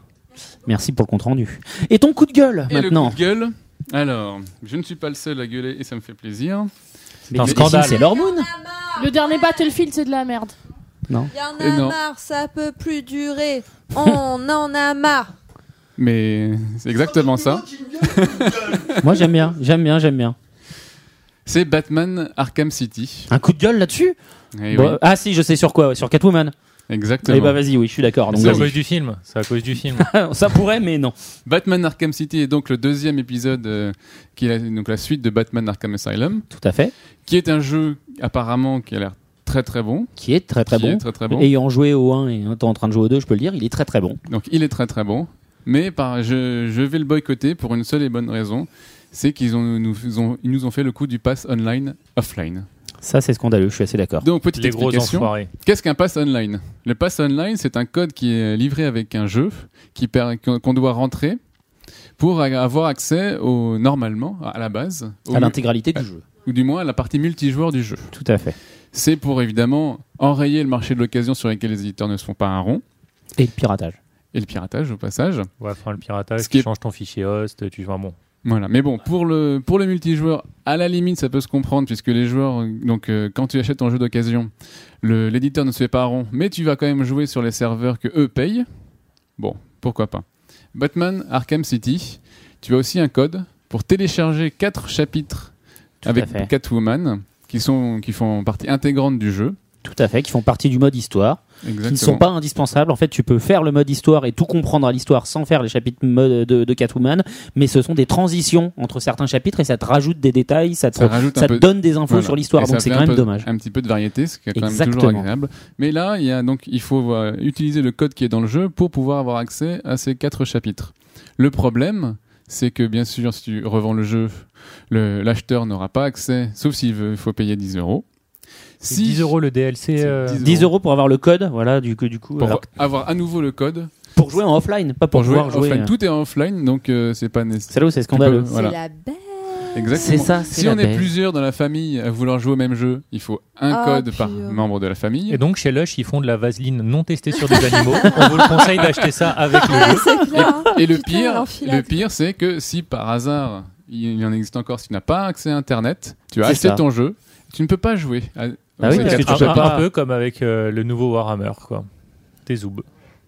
S1: Merci pour le compte rendu. Et ton coup de gueule
S7: Et
S1: maintenant
S7: le coup de gueule. Alors, je ne suis pas le seul à gueuler et ça me fait plaisir.
S1: C'est un
S3: Mais-
S1: scandale.
S3: mais-
S1: C'est l'hormone
S4: Le dernier Battlefield, c'est de la merde.
S6: Il y en
S7: Et
S6: a
S7: non.
S6: marre, ça peut plus durer. On en a marre.
S7: Mais c'est exactement ça.
S1: Moi, j'aime bien, j'aime bien, j'aime bien.
S7: C'est Batman Arkham City.
S1: Un coup de gueule là-dessus
S7: Eh
S1: Bon,
S7: oui,
S1: Ah si, je sais sur quoi, ouais, sur Catwoman.
S7: exactement.
S1: Eh bah vas-y, oui, je suis d'accord. donc
S3: C'est à
S1: vas-y.
S3: cause du film. C'est à cause du film.
S1: Ça pourrait, mais non.
S7: Batman Arkham City est donc le deuxième épisode euh, qui est la- donc la suite de Batman Arkham Asylum,
S1: Tout à fait.
S7: qui est un jeu apparemment qui a l'air très très bon.
S1: Qui est très très
S7: Qui est
S1: bon.
S7: très très bon.
S1: Ayant joué au 1 et t'es en train de jouer au 2, je peux le dire, il est très très bon.
S7: Donc il est très très bon, mais par, je, je vais le boycotter pour une seule et bonne raison, c'est qu'ils ont, nous, ont, ils nous ont fait le coup du pass online offline.
S1: Ça, c'est scandaleux, je suis assez d'accord.
S7: Donc petite
S3: Les gros
S7: explication.
S3: enfoirés.
S7: Qu'est-ce qu'un pass online Le pass online, c'est un code qui est livré avec un jeu qui per- qu'on qu'on doit rentrer pour a- avoir accès au normalement à la base au
S1: À
S7: mu-
S1: l'intégralité du
S7: Ouais.
S1: jeu.
S7: ou du moins à la partie multijoueur du jeu.
S1: Tout à fait.
S7: C'est pour évidemment enrayer le marché de l'occasion sur lequel les éditeurs ne se font pas un rond
S1: Et le piratage.
S7: et le piratage au passage.
S3: Ouais, enfin, le piratage,
S7: Ce qui
S3: tu
S7: est-
S3: changes ton fichier host, tu vas bon.
S7: Voilà, mais bon, pour le, pour le multijoueur, à la limite, ça peut se comprendre, puisque les joueurs, euh, donc euh, quand tu achètes ton jeu d'occasion, le- l'éditeur ne se fait pas rond, mais tu vas quand même jouer sur les serveurs que eux payent. Bon, pourquoi pas. Batman Arkham City, tu as aussi un code pour télécharger quatre chapitres
S1: Tout à
S7: avec
S1: fait.
S7: Catwoman, qui, sont, qui font partie intégrante du jeu.
S1: Tout à fait, qui font partie du mode histoire,
S7: Exactement.
S1: qui ne sont pas indispensables. En fait, tu peux faire le mode histoire et tout comprendre à l'histoire sans faire les chapitres mode de, de Catwoman, mais ce sont des transitions entre certains chapitres et ça te rajoute des détails, ça te,
S7: Ça rajoute un
S1: ça te
S7: peu-
S1: donne des infos
S7: Voilà.
S1: sur l'histoire,
S7: Et ça
S1: donc c'est
S7: fait
S1: quand
S7: un
S1: même
S7: peu-
S1: dommage.
S7: Un petit peu de variété, ce qui est quand même toujours
S1: Exactement.
S7: agréable. Mais là, il, y a, donc, il faut euh, utiliser le code qui est dans le jeu pour pouvoir avoir accès à ces quatre chapitres. Le problème, c'est que bien sûr, si tu revends le jeu, le- l'acheteur n'aura pas accès, sauf s'il veut- faut payer 10 euros.
S3: C'est
S7: Si-
S3: 10 euros le DLC.
S7: C'est
S3: euh,
S7: 10
S1: 10 euros pour avoir le code, voilà, du, coup- du coup,
S7: Pour
S1: alors que-
S7: avoir à nouveau le code,
S1: pour jouer en offline, pas pour,
S7: pour jouer
S1: pouvoir jouer.
S7: offline.
S1: euh,
S7: Tout est offline, donc euh, c'est pas
S1: C'est
S7: nécessaire.
S1: là où c'est scandaleux.
S7: Voilà.
S9: C'est la bête.
S1: C'est
S7: Exactement.
S1: ça, c'est
S7: Si
S1: la
S7: on est
S1: belle.
S7: plusieurs dans la famille à vouloir jouer au même jeu, il faut un
S6: Ah,
S7: code
S6: puis,
S7: par
S6: euh,
S7: membre de la famille.
S3: Et donc chez Lush, ils font de la vaseline non testée sur des animaux. On vous le conseille d'acheter ça avec
S7: Ah,
S3: le
S6: Ouais,
S3: jeu.
S6: c'est clair. hein.
S7: Et le
S6: Putain,
S7: pire,
S6: l'enfilade.
S7: le pire, c'est que si par hasard il il en existe encore, si tu n'as pas accès à Internet, tu as
S1: C'est
S7: acheté
S1: ça.
S7: ton jeu, tu ne peux pas jouer. Ah, à-
S1: Bah
S7: aux
S1: oui,
S7: quatre
S1: parce que tu
S7: jeux.
S1: peux
S3: un,
S1: pas-
S3: un peu comme avec euh, le nouveau Warhammer, quoi. T'es zoub.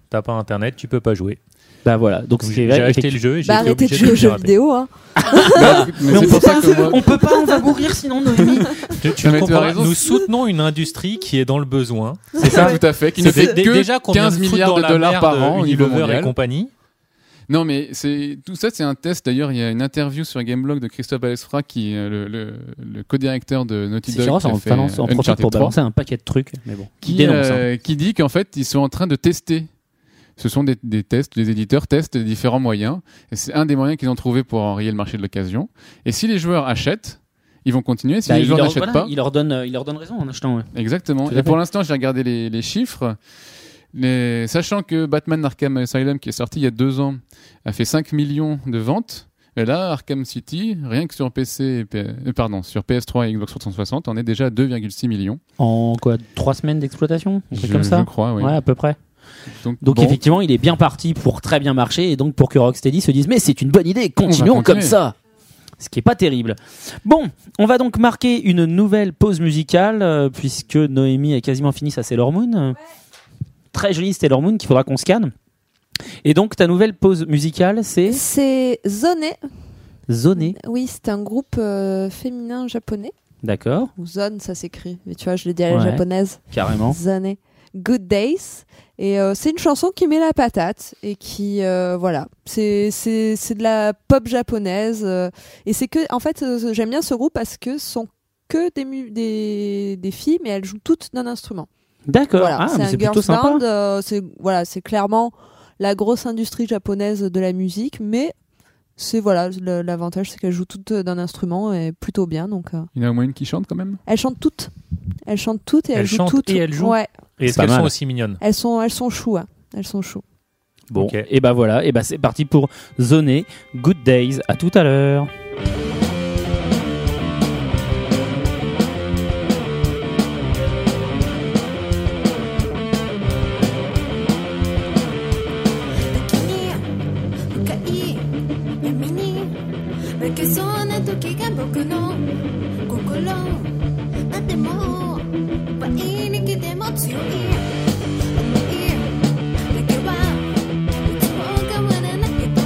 S3: T'as pas internet, tu peux pas jouer.
S1: Bah voilà, donc
S3: Donc,
S1: c'est
S3: J'ai
S1: là,
S3: acheté le jeu et j'ai
S6: Bah,
S3: été
S6: arrêtez de
S3: obligé
S6: jouer aux
S3: le
S6: jeux
S3: pirater.
S6: vidéo. Hein.
S7: Mais
S1: Mais on
S7: c'est
S1: peut
S7: pour ça
S1: pas-
S7: que moi-
S1: On peut pas, on va mourir sinon Noémie.
S3: Tu, tu
S7: Non, mais tu as
S3: comprends,
S7: raison.
S3: nous soutenons une industrie qui est dans le besoin.
S7: C'est ça, tout à fait. Qui ne
S3: C'est
S7: fait
S3: dé-
S7: que
S3: déjà qu'on vient
S7: 15
S3: foutre
S7: milliards
S3: dans
S7: de
S3: la
S7: dollars
S3: merde
S7: par an au niveau
S3: Unilever et
S7: mondial.
S3: compagnie.
S7: Non, mais c'est tout ça, c'est un test. D'ailleurs, il y a une interview sur Gameblog de Christophe Balesfra, qui est le, le, le co-directeur de Naughty
S1: C'est
S7: Dog.
S1: genre,
S7: qui a
S1: on
S7: fait
S1: balance- on profite
S7: Uncharted
S1: pour
S7: 3.
S1: balancer un paquet de trucs. Mais bon,
S7: qui,
S1: dénonce. hein.
S7: euh, qui dit qu'en fait, ils sont en train de tester. Ce sont des, des tests, les éditeurs testent différents moyens. Et c'est un des moyens qu'ils ont trouvé pour enrayer le marché de l'occasion. Et si les joueurs achètent, ils vont continuer. Si
S1: Bah,
S7: les
S1: il,
S7: joueurs
S1: leur,
S7: n'achètent
S1: voilà,
S7: pas,
S1: il leur donne, euh, il leur donne raison en achetant. ouais.
S7: exactement.
S1: Tout à
S7: Et pour
S1: fait.
S7: l'instant, j'ai regardé les, les chiffres. Les- Sachant que Batman Arkham Asylum, qui est sorti il y a deux ans, a fait 5 millions de ventes. Et là, Arkham City, rien que sur PC, et P- euh, pardon, sur PS3 et Xbox 360, on est déjà à 2,6 millions.
S1: En quoi Trois semaines d'exploitation Un truc
S7: Je-
S1: comme
S7: Je
S1: ça
S7: crois, oui.
S1: Ouais, à peu près. Donc
S7: bon.
S1: effectivement, il est bien parti pour très bien marcher et donc pour que Rocksteady se dise mais c'est une bonne idée,
S7: va
S1: continuons comme
S7: continuer.
S1: ça. Ce qui est pas terrible. Bon, on va donc marquer une nouvelle pause musicale euh, puisque Noémie a quasiment fini sa Sailor Moon. Euh, Très jolie Sailor Moon qu'il faudra qu'on scanne. Et donc ta nouvelle pause musicale c'est
S6: C'est Zoné.
S1: Zoné,
S6: Oui, c'est un groupe euh, féminin japonais.
S1: d'accord
S6: Ou Zone, ça s'écrit. Mais tu vois, je l'ai dit à la
S1: Ouais.
S6: japonaise.
S1: Carrément.
S6: Zone. Good Days. Et euh, c'est une chanson qui met la patate et qui, euh, voilà, c'est c'est c'est de la pop japonaise. euh, et c'est que, en fait, euh, j'aime bien ce groupe parce que ce sont que des, mu- des, des filles, mais elles jouent toutes d'un instrument.
S1: D'accord.
S6: Voilà,
S1: ah,
S6: c'est
S1: mais
S6: un
S1: c'est
S6: girls
S1: plutôt sympa.
S6: band. euh, c'est voilà, c'est clairement la grosse industrie japonaise de la musique, mais c'est voilà, le- l'avantage c'est qu'elles jouent toutes euh, d'un instrument et plutôt bien. Donc euh,
S7: Il y en a au moins une qui chante quand même
S6: elles chantent toutes, elles chantent toutes et elles,
S3: Elles
S6: jouent
S3: chantent
S6: toutes.
S3: et elles jouent
S6: Ouais,
S3: Et
S1: C'est
S3: est-ce
S1: pas
S3: qu'elles
S1: mal.
S3: sont aussi mignonnes
S6: elles sont elles sont choues. hein. Elles sont choues.
S1: Bon,
S3: Ok.
S1: et ben voilà, et ben c'est parti pour zoner. Good days, à tout à l'heure.
S9: 深い闇に負けそうな時が僕の心だってもう倍に来ても強い思いだけは一応変わらないけど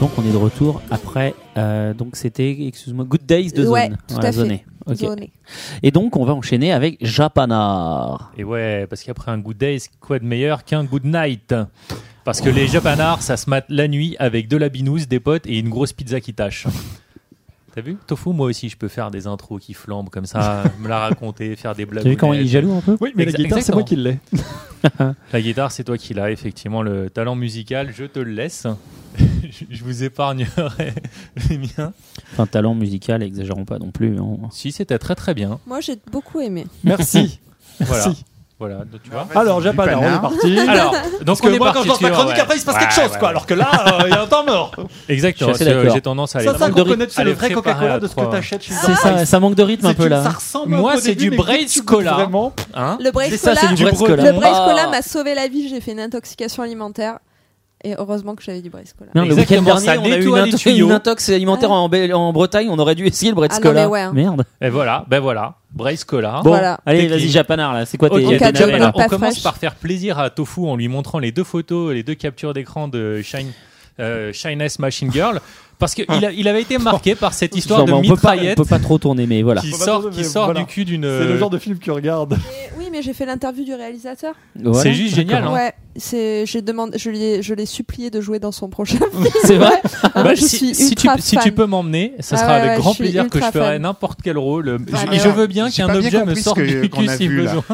S1: donc on est de retour après. euh, donc c'était, excuse-moi, Good Days de Zone.
S6: Ouais, tout à fait.
S1: zoné. Ok.
S6: Zoné.
S1: Et donc on va enchaîner avec Japanard.
S3: Et ouais, parce qu'après un good day, quoi de meilleur qu'un good night Parce que les japanards, ça se mate la nuit avec de la binouse, des potes et une grosse pizza qui tâche. T'as vu Tofu, moi aussi, je peux faire des intros qui flambent comme ça, me la raconter, faire des blagues.
S1: T'as vu comment il est jaloux un peu
S2: Oui, mais la
S3: Exa-
S2: guitare, c'est moi
S3: exactement.
S2: qui l'ai.
S3: La guitare, c'est toi qui l'as, effectivement, le talent musical, je te le laisse. je vous épargnerai les miens.
S1: Enfin, talent musical, exagérons pas non plus. hein.
S3: Si, c'était très très bien.
S6: Moi, j'ai beaucoup aimé.
S2: Merci.
S3: Voilà.
S2: Merci.
S3: Voilà, donc tu vois.
S2: Alors, Japanard, on est
S5: panard.
S2: parti.
S3: Alors, donc
S2: Parce que
S3: on est
S2: moi,
S3: parti
S2: quand je lance ma
S3: sur-
S2: chronique,
S3: ouais.
S2: après, il se passe quelque
S3: Ouais,
S2: chose,
S3: ouais, ouais.
S2: quoi. Alors que là, euh, il y a un temps mort.
S3: Exactement,
S1: Je suis assez
S3: c'est-
S1: d'accord.
S3: j'ai tendance à aller
S2: C'est ça
S3: vraiment-
S2: qu'on connaît, c'est
S3: Allez,
S2: le vrai
S3: préparer
S2: Coca-Cola
S3: à
S2: de ce que
S3: trois.
S2: t'achètes chez
S1: C'est ça, ça manque de rythme un
S2: C'est
S1: peu
S2: une-
S1: là.
S2: Ça ressemble
S3: Moi,
S2: un peu au
S3: c'est
S2: début,
S3: du
S2: mais dès
S3: Braid
S2: que tu goûtes
S3: Cola.
S2: Vraiment.
S3: Hein
S6: Le Brace
S1: C'est ça,
S6: Cola,
S1: c'est du
S6: le
S1: Brace Cola.
S6: Brace Cola
S1: Ah.
S6: m'a sauvé la vie. J'ai fait une intoxication alimentaire. Et heureusement que j'avais du Brace Cola.
S1: Non, le week-end
S3: Exactement, ça
S1: dernier, on a eu
S3: nettoie les
S1: une, into-
S3: tuyaux.
S1: une intox alimentaire en, Bel- en Bretagne. On aurait dû essayer le Brett
S6: Ah non,
S1: Scola.
S6: mais ouais, hein.
S1: Merde.
S3: Et voilà, ben voilà, Brace Cola.
S1: Bon,
S6: Voilà.
S1: allez,
S3: Technique.
S1: vas-y, Japanard là. C'est quoi
S3: Ok,
S1: tes
S6: En
S1: tes
S6: cas de
S3: Daniel,
S1: nouvelles, là
S6: Japanard.
S3: on
S6: pas
S3: commence
S6: fraîche.
S3: par faire plaisir à Tofu en lui montrant les deux photos, les deux captures d'écran de Shine, euh, Shyness Machine Girl, parce qu'il il avait été marqué par cette
S1: Genre,
S3: histoire de
S1: on, peut pas, on
S3: mitraillette
S1: peut pas trop tourner, mais voilà.
S3: qui
S2: Faut pas
S3: sort,
S2: tourner,
S3: qui
S2: mais
S3: sort
S2: voilà.
S3: du cul d'une.
S2: C'est le genre de film que tu regardes.
S6: Mais oui, mais j'ai fait l'interview du réalisateur.
S1: Voilà.
S3: C'est juste génial. hein.
S6: Ouais, c'est, j'ai demandé, je lui ai- je l'ai supplié de jouer dans son prochain.
S1: C'est vrai.
S6: Ah,
S3: Bah,
S6: je
S3: si,
S6: suis
S3: si tu,
S6: ultra
S3: si
S6: fan.
S3: tu peux m'emmener, ça
S6: Ah
S3: sera
S6: ouais,
S3: avec
S6: ouais,
S3: grand
S6: je suis
S3: plaisir que je
S6: ultra
S3: ferai
S6: fan.
S3: n'importe quel rôle. euh,
S6: Ah,
S3: je-
S6: mais
S3: je
S6: ouais.
S3: veux bien
S5: J'ai
S3: qu'un
S5: pas bien
S3: objet me
S5: compris ce
S3: sorte
S5: que-
S3: du
S5: qu'on
S3: cul
S5: a
S3: si
S5: vu, là.
S3: besoin.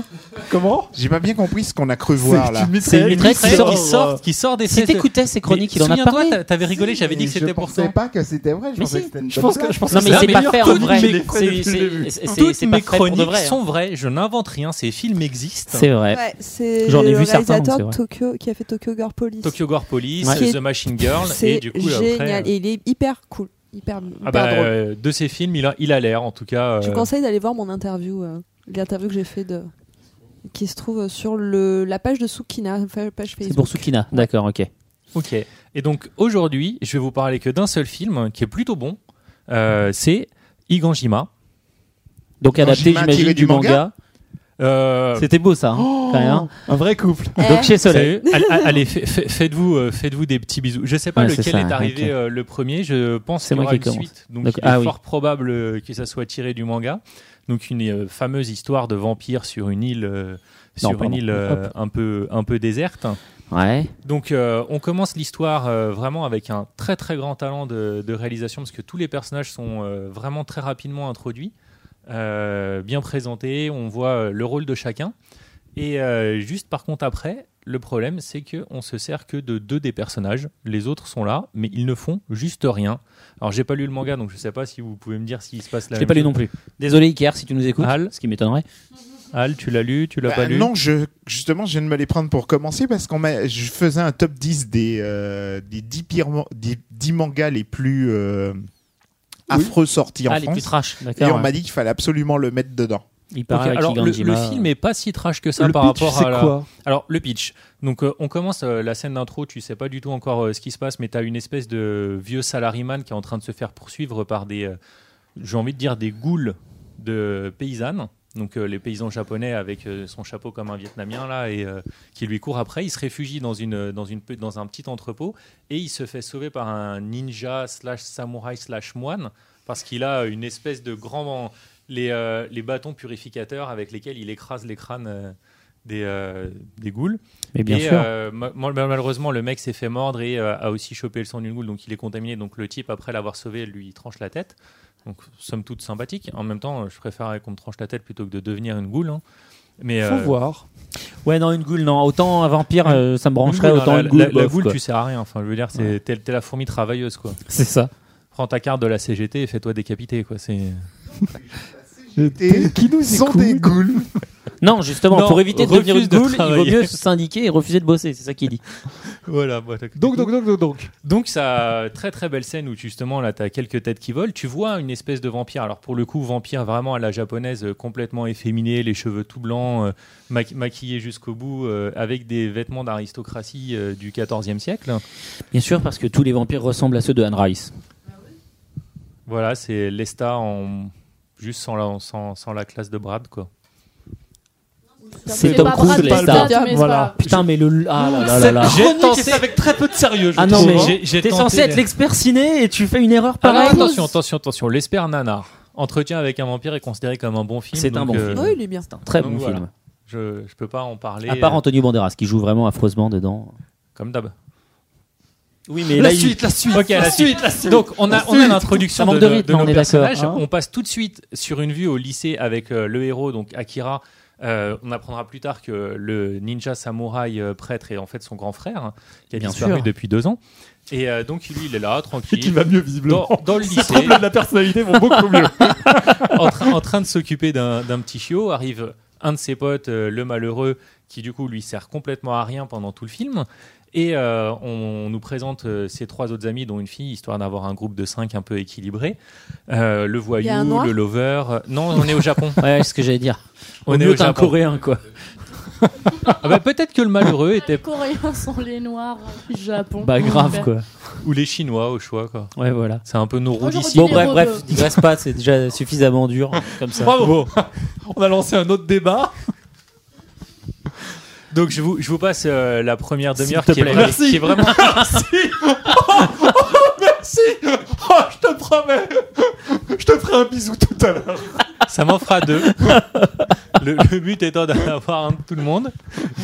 S2: Comment
S5: J'ai pas bien compris ce qu'on a cru voir là.
S1: C'est une
S3: Très
S1: mitraille
S3: qui
S1: qui
S3: sort, qui
S1: sort,
S3: sort, qui sort des
S1: Si
S3: sets-
S1: t'écoutais ces chroniques,
S3: Mais
S1: il en a
S3: souviens-toi,
S1: parlé.
S3: t'a- T'avais rigolé, j'avais dit que c'était pour
S5: Je
S3: ça.
S5: pensais pas que c'était vrai. Je
S3: Mais
S5: pensais
S3: si,
S5: que c'était une
S2: Je
S5: bonne
S2: pense que je pense
S1: Non,
S2: que
S1: mais
S2: la
S1: c'est pas
S2: meilleure
S1: fait en
S2: chronique
S1: vrai.
S2: que j'ai faite
S1: C'est-
S2: depuis le début.
S1: c'est- c'est- c'est-
S3: Toutes
S1: C'est pas
S3: mes
S1: fait pour
S3: chroniques
S1: de vrai. hein.
S3: sont vraies, je n'invente rien, ces films existent.
S1: C'est vrai.
S6: Ouais, c'est
S1: J'en ai
S6: le
S1: vu certains,
S6: réalisateur
S1: donc c'est
S6: Tokyo, qui a fait Tokyo Girl Police.
S3: Tokyo Gore Police,
S6: Ouais.
S3: The Machine Girl, et
S6: c'est
S3: du coup
S6: génial.
S3: après.
S6: Et il est hyper cool, hyper,
S3: Ah
S6: hyper
S3: bah,
S6: drôle.
S3: euh, de ces films, il a il a l'air en tout cas.
S6: Je
S3: euh,
S6: vous conseille d'aller voir mon interview, euh, l'interview que j'ai fait de qui se trouve euh, sur le, la page de Sukina, la page
S1: C'est
S6: Facebook.
S1: pour Sukina. D'accord, ok.
S3: Ok. Et donc aujourd'hui, je vais vous parler que d'un seul film qui est plutôt bon. euh, c'est Iganjima.
S1: Donc adapté,
S5: Hiroshima
S1: j'imagine,
S5: tiré
S1: du
S5: du manga.
S1: manga.
S3: Euh,
S1: C'était beau ça. hein, quand même, hein.
S2: Un vrai couple.
S6: Eh,
S1: Donc chez Soleil.
S3: sérieux Allez, allez, fait- fait- faites-vous euh, faites-vous des petits bisous. Je sais pas
S1: Ouais,
S3: lequel
S1: c'est
S3: est,
S1: ça,
S3: arrivé
S1: ok.
S3: euh, le premier. Je pense
S1: C'est
S3: qu'il y
S1: moi
S3: aura
S1: qui
S3: une
S1: commence.
S3: suite. Donc
S1: Donc,
S3: il est
S1: ah oui.
S3: fort probable euh, que ça soit tiré du manga. Donc une euh, fameuse histoire de vampire sur une île euh,
S1: Non,
S3: sur une
S1: pardon.
S3: île euh, un peu un peu déserte.
S1: Ouais.
S3: Donc euh, on commence l'histoire euh, vraiment avec un très très grand talent de, de réalisation parce que tous les personnages sont euh, vraiment très rapidement introduits, euh, bien présentés, on voit euh, le rôle de chacun. Et euh, juste par contre après, le problème c'est que on se sert que de deux des personnages, les autres sont là mais ils ne font juste rien. Alors j'ai pas lu le manga donc je sais pas si vous pouvez me dire s'il se passe la
S1: Je l'ai
S3: même
S1: pas lu
S3: chose.
S1: non plus. Désolé Iker si tu nous écoutes.
S3: Al.
S1: Ce qui m'étonnerait.
S3: Al, tu l'as lu, tu l'as
S5: Bah,
S3: pas lu
S5: Non, je, justement, je viens de me les prendre pour commencer parce qu'on m'a- je faisais un top 10 des, euh, des, 10 pires, man- des 10 mangas les plus euh, affreux sortis en
S1: Ah, les plus trash.
S5: France. Et on
S1: D'accord.
S5: m'a dit qu'il fallait absolument le mettre dedans.
S1: Il
S3: Ok,
S1: paraît avec
S3: alors le,
S1: Higanjima,
S3: le film est pas si trash que ça
S2: le
S3: par
S2: pitch,
S3: rapport
S2: c'est
S3: à la-
S2: quoi
S3: Alors, le pitch. Donc, euh, on commence euh, la scène d'intro. Tu sais pas du tout encore euh, ce qui se passe, mais tu as une espèce de vieux salaryman qui est en train de se faire poursuivre par des, euh, j'ai envie de dire, des goules de paysannes. Donc, euh, les paysans japonais avec euh, son chapeau comme un vietnamien, là, et euh, qui lui court après. Il se réfugie dans, une, euh, dans, une, pe- dans un petit entrepôt et il se fait sauver par un ninja slash samouraï slash moine parce qu'il a une espèce de grand. Les, euh, les bâtons purificateurs avec lesquels il écrase les crânes euh, des, euh, des ghouls.
S1: Mais bien
S3: et
S1: sûr.
S3: euh, ma- ma- malheureusement, le mec s'est fait mordre et euh, a aussi chopé le sang d'une goule, donc il est contaminé. Donc le type, après l'avoir sauvé, lui tranche la tête. Donc, somme toute sympathique. En même temps, euh, je préférerais qu'on me tranche la tête plutôt que de devenir une goule. hein. Mais
S2: Faut
S3: euh,
S2: voir.
S1: Ouais, non, une goule, non. Autant un vampire, euh, ça me
S3: une
S1: brancherait,
S3: goule,
S1: autant
S3: la,
S1: une goule.
S3: la- la
S1: bof,
S3: goule,
S1: quoi.
S3: tu sers à rien. Enfin, je veux dire, c'est
S1: Ouais.
S3: t'es, t'es la fourmi travailleuse, quoi.
S1: C'est ça.
S3: Prends ta carte de la CGT et fais-toi décapiter, quoi. C'est
S5: Et
S2: Qui nous
S5: sont des
S2: écoute
S5: ghouls.
S1: Non, justement,
S3: Non,
S1: pour éviter de
S3: refuse
S1: devenir une
S3: de
S1: goule, il vaut
S3: travailler.
S1: mieux se syndiquer et refuser de bosser. C'est ça qu'il dit.
S3: voilà.
S2: Donc, donc, donc, donc, donc.
S3: Donc ça très très belle scène où justement là t'as quelques têtes qui volent, tu vois une espèce de vampire. Alors pour le coup vampire vraiment à la japonaise euh, complètement efféminé, les cheveux tout blancs, euh, ma- maquillé jusqu'au bout euh, avec des vêtements d'aristocratie euh, du 14e siècle.
S1: Bien sûr, parce que tous les vampires ressemblent à ceux de Anne Rice.
S3: Voilà, c'est Lesta en juste sans la sans, sans la classe de Brad quoi.
S1: C'est
S4: C'est
S1: Tom
S4: pas
S1: Cruise,
S4: Brad
S1: les
S4: Pitt, hein,
S1: stars.
S4: mais c'est
S2: Voilà.
S4: pas-
S1: Putain, mais le. Ah là là là là.
S2: Cette chronique
S3: tenté-
S2: est avec très peu de sérieux. je
S1: Ah non,
S2: trouve,
S1: mais
S2: hein.
S3: J'ai- j'ai
S1: T'es
S3: tenté
S1: censé être
S3: de-
S1: l'expert ciné et tu fais une erreur
S3: Ah non,
S1: pareille.
S3: attention, attention, attention. L'espère nanar. Entretien avec un vampire est considéré comme un bon film.
S1: C'est un
S3: donc,
S1: bon
S3: euh,
S1: film.
S6: Oui, il est bien.
S1: C'est un très
S3: Donc
S1: bon
S3: voilà.
S1: film.
S3: Je, je peux pas en parler.
S1: À part
S3: euh,
S1: Antonio Banderas qui joue vraiment affreusement dedans.
S3: Comme d'hab.
S1: Oui, mais
S2: la suite, la suite,
S3: Ok,
S2: la,
S3: la
S2: suite, la suite.
S3: Donc on a, on a l'introduction
S1: Ça manque
S3: de,
S1: de
S3: nos-
S1: rythme,
S3: nos
S1: on est d'accord,
S3: personnages.
S1: hein.
S3: On passe tout de suite sur une vue au lycée avec euh, le héros, donc Akira. Euh, on apprendra plus tard que le ninja samouraï euh, prêtre est en fait son grand frère, hein, qui a
S1: Bien
S3: disparu
S1: sûr.
S3: depuis deux ans. Et euh, donc lui, il est là,
S2: Et qui
S3: tranquille,
S2: va mieux visiblement.
S3: dans, dans le
S2: Les
S3: lycée,
S2: problèmes de la personnalité vont beaucoup mieux.
S3: en, train- en train de s'occuper d'un d'un petit chiot. Arrive un de ses potes, euh, le malheureux, qui du coup lui sert complètement à rien pendant tout le film. Et euh, on, nous présente euh, ses trois autres amis, dont une fille, histoire d'avoir un groupe de cinq un peu équilibré. Euh, le voyou,
S6: Il y a un noir
S3: le lover. euh, Non, on est au Japon.
S1: Ouais, c'est ce que j'allais dire.
S3: on est
S1: mieux
S3: au
S1: t'es un
S3: Japon.
S1: coréen, quoi.
S3: Ah bah, Peut-être que le malheureux était.
S4: Les Coréens sont les Noirs du Japon.
S1: Bah, grave, quoi.
S3: Ou les Chinois, au choix, quoi.
S1: Ouais, voilà.
S3: C'est un peu nos
S4: Moi,
S3: rôles
S4: j'aurais
S3: ici.
S4: dit
S1: Bon,
S4: les
S1: bref,
S4: robots.
S1: bref, digresse pas, c'est déjà suffisamment dur comme ça.
S2: Bravo. On a lancé un autre débat.
S3: Donc je vous, je vous passe euh, la première
S1: S'il
S3: demi-heure
S1: te
S3: qui, est
S1: plaît.
S3: vra-
S2: Merci.
S3: qui est vraiment.
S2: Si. Oh, je te promets. Je te ferai un bisou tout à l'heure.
S3: Ça m'en fera deux. Le, le but étant d'en avoir un de tout le monde.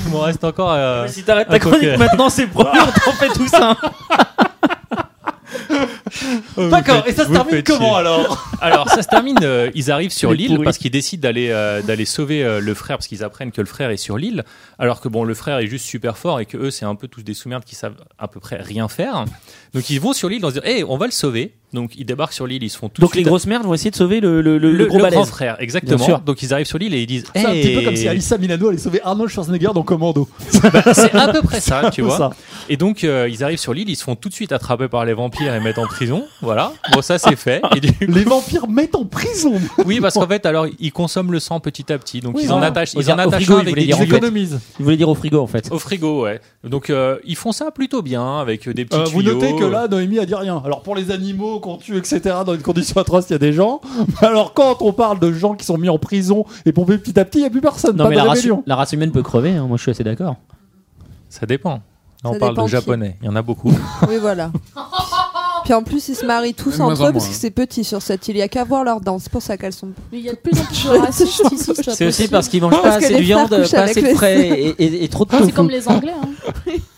S3: Il m'en reste encore. euh,
S1: Si t'arrêtes
S3: ta
S1: ta
S3: chronique
S1: chronique maintenant, c'est promis, on t'en fait tout ça.
S3: Oh, vous
S2: D'accord.
S3: faites-
S2: Et ça se
S3: vous
S2: termine
S3: faites
S2: comment
S3: chier.
S2: alors
S3: Alors ça se termine, euh, ils arrivent sur
S1: Les
S3: l'île
S1: pourris.
S3: parce qu'ils décident d'aller euh, d'aller sauver euh, le frère parce qu'ils apprennent que le frère est sur l'île alors que bon le frère est juste super fort et que eux c'est un peu tous des sous-merdes qui savent à peu près rien faire. Donc ils vont sur l'île en se disant "Eh, on va le sauver." Donc ils débarquent sur l'île, ils se font tout de
S1: Donc les
S3: suite-
S1: grosses merdes vont essayer de sauver le, le, le,
S3: le,
S1: le gros
S3: le grand
S1: balèze.
S3: frère, exactement.
S1: Bien sûr.
S3: Donc ils arrivent sur l'île et ils disent
S2: C'est un petit peu comme si
S3: "Eh,
S2: Alissa Milano allait sauver Arnold Schwarzenegger dans Commando.
S3: bah, c'est à peu près ça, tu
S2: C'est
S3: vois."
S2: ça.
S3: Et donc, euh, ils arrivent sur l'île, ils se font tout de suite attraper par les vampires et mettre en prison. Voilà. Bon, ça, c'est fait. Et du coup-
S2: Les vampires mettent en prison.
S3: oui, parce qu'en fait, alors, ils consomment le sang petit à petit. Donc,
S2: Oui,
S3: ils en
S2: voilà.
S3: attachent,
S1: Au-
S3: ils en
S1: au
S3: attachent
S1: frigo,
S3: un
S1: ils
S3: avec
S1: voulaient
S3: des
S1: dire, en
S3: tuyaux.
S1: fait.
S2: économisent.
S1: Il voulait dire au frigo, en fait.
S3: Au frigo, ouais. Donc, euh, ils font ça plutôt bien, avec des petits
S2: Euh, vous
S3: tuyaux.
S2: notez que là, Noémie a dit rien. Alors pour les animaux qu'on tue, etc., dans une condition atroce, il y a des gens. Mais alors quand on parle de gens qui sont mis en prison et pompés petit à petit, il n'y a plus personne.
S1: Non,
S2: pas
S1: mais
S2: de
S1: la race,
S2: rébellion.
S1: la race humaine peut crever, hein, moi je suis assez d'accord.
S3: Ça dépend. Là, on
S6: Ça
S3: parle
S6: dépend
S3: de
S6: qui.
S3: japonais. Il y en a beaucoup.
S6: Oui, voilà. Puis en plus, ils se marient tous
S7: Moins
S6: entre
S7: en
S6: eux parce
S7: moins.
S6: que c'est petit sur cette île. Il n'y a qu'à voir leur danse. C'est pour ça qu'elles sont.
S4: Mais il y a de plus en plus de racistes ici, c'est pas
S1: C'est aussi
S4: possible.
S1: parce qu'ils mangent pas
S6: Parce que
S1: assez
S6: les
S1: de viande,
S6: frères couchent
S1: pas assez
S6: avec
S1: de
S6: les-
S1: frais et, et- et trop de tofu.
S4: Ah, C'est comme les Anglais. Hein.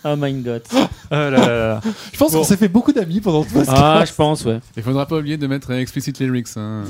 S1: Oh my god.
S3: Oh là là là.
S2: Je pense
S3: Bon.
S2: qu'on s'est fait beaucoup d'amis pendant tout ça.
S1: Ah, je pense, ouais.
S7: Il faudra pas oublier de mettre euh, explicit lyrics. Hein.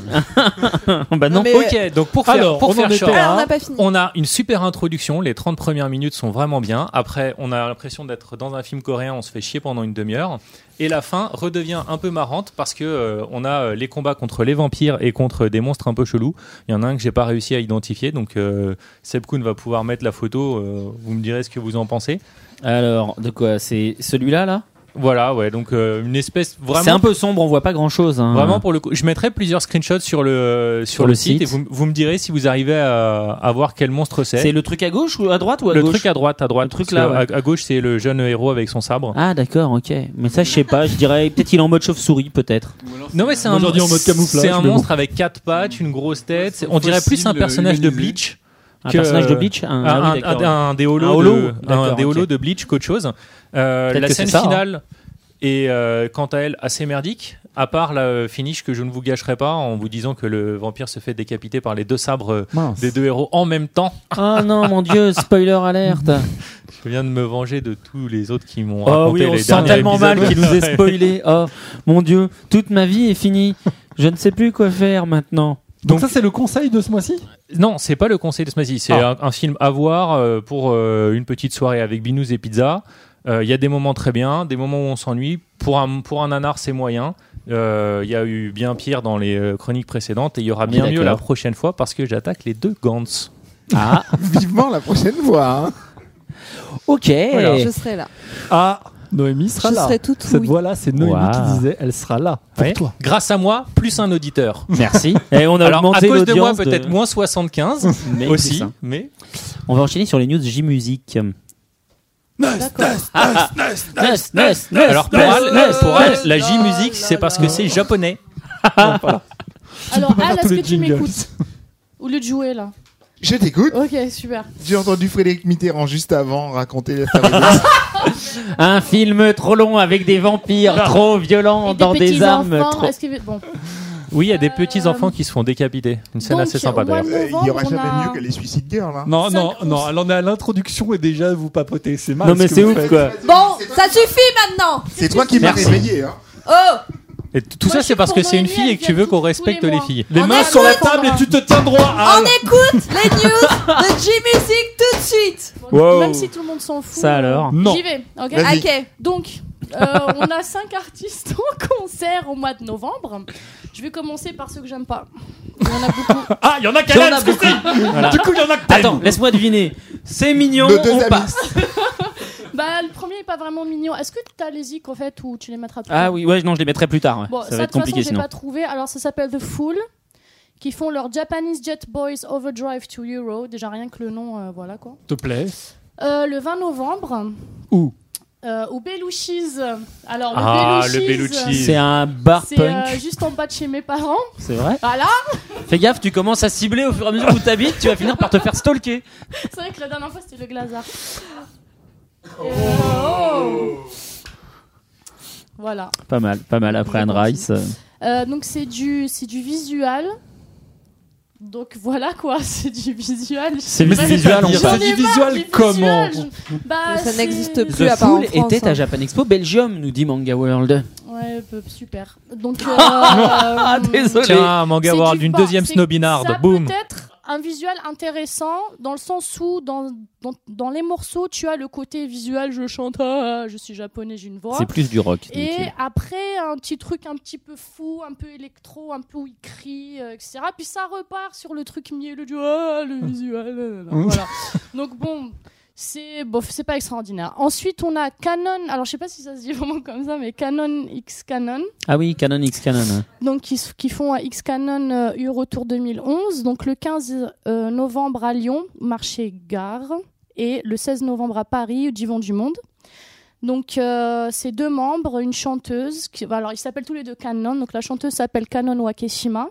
S1: bah non.
S6: Non, mais-
S3: Ok, donc, pour faire,
S2: Alors, on
S3: pour
S2: en
S3: faire
S2: était
S3: short,
S6: Ah, on n'a pas fini.
S3: On a une super introduction, les 30 premières minutes sont vraiment bien. Après, on a l'impression d'être dans un film coréen, on se fait chier pendant une demi-heure. Et la fin redevient un peu marrante parce que euh, on a euh, les combats contre les vampires et contre des monstres un peu chelous. Il y en a un que j'ai pas réussi à identifier, donc euh, Seb Kuhn va pouvoir mettre la photo. euh, vous me direz ce que vous en pensez.
S1: Alors, de quoi C'est celui-là, là
S3: Voilà, ouais, donc euh, une espèce
S1: C'est
S3: vraiment.
S1: un peu sombre, on voit pas grand-chose. hein.
S3: Vraiment pour le coup, je mettrai plusieurs screenshots sur le euh, sur,
S1: Sur
S3: le
S1: le
S3: site,
S1: site.
S3: et vous, vous me direz si vous arrivez à, à voir quel monstre c'est.
S1: C'est le truc à gauche ou à droite ou à
S3: le
S1: gauche
S3: truc à droite, à droite.
S1: Le truc
S3: Parce que
S1: là, ouais.
S3: à, à gauche, c'est le jeune héros avec son sabre.
S1: Ah, d'accord, ok. Mais ça, je sais pas, je dirais peut-être qu'il est en mode chauve-souris, peut-être.
S7: Ou alors,
S3: Ah. Non mais
S7: c'est
S3: c'est un,
S2: Aujourd'hui, en mode camouflage,
S3: c'est un
S2: mais bon.
S3: monstre avec quatre pattes, une grosse tête.
S7: Ouais,
S3: On dirait
S7: fossile,
S3: plus un personnage de
S7: humanisé.
S3: Bleach,
S1: Un
S3: Que- euh,
S1: personnage de Bleach un,
S3: un,
S1: ah oui,
S3: un-
S1: d'accord.
S3: un- un des holos,
S1: Un holo,
S3: de,
S1: d'accord,
S3: un des
S1: ok.
S3: holos de Bleach qu'autre chose. Euh,
S1: Peut-être
S3: la
S1: que
S3: scène
S1: c'est ça, hein.
S3: finale est euh, quant à elle assez merdique. À part la euh, finish que je ne vous gâcherai pas en vous disant que le vampire se fait décapiter par les deux sabres euh,
S1: Mince.
S3: des deux héros en même temps.
S1: Oh non, mon dieu, spoiler alerte.
S3: Je viens de me venger de tous les autres qui m'ont
S1: Oh oui,
S3: raconté
S1: on
S3: les
S1: se sent
S3: derniers
S1: tellement mal
S3: épisodes.
S1: qu'il nous ait spoilé. Oh mon dieu, toute ma vie est finie. Je ne sais plus quoi faire maintenant.
S2: Donc, ça, c'est le conseil de ce mois-ci
S3: Non, c'est pas le conseil de ce mois-ci. C'est un, un film à voir euh, pour euh, une petite soirée avec binous et pizza. Euh, Il y a des moments très bien, des moments où on s'ennuie. Pour un, pour un nanar, c'est moyen. Euh, Il y a eu bien pire dans les euh, chroniques précédentes et il y aura
S1: On est
S3: bien mieux
S1: d'accord.
S3: la prochaine fois parce que j'attaque les deux Gantz.
S1: Ah,
S5: Vivement la prochaine fois. hein.
S1: ok.
S3: Voilà.
S6: Je serai là.
S2: Ah, Noémie sera
S6: Je
S2: là.
S6: serai toute
S2: Cette
S6: oui.
S2: voix-là, c'est Noémie
S1: Waouh.
S2: qui disait elle sera là pour
S3: Ouais.
S2: toi.
S3: Grâce à moi, plus un auditeur.
S1: Merci. Et on a
S3: Alors, à
S1: augmenté
S3: cause de moi,
S1: l'audience
S3: peut-être moins 75
S1: Mais c'est
S3: aussi.
S1: ça.
S3: Mais
S1: On va enchaîner sur les news J-Music.
S4: D'accord.
S3: Alors, pour elle, pour elle, la J-Music,
S6: là,
S3: c'est parce que
S6: là.
S3: c'est japonais.
S4: Alors,
S2: faire
S4: Al,
S2: tous
S4: est-ce
S2: les
S4: que tu
S2: jingles.
S4: m'écoutes Au lieu de jouer là.
S5: Je t'écoute.
S4: Ok, super.
S5: J'ai entendu Frédéric Mitterrand juste avant raconter l'affaire. Edouard.
S1: Un film trop long avec des vampires trop violents
S4: Et
S1: dans des,
S4: petits
S1: armes
S4: enfants,
S1: trop.
S4: est-ce que- Bon.
S3: Oui, il y a des petits
S4: Euh,
S3: enfants qui se font décapiter. Une scène
S4: donc,
S3: assez sympa
S4: au mois
S3: d'ailleurs.
S4: de
S5: Euh, Il y aura
S4: Ah, novembre, on
S5: jamais
S4: a-
S5: mieux que les Suicide Girls. hein.
S2: Non,
S4: Cinq
S2: non,
S4: ronces.
S2: non, elle en est à l'introduction et déjà vous papotez. C'est mal.
S1: Non mais
S2: que
S1: c'est
S2: vous
S1: ouf
S2: faites.
S1: quoi.
S5: Bon,
S9: ça suffit maintenant
S5: C'est toi qui m'as
S1: Merci.
S5: réveillé. hein.
S9: Oh
S3: Et t- tout
S4: Moi,
S3: ça,
S4: je suis
S3: c'est parce
S4: pour
S3: que c'est une
S4: Noémie,
S3: fille et
S4: elle
S3: que tu
S4: vient
S3: veux
S4: tous-
S3: qu'on
S4: tous les
S3: respecte les
S4: mois.
S3: filles.
S2: Les
S9: On
S2: mains
S9: est
S2: sur la
S9: contre.
S2: table et tu te tiens droit. Al.
S9: On écoute les news de J-Music tout de suite
S4: Bon,
S1: Wow.
S4: Même si tout le monde s'en fout. euh,
S1: Ça alors.
S2: Non.
S4: J'y vais. ok
S6: Ah,
S5: Vas-y.
S9: Ok,
S4: Donc, euh, on a cinq artistes en concert au mois de novembre. Je vais commencer par ceux que j'aime pas. Il y en a beaucoup.
S2: Ah, il y en a qu'à
S1: Il y en a
S2: elle, ce coup-ci. Du coup, il y en a que
S1: Attends, laisse-moi deviner. C'est mignon
S5: Nos deux
S1: on
S5: amis.
S1: passe.
S4: Bah, le premier est pas vraiment mignon. Est-ce que t'as les ics en fait ou tu les mettras plus
S1: Ah
S4: tard
S1: oui, ouais, non, je les mettrai plus tard. ouais.
S4: Bon, ça,
S1: ça va
S4: de
S1: être
S4: toute façon,
S1: compliqué
S4: j'ai
S1: sinon.
S4: pas trouvé. Alors, ça s'appelle The Fool, qui font leur Japanese Jet Boys Overdrive to Euro. Déjà, rien que le nom, euh, voilà quoi.
S2: S'il te plaît.
S4: Euh, le 20 novembre.
S2: Où
S4: euh, Au Belouchis. Alors, le
S3: Ah,
S4: Belouchis,
S3: le Belouchis.
S1: C'est un bar
S4: C'est euh,
S1: punk,
S4: juste en bas de chez mes parents.
S1: c'est vrai.
S4: Voilà.
S1: Fais gaffe, tu commences à cibler au fur et à mesure où t'habites, tu vas finir par te faire stalker.
S4: C'est vrai que la dernière fois c'était le glazard. Oh. Voilà.
S1: Pas mal, pas mal après Anne Rice. euh.
S4: Euh, donc c'est du c'est du visual. Donc voilà quoi, c'est du visual.
S1: C'est
S2: Mais
S1: du visual, on
S2: c'est-à-dire,
S1: passe.
S2: c'est du visual comment
S4: Bah,
S6: Ça
S4: c'est-
S6: n'existe plus.
S1: The
S6: à part en
S1: Fool
S6: France,
S1: était
S6: hein.
S1: à Japan Expo Belgium, nous dit Manga World.
S4: Ouais, peu- super. Donc euh, ah
S1: désolé.
S3: Tiens, un manga
S4: C'est
S3: world,
S4: du
S3: une
S4: fort,
S3: deuxième
S4: c'est-
S3: snobinarde.
S4: Ça
S3: Boum.
S4: peut être un visuel intéressant dans le sens où dans, dans, dans les morceaux tu as le côté visuel je chante ah, je suis japonais j'ai une voix.
S1: C'est plus du rock.
S4: Et
S1: nickel.
S4: après, un petit truc un petit peu fou, un peu électro, un peu où il crie, euh, etc. Puis ça repart sur le truc mielleux du Ah, le visuel. euh,
S2: Mm.
S4: voilà. Donc bon, c'est bof, c'est pas extraordinaire. Ensuite, on a Canon. Alors, je sais pas si ça se dit vraiment comme ça, mais Canon X Canon.
S1: Ah oui, Canon X Canon.
S4: Donc, qui, s- qui font un X Canon euh, Euro Tour 2011. Donc, le 15 euh, novembre à Lyon, marché gare. Et le 16 novembre à Paris, au Divan du Monde. Donc, euh, ces deux membres, une chanteuse, qui, bah, alors ils s'appellent tous les deux Canon. Donc, la chanteuse s'appelle Canon Wakeshima.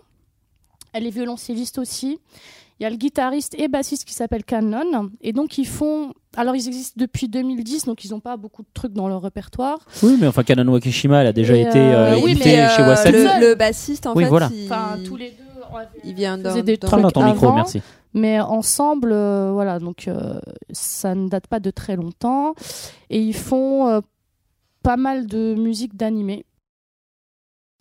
S4: Elle est violoncelliste aussi. Il y a le guitariste et bassiste qui s'appelle Canon. Et donc, ils font. Alors, ils existent depuis 2010, donc ils n'ont pas beaucoup de trucs dans leur répertoire.
S1: Oui, mais enfin, Canon Wakishima, elle a déjà
S4: Et,
S1: été
S4: euh,
S1: euh,
S4: oui,
S1: invitée
S4: mais,
S1: chez
S6: euh,
S1: Wasabi.
S4: Seul.
S6: le, le bassiste en
S1: Oui,
S6: fait,
S1: voilà.
S6: il,
S4: Enfin, tous les deux. on avait-
S6: il vient d'un.
S4: faisaient des
S6: d'un-
S1: Parle dans ton
S4: trucs
S1: micro,
S4: avant.
S1: merci.
S4: mais ensemble, euh, voilà, donc euh, ça ne date pas de très longtemps. Et ils font euh, pas mal de musique d'animé.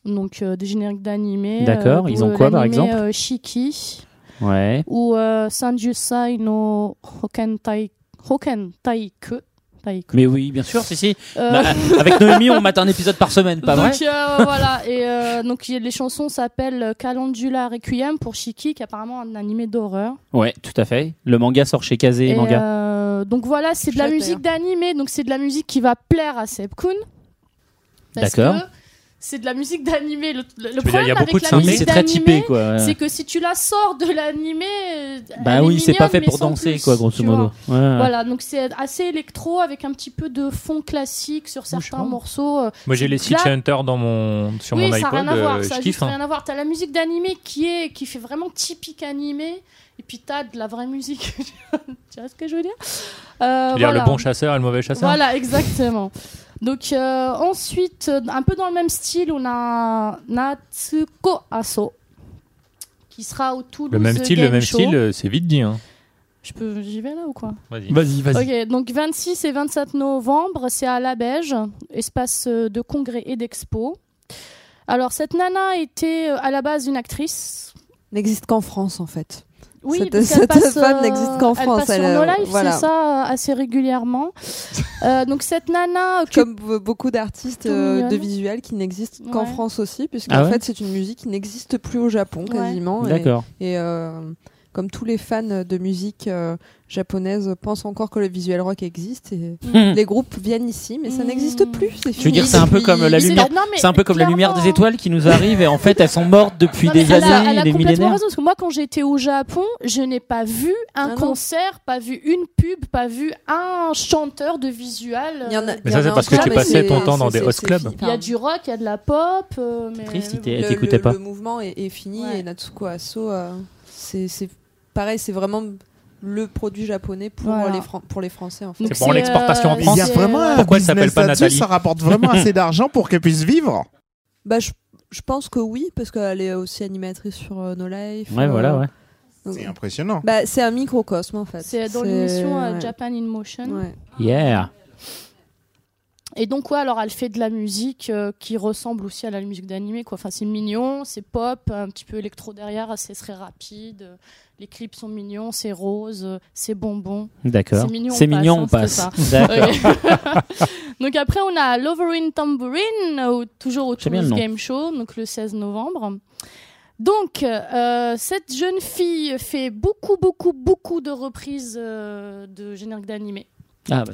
S4: Donc euh, des génériques d'animé.
S1: D'accord,
S4: d'où,
S1: ils ont quoi, par
S4: l'animé,
S1: exemple
S4: euh, Shiki
S1: Ouais.
S4: ou euh, Sanjusai no Hoken Tai Hoken Taike. Taike.
S1: Mais oui, bien sûr, si, si.
S4: Euh,
S1: Bah, avec Noémie, on mate un épisode par semaine, pas vrai
S4: donc euh, voilà et euh, donc il y a- les chansons s'appellent Calendula Requiem pour Shiki qui est apparemment un animé d'horreur.
S1: Ouais, tout à fait. Le manga sort chez Kazé
S4: Et,
S1: Manga.
S4: euh, donc voilà, c'est de la
S6: Chouette,
S4: musique d'animé, donc c'est de la musique qui va plaire à Seb Kun. Parce
S1: D'accord.
S4: que C'est de la musique d'animé. Le, le-
S3: veux dire, il
S4: le problème
S3: y a beaucoup de
S4: avec la
S3: synthé.
S1: Oui,
S4: musique
S1: c'est très typé,
S4: d'animé,
S1: quoi.
S4: c'est que si tu la sors de l'animé, euh,
S1: Bah
S4: elle est
S1: oui, c'est pas
S4: mignonne,
S1: fait
S4: mais
S1: pour
S4: sans
S1: danser,
S4: plus,
S1: quoi, grosso
S4: tu vois.
S1: modo. Ouais, ouais.
S4: Voilà, donc c'est assez électro avec un petit peu de fond classique sur certains morceaux. euh,
S3: Moi, j'ai les
S4: Là-
S3: Sitch Hunter dans mon, sur
S4: oui,
S3: mon
S4: ça n'a
S3: iPod.
S4: rien à voir.
S3: euh,
S4: ça
S3: Je
S4: a
S3: kiffe.
S4: juste
S3: hein.
S4: rien à voir. T'as la musique d'animé qui est, qui fait vraiment typique animé, et puis t'as de la vraie musique. tu vois ce que je veux dire Euh,
S3: Je veux dire, le
S4: voilà.
S3: bon chasseur et le mauvais chasseur.
S4: Voilà, exactement. Donc euh, ensuite, euh, un peu dans le même style, on a Natsuko Aso qui sera au Toulouse
S3: Le même style,
S4: Game
S3: le même
S4: Show.
S3: style, euh, c'est vite dit. hein. Bah,
S4: Je peux, j'y vais là ou quoi
S3: Vas-y.
S2: Vas-y, vas-y.
S4: Ok, donc 26 et 27 novembre, c'est à La Belge, espace euh, de congrès et d'expo. Alors cette nana était euh, à la base une actrice.
S6: N'existe qu'en France en fait.
S4: Oui,
S6: Cette-
S4: parce qu'elle
S6: cette
S4: passe,
S6: femme
S4: euh,
S6: n'existe qu'en France,
S4: Elle passe
S6: elle,
S4: sur
S6: euh,
S4: No Life,
S6: voilà.
S4: c'est ça, euh, assez régulièrement. Euh, donc cette nana occupe
S6: Comme be- beaucoup d'artistes
S4: Tout
S6: euh,
S4: mignonne.
S6: de visuels qui n'existent qu'en
S4: Ouais.
S6: France aussi, puisqu'en
S1: Ah ouais
S6: fait c'est une musique qui n'existe plus au Japon
S4: Ouais.
S6: quasiment. et-
S1: D'accord.
S6: Et euh, comme tous les fans de musique euh, japonaise pensent encore que le visual rock existe, et
S3: Hmm.
S1: Hum.
S6: les groupes viennent ici, mais ça
S4: Mm.
S6: n'existe plus. C'est
S1: veux dire, c'est un peu comme la
S4: Mais c'est-
S1: lumière-
S4: non, mais
S1: C'est un peu comme la lumière des
S4: clairement,
S1: étoiles qui nous arrive et en fait, elles sont mortes depuis
S4: Non, mais
S1: des
S4: elle a-
S1: années,
S4: elle a
S1: des
S4: complètement
S1: millénaires.
S4: raison, parce que moi, quand j'étais au Japon, je n'ai pas vu
S6: Ah
S4: un
S6: non.
S4: concert, pas vu une pub, pas vu un chanteur de visual.
S6: Il y en a-
S4: euh,
S6: il
S3: Mais
S6: y
S3: ça,
S6: en
S3: c'est
S6: a
S3: parce que
S6: encore,
S3: tu
S6: mais
S3: passais
S6: c'est-
S3: ton temps dans des
S6: c'est- c'est-
S3: house
S6: c'est
S3: clubs.
S6: fini.
S4: Il y a du rock, il y a de la pop. euh, mais...
S1: Triste,
S4: mais
S1: et
S6: Le-
S1: t'écoutait
S6: le-
S1: pas.
S6: Le mouvement est, est fini
S4: Ouais.
S6: et Natsuko Aso, euh, c'est c'est pareil, c'est vraiment le produit japonais pour,
S4: Voilà.
S6: les, Fran- pour les Français en fait.
S4: Donc
S3: C'est pour l'exportation en
S4: euh,
S5: Il y a
S4: c'est-
S5: vraiment un
S3: Pourquoi elle s'appelle
S5: business
S3: pas
S5: là-dessus,
S3: Nathalie
S5: Ça rapporte vraiment assez d'argent pour qu'elle puisse vivre.
S4: euh,
S6: Bah, je, je pense que oui, parce qu'elle est aussi animatrice sur euh, No Life.
S1: Ouais,
S6: euh,
S1: voilà, ouais.
S6: donc-
S5: C'est impressionnant.
S6: Bah, c'est un microcosme en fait.
S4: C'est dans l'émission euh,
S6: ouais.
S4: Japan in Motion.
S6: Ouais.
S1: Yeah.
S4: Et donc, ouais, alors elle fait de la musique euh, qui ressemble aussi à la musique d'animé, quoi. Enfin, c'est mignon, c'est pop, un petit peu électro derrière, c'est très rapide. euh, Les clips sont mignons, c'est rose, euh, c'est bonbon.
S1: D'accord.
S4: C'est mignon,
S1: C'est
S4: on
S1: mignon, on
S4: passe, hein,
S1: passe. D'accord.
S4: Ouais. donc après, on a Loverine Tambourine, euh, toujours au
S1: J'aime bien le
S4: Toulouse
S1: nom.
S4: Game Show, donc le 16 novembre. Donc, euh, cette jeune fille fait beaucoup, beaucoup, beaucoup de reprises euh, de génériques d'animé.
S1: Ah, bah,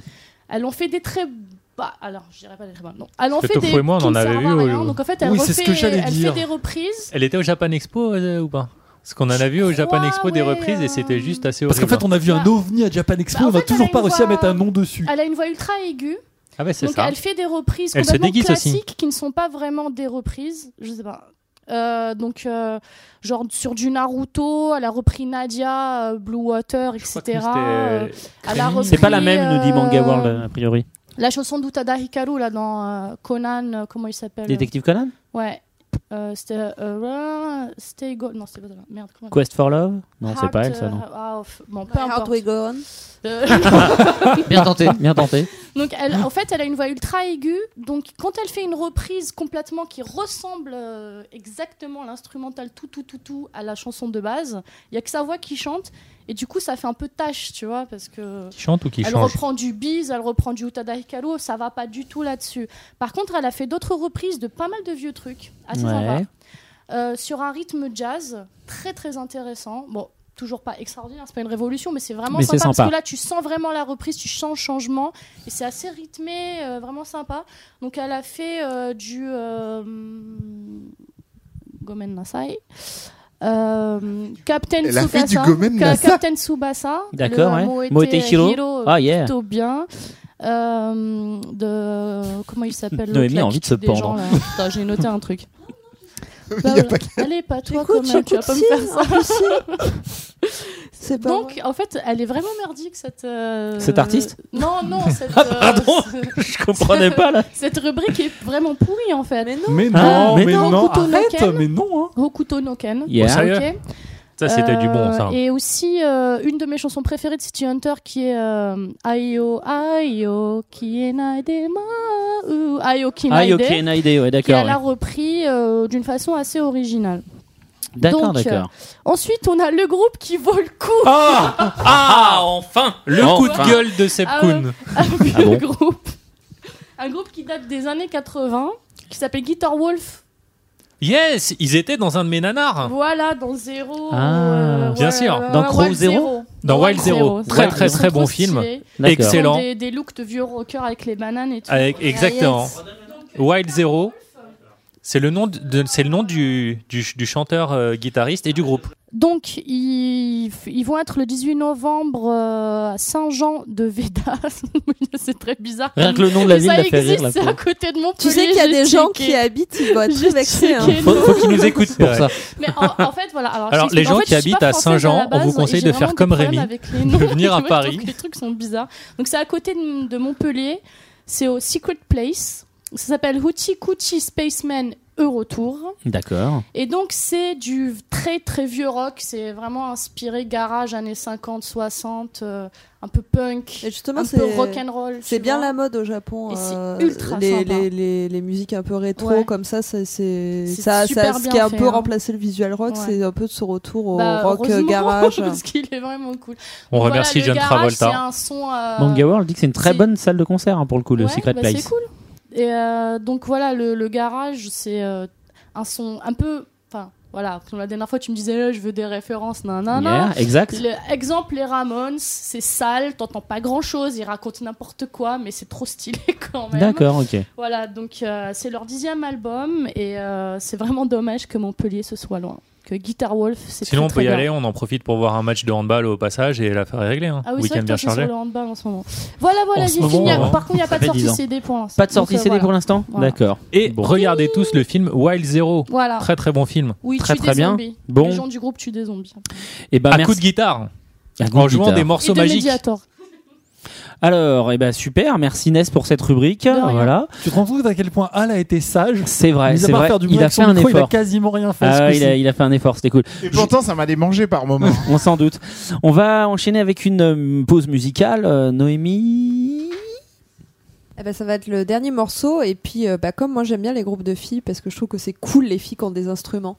S4: Elles ont fait des très bas. Alors, je dirais pas des très bas. Non. Elles ont
S3: Parce que
S4: fait des.
S3: Tofou et moi, on
S4: qui
S3: en
S4: ne
S3: avait
S4: servent
S3: vu
S4: à
S3: au-
S4: rien. Donc, en fait, elle,
S2: Oui, c'est ce que
S4: refait-
S2: j'allais
S4: elle
S2: dire.
S4: fait des reprises.
S3: Elle était au Japan Expo euh, ou pas Parce qu'on en a vu au Japan
S4: crois,
S3: Expo des
S4: ouais,
S3: reprises
S4: euh,
S3: et c'était juste assez
S2: Parce
S3: horrible.
S2: qu'en fait, on a vu un
S4: Bah,
S2: ovni à Japan Expo, on n'a
S4: bah, en fait, elle a
S2: toujours
S4: une
S2: pas réussi à
S4: voix-
S2: mettre un nom dessus.
S4: Elle a une voix ultra aiguë.
S3: Ah ouais, c'est
S4: Donc,
S3: ça.
S4: elle fait des reprises
S3: Elle se
S4: complètement
S3: déguise aussi.
S4: classiques qui ne sont pas vraiment des reprises. Je sais pas. Euh, donc, euh, genre sur du Naruto, elle a repris Nadia, euh, Blue Water,
S3: Je
S4: etc.
S3: crois que c'était,
S4: Euh,
S3: euh,
S4: elle a
S3: Kremlin.
S4: repris,
S1: C'est pas la même, nous dit
S4: euh,
S1: Manga World, a priori.
S4: La chanson d'Utada Hikaru, là, dans euh, Conan, euh, comment il s'appelle
S1: Détective Conan
S4: Ouais. Euh, c'était. euh, Stay Gold. Non, c'était pas ça. Merde, comment
S1: Quest for Love Non, c'est
S4: Heart,
S1: pas elle, ça, non.
S4: euh, ah, off. Bon, peu
S6: Hard
S4: importe.
S6: Way Go On.
S4: Euh,
S1: Bien tenté, bien tenté.
S4: donc, elle, en fait, elle a une voix ultra aiguë. Donc, quand elle fait une reprise complètement qui ressemble euh, exactement à l'instrumental tout, tout, tout, tout à la chanson de base, il y a que sa voix qui chante. Et du coup, ça fait un peu tâche, tu vois, parce que.
S3: Qui chante ou qui
S4: elle
S3: change
S4: reprend du Biz, elle reprend du Utada Hikaru, ça va pas du tout là-dessus. Par contre, elle a fait d'autres reprises de pas mal de vieux trucs, assez sympas.
S1: Ouais.
S4: Euh, sur un rythme jazz très très intéressant. Bon, toujours pas extraordinaire, c'est pas une révolution, mais c'est vraiment
S1: Mais
S4: sympa,
S1: c'est
S4: parce
S1: sympa.
S4: que là tu sens vraiment la reprise, tu sens le changement et c'est assez rythmé, euh, vraiment sympa. Donc elle a fait euh, du euh, Gomen Nasai. euh, Captain
S5: Elle a fait
S4: Tsubasa,
S5: du Gomen
S4: Ca-
S5: Nasai.
S4: Captain Tsubasa,
S1: D'accord,
S4: le
S1: ouais.
S4: Moete
S1: Moete Hiro.
S4: Hiro, euh,
S1: Ah, yeah.
S4: plutôt bien. Euh, de comment il s'appelle
S1: Noémie
S4: l'autre, là,
S1: a envie
S4: qui
S1: de se
S4: tue des gens,
S1: pendre.
S4: là. Attends, j'ai noté un truc.
S5: Il y a pas-
S4: Allez, pas toi
S6: Écoute,
S4: quand même, tu vas
S6: j'écoute,
S4: pas me
S6: si,
S4: faire ça.
S6: en plus, si. C'est pas
S4: Donc,
S6: vrai.
S4: en fait, elle est vraiment merdique, cette... euh,
S1: Cette artiste
S4: Non, non, cette...
S1: Ah, pardon
S4: euh, ce-
S1: Je comprenais pas, là.
S4: Cette rubrique est vraiment pourrie, en fait.
S6: Mais non.
S2: Mais
S1: Ah,
S2: non,
S1: mais
S2: mais
S4: non,
S2: non,
S4: Couteau
S2: arrête,
S4: Noken.
S2: mais non. hein.
S4: Hokuto no Ken.
S1: Yeah.
S3: Oh, sérieux
S4: Ok.
S3: Ça, c'était du bon, ça.
S4: Euh, Et aussi, euh, une de mes chansons préférées de City Hunter, qui est... euh, Ayo, ayo, kienaide ma... ou Ayo,
S1: Ah,
S4: kienaide.
S1: ok, une idée, ouais,
S4: Qui
S1: d'accord.
S4: elle a
S1: ouais.
S4: repris euh, d'une façon assez originale.
S1: D'accord,
S4: Donc, euh,
S1: d'accord.
S4: Ensuite, on a le groupe qui vaut le coup.
S3: Ah, ah, enfin Le coup de gueule de Seb
S4: Ah,
S3: Kuhn.
S4: un vieux
S1: Ah bon
S4: groupe. Un groupe qui date des années 80, qui s'appelle Guitar Wolf.
S3: Yes, ils étaient dans un de mes nanars.
S4: voilà, dans Zéro. euh,
S1: Ah,
S3: bien sûr.
S1: Dans Crow
S4: Wild
S1: Zero
S3: Dans Wild Zero. Très,
S4: Ouais,
S3: très,
S4: ils sont
S3: très
S4: trop
S3: bon film.
S4: stylés.
S1: D'accord.
S4: Ils ont
S3: Excellent.
S4: Des, des looks de vieux rockers avec les bananes et tout.
S3: Avec, exactement.
S4: yes.
S3: Wild Zero. C'est le nom, de- de- c'est le nom du, du, ch- du chanteur euh, guitariste et du groupe.
S4: Donc, ils, f- ils vont être le 18 novembre euh, à Saint-Jean de Védas. C'est très bizarre.
S1: Rien que le nom de la
S4: Mais
S1: ville
S4: ça
S1: l'a fait rire,
S4: existe,
S1: la
S4: c'est à
S1: pauvre.
S4: côté de Montpellier.
S6: Tu sais qu'il y a
S4: j'ai
S6: des gens
S4: checké.
S6: qui habitent, ils doivent être
S4: J'ai
S6: très vexés. hein.
S4: checké
S3: Faut,
S4: le
S3: faut qu'ils nous écoutent pour ça.
S4: Mais en, en fait, voilà. Alors,
S3: Alors,
S4: je
S3: les
S4: t'explique.
S3: gens
S4: En fait,
S3: qui
S4: je suis
S3: habitent
S4: pas
S3: à
S4: française
S3: Saint-Jean,
S4: la
S3: on vous
S4: base
S3: conseille
S4: et j'ai
S3: de faire
S4: vraiment
S3: comme
S4: des problèmes
S3: Rémi,
S4: avec les noms,
S3: de venir
S4: tu
S3: à
S4: vois, je
S3: Paris.
S4: trouve que Les trucs sont bizarres. Donc, c'est à côté de, de Montpellier. C'est au Secret Place. Ça s'appelle Hoochie Coochie Spaceman Eurotour.
S1: D'accord.
S4: Et donc, c'est du très très vieux rock. C'est vraiment inspiré garage années 50, 60, euh, un peu punk,
S6: Et justement,
S4: un peu
S6: c'est
S4: rock'n'roll.
S6: c'est
S4: tu
S6: bien
S4: vois.
S6: la mode au Japon.
S4: Et c'est
S6: euh,
S4: ultra
S6: les,
S4: sympa.
S6: les, les, les musiques un peu rétro
S4: Ouais.
S6: comme ça, c'est c'est-
S4: C'est
S6: ça, ça
S4: super
S6: ce
S4: bien
S6: qui a un
S4: fait,
S6: peu
S4: hein.
S6: remplacé le visual rock,
S4: Ouais.
S6: c'est un peu de ce retour au
S4: Bah,
S6: rock euh,
S4: heureusement,
S6: garage.
S4: parce qu'il est vraiment cool.
S3: On
S4: Voilà,
S3: remercie
S4: le
S3: John
S4: garage,
S3: Travolta.
S4: C'est un son. euh,
S1: Manga World dit que c'est une très
S4: c'est-
S1: bonne salle de concert, hein, pour le coup, le
S4: Ouais,
S1: Secret
S4: bah,
S1: Place.
S4: C'est cool. Et euh, donc voilà, le, le garage, c'est euh, un son un peu. Enfin, voilà, comme la dernière fois, tu me disais, eh, je veux des références, nan nan nan.
S1: Yeah, exact.
S4: Le- exemple, les Ramones, c'est sale, t'entends pas grand chose, ils racontent n'importe quoi, mais c'est trop stylé quand même.
S1: D'accord, ok.
S4: Voilà, donc euh, c'est leur dixième album et euh, c'est vraiment dommage que Montpellier se soit loin.
S10: Donc euh, Guitar Wolf, c'est
S3: Sinon, on
S10: très,
S3: peut y
S10: très bien.
S3: aller, on en profite pour voir un match de handball au passage et l'affaire est réglée. Hein.
S10: Ah oui, c'est vrai
S3: Week-end
S10: que toi,
S3: bien
S10: t'es sur
S3: chargé.
S10: le handball en ce moment. Voilà, voilà,
S1: En
S10: j'ai
S1: ce hein.
S10: fini.
S3: moment,
S10: Par contre, il n'y a
S1: ça
S10: pas de
S1: fait
S10: sortie
S1: dix ans.
S10: CD pour l'instant.
S1: Pas de sortie
S10: Donc, euh,
S1: CD pour
S10: voilà.
S1: l'instant
S10: Voilà.
S1: D'accord.
S3: Et
S1: Bon.
S3: regardez tous le film Wild Zero.
S10: Voilà.
S3: Très très bon film.
S10: oui,
S1: très,
S10: tue
S1: très
S10: des
S1: bien.
S10: zombies.
S1: Bon.
S10: Les gens du groupe tuent des zombies.
S1: Et ben
S3: à
S1: merci.
S3: coup de guitare.
S1: À coup
S3: En
S1: de
S3: jouant
S1: guitare.
S3: des
S10: Et
S3: morceaux
S10: de
S3: magiques.
S10: Mediator.
S1: Alors, et ben super, merci Ness pour cette rubrique.
S10: rien.
S1: Voilà,
S2: Tu te rends compte à quel point Al a été sage
S1: c'est vrai,
S2: Mis à
S1: c'est
S2: part
S1: vrai.
S2: faire du bruit
S1: Il a
S2: avec
S1: fait
S2: son
S1: un
S2: micro, Il a
S1: effort.
S2: quasiment rien fait. ce
S1: Ah,
S2: coup-ci.
S1: il, a, il a fait un effort, c'était cool.
S5: Et pourtant, ça m'a démangé par moment.
S1: On s'en doute. On va enchaîner avec une euh, pause musicale. Euh, Noémie.
S6: Eh ben, ça va être le dernier morceau. Et puis, euh, bah, comme moi, j'aime bien les groupes de filles parce que je trouve que c'est cool les filles qui ont des instruments.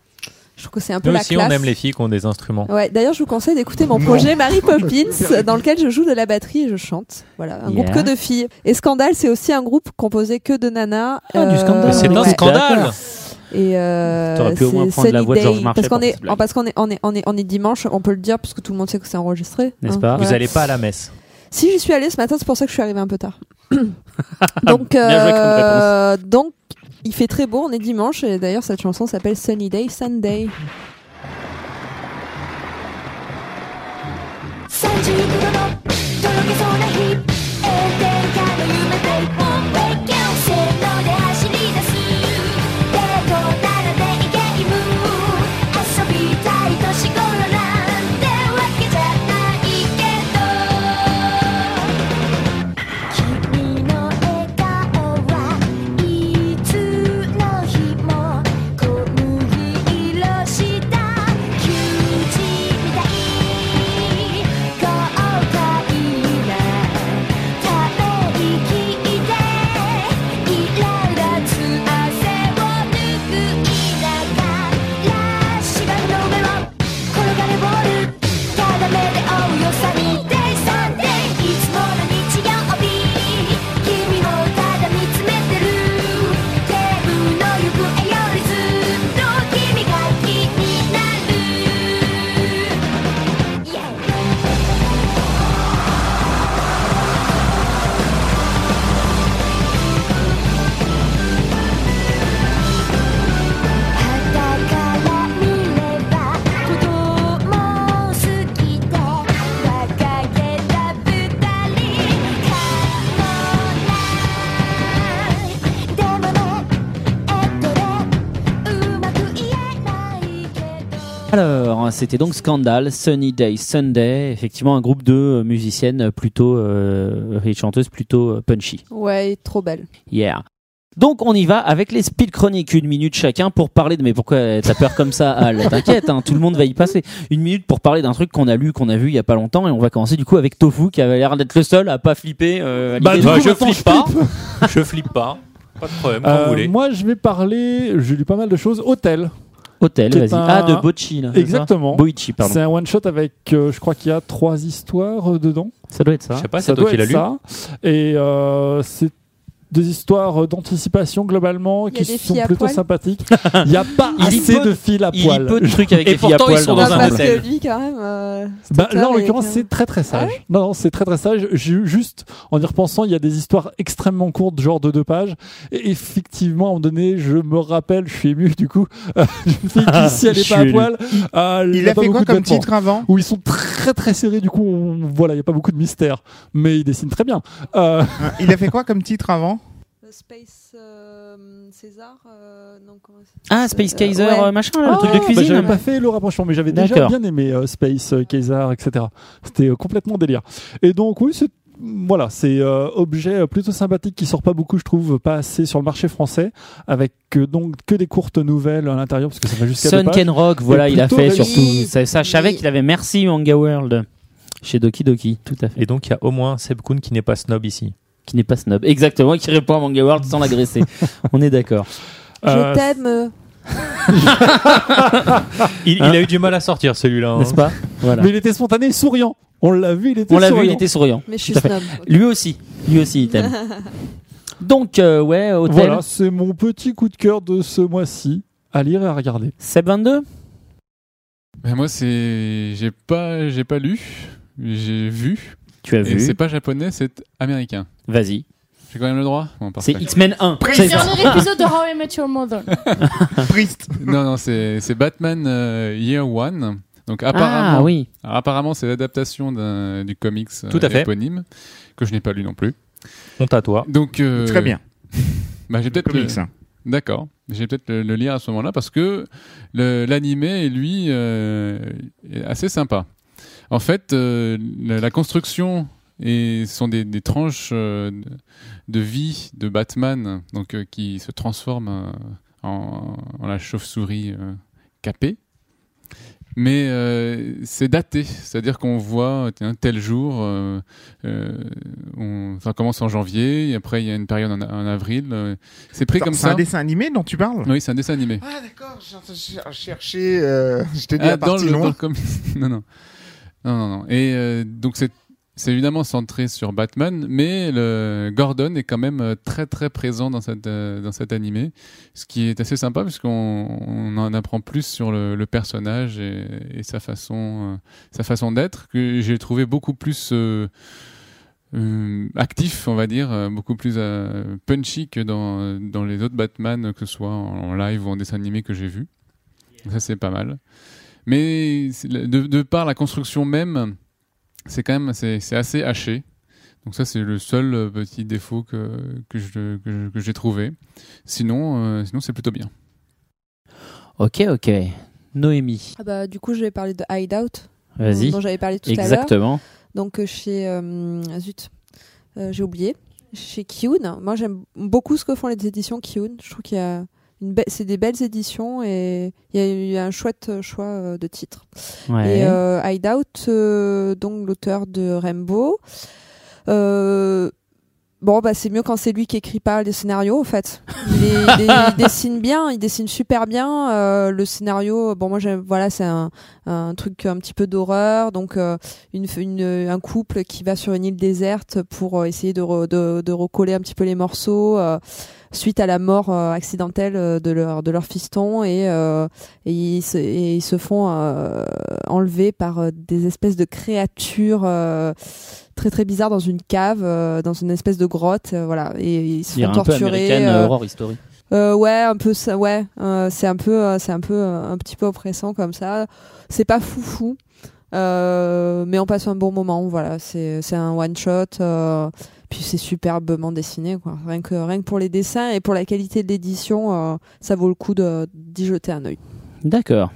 S6: Je trouve que c'est un peu
S3: Nous
S6: la
S3: aussi,
S6: classe.
S3: on aime les filles qui ont des instruments.
S6: Ouais, d'ailleurs, je vous conseille d'écouter mon
S5: Non.
S6: projet Mary Poppins, dans lequel je joue de la batterie et je chante. Voilà, un
S1: Yeah.
S6: groupe que de filles. Et Scandale, c'est aussi un groupe composé que de nanas. Euh,
S1: Ah, du Scandale.
S3: Euh, C'est un
S1: Ouais.
S3: scandale.
S1: D'accord.
S6: Et euh,
S1: T'aurais pu au moins
S6: c'est
S1: prendre la voix de
S6: Sunny
S1: Georges
S6: Day.
S1: Marchais
S6: Parce qu'on
S1: pour
S6: est,
S1: cette blague.
S6: parce qu'on est, on est, on est, on est dimanche, on peut le dire, parce que tout le monde sait que c'est enregistré.
S1: N'est-ce pas
S3: Vous
S6: voilà.
S3: allez pas à la messe.
S6: Si j'y suis allée ce matin, c'est pour ça que je suis arrivée un peu tard. donc,
S1: Bien joué comme
S6: euh, donc, il fait très beau, on est dimanche, et d'ailleurs, cette chanson s'appelle Sunny Day, Sunday.
S4: 32度のとろけそうな日炎天下の夢で One way キャンセルで走り出すデートならデイゲーム遊びたい年頃なんてわけじゃないけど君の笑顔はいつの日も小麦色した球児みたい「後悔がため息で」「イライラつ汗をぬぐいながら」「芝居の上を転がるボール」「ただ目で追うよサニーデイサンデイ」「いつもの日曜日」「君をただ見つめてる」「テーブルの行方よりずっと君が気になる」Yeah. 「はから見れば子供好きで」「若げた二人可能ない」「でもねえっとねうまく言えないけど」
S1: Alors, c'était donc Scandal, Sunny Day, Sunday. Effectivement, un groupe de euh, musiciennes plutôt, euh, et chanteuses plutôt euh, punchy.
S6: Ouais, trop belle.
S1: Yeah. Donc on y va avec les speed chroniques, une minute chacun pour parler de... Mais pourquoi t'as peur comme ça Al T'inquiète, hein, tout le monde va y passer. Une minute pour parler d'un truc qu'on a lu, qu'on a vu il y a pas longtemps, et on va commencer du coup avec Tofu qui avait l'air d'être le seul à pas flipper. euh, à
S2: Bah,
S1: l'idée de-
S2: du coup,
S3: je
S2: maintenant,
S3: flippe
S2: je
S3: pas. je flippe pas. Pas de problème, quand
S2: Euh,
S3: vous voulez.
S2: moi, je vais parler. J'ai lu pas mal de choses. Hôtel,
S1: Hôtel,
S2: c'est
S1: vas-y.
S2: un-
S1: Ah, de Bochi, là. Ah, c'est ça
S2: exactement.
S1: Boichi, pardon.
S2: C'est un one shot avec. euh, je crois qu'il y a trois histoires euh, dedans.
S1: Ça doit être ça.
S3: Je sais pas,
S2: ça
S3: c'est toi
S2: doit
S3: qui l'as
S2: être
S3: lu.
S2: ça. Et euh, c'est des histoires euh, d'anticipation globalement
S6: Il y a
S2: qui
S6: des
S2: sont
S6: filles à
S2: plutôt
S6: poil.
S2: sympathiques. Il n'y a pas
S1: Il y
S2: assez
S1: peut-
S2: de fils à
S1: Il y a
S2: poil.
S1: peu de trucs avec
S3: Et
S1: les filles à
S3: pourtant,
S1: poil
S3: ils sont
S1: dans
S6: Ah,
S3: un
S1: un
S6: parce
S1: hôtel.
S3: hôtel.
S6: que lui, quand même. euh, cet
S2: Bah,
S6: auteur
S2: là, en
S6: est
S2: l'occurrence,
S6: bien.
S2: c'est très très sage.
S6: Ah
S2: non, non, c'est très très sage. J'ai eu juste, en y repensant, il y a des histoires extrêmement courtes, genre de deux pages. Et effectivement, à un moment donné, je me rappelle, je suis ému du coup, euh, d'une fille qui, si elle
S1: Je
S2: n'est
S1: suis
S2: pas à
S1: ému.
S2: poil, euh, elle
S5: Il a
S2: pas
S5: fait
S2: beaucoup
S5: quoi
S2: de
S5: comme
S2: vêtements.
S5: titre avant
S2: Où ils sont très très serrés, du coup, on- voilà, il n'y a pas beaucoup de mystère. Mais ils dessinent très bien. Euh,
S5: Hein, Il a fait quoi comme titre avant
S6: Space euh, César, euh, non, comment ça
S1: Ah, Space
S6: Euh,
S1: Kaiser,
S6: ouais.
S1: euh, machin, là, le truc
S2: Ah,
S1: de
S2: bah,
S1: cuisine.
S2: j'avais pas fait le rapprochement, mais j'avais déjà
S1: D'accord.
S2: bien aimé euh, Space, euh, Kaiser, etc. C'était euh, complètement délire. Et donc, oui, c'est. Voilà, c'est euh, objet euh, plutôt sympathique qui sort pas beaucoup, je trouve, pas assez sur le marché français, avec euh, donc que des courtes nouvelles à l'intérieur parce que ça va jusqu'à deux
S1: Sun
S2: pages.
S1: Rock, voilà,
S2: Et
S1: il a
S2: plutôt
S1: fait
S2: réussi.
S1: surtout. Ça, ça, je savais
S6: Oui.
S1: qu'il avait Merci Manga World chez Doki Doki, tout à fait.
S3: Et donc, il y a au moins Seb Kuhn qui n'est pas snob ici.
S1: Qui n'est pas snob. Exactement, et qui répond à Manga World sans l'agresser. On est d'accord.
S2: Euh,
S6: Je t'aime.
S3: Il, il a eu du mal à sortir celui-là. hein.
S1: N'est-ce pas Voilà.
S2: Mais il était spontané, et souriant. On l'a vu, il était
S1: On l'a vu,
S2: souriant.
S1: il était souriant.
S6: Mais je suis
S1: Tout à fait.
S6: snob.
S1: Lui aussi, lui aussi, il t'aime. Donc, euh, ouais, hôtel.
S2: Voilà, c'est mon petit coup de cœur de ce mois-ci à lire et à regarder.
S1: Seb 22
S7: Ben, moi, c'est. J'ai pas, j'ai pas lu, j'ai vu.
S1: Tu as
S7: Et
S1: vu.
S7: c'est pas japonais, c'est américain.
S1: Vas-y.
S7: J'ai quand même le droit Bon,
S1: C'est
S7: parfait.
S1: X-Men 1.
S4: C'est un autre épisode de How I Met Your Mother.
S5: Priest.
S7: Non, non, c'est c'est Batman euh, Year One. Donc apparemment,
S1: Ah oui.
S7: Alors, apparemment c'est l'adaptation d'un- du comics euh,
S3: Tout à fait.
S7: éponyme que je n'ai pas lu non plus.
S3: Honte à toi.
S7: Donc euh,
S5: Très bien.
S7: Bah, j'ai peut-être le-
S5: Comics, hein.
S7: D'accord. J'ai peut-être le, le lire à ce moment-là parce que le- l'animé, lui, euh, est assez sympa. En fait, euh, la, la construction et ce sont des, des tranches euh, de vie de Batman, donc euh, qui se transforme euh, en, en la chauve-souris euh, capée. Mais euh, c'est daté, c'est-à-dire qu'on voit tiens, tel jour, euh, euh, on- ça commence en janvier, et après il y a une période en, en avril. euh, c'est pris
S5: Attends,
S7: comme
S5: C'est
S7: ça.
S5: un dessin animé dont tu parles
S7: Oui, c'est un dessin animé.
S5: Ah d'accord, j'ai- j'ai cherché, euh, je t'ai dit
S7: Ah,
S5: la
S7: dans
S5: partie
S7: le, dans le
S5: loin.
S7: com- non, non. Non, non, non. Et euh, donc, c'est, c'est évidemment centré sur Batman, mais le Gordon est quand même euh, très, très présent dans, cette, euh, dans cet animé. Ce qui est assez sympa, puisqu'on on en apprend plus sur le, le personnage et, et sa, façon, euh, sa façon d'être, que j'ai trouvé beaucoup plus. euh, euh, actif, on va dire, euh, beaucoup plus euh, punchy que dans, dans les autres Batman, que ce soit en, en live ou en dessin animé que j'ai vu. Donc Ça, c'est pas mal. Mais c'est- de, de par la construction même, c'est quand même c'est c'est assez haché. Donc ça, c'est le seul euh, petit défaut que, que je- que je- que j'ai trouvé. Sinon, euh, sinon c'est plutôt bien.
S1: Ok, ok. Noémie.
S6: Ah bah, du coup, je vais parler de Hideout,
S1: Vas-y.
S6: dont j'avais parlé tout à l'heure.
S1: Exactement.
S6: Donc euh, chez euh, zut, euh, j'ai oublié. Chez Kiun, moi j'aime beaucoup ce que font les éditions Kiun. Je trouve qu'il y a une be- c'est des belles éditions et il y a eu un chouette euh, choix euh, de titres.
S1: Ouais.
S6: Et euh, Hideout, euh, donc l'auteur de Rainbow. Euh, bon, bah, c'est mieux quand c'est lui qui écrit pas les scénarios, en fait. Il, est- il est- il dessine bien, il dessine super bien. euh, le scénario, bon, moi, j'aime- voilà, c'est un, un truc un petit peu d'horreur. Donc, euh, une, f- une- euh, un couple qui va sur une île déserte pour euh, essayer de, re- de, de recoller un petit peu les morceaux. euh, suite à la mort euh, accidentelle euh, de leur, de leur fiston et, euh, et, ils se, et ils se font euh, enlever par euh, des espèces de créatures euh, très très bizarres dans une cave, euh, dans une espèce de grotte, euh, voilà, et ils se
S1: Il y a
S6: font
S1: un peu
S6: torturer.
S1: American
S6: euh,
S1: Horror Story.
S6: euh, ouais, un peu ça, ouais, euh, c'est un peu, euh, c'est un peu, euh, un petit peu oppressant comme ça. C'est pas foufou, euh, mais on passe un bon moment. Voilà, c'est, c'est un one shot. euh, puis c'est superbement dessiné, quoi. Rien que, rien que pour les dessins et pour la qualité de l'édition, euh, ça vaut le coup de, d'y jeter un œil.
S1: D'accord.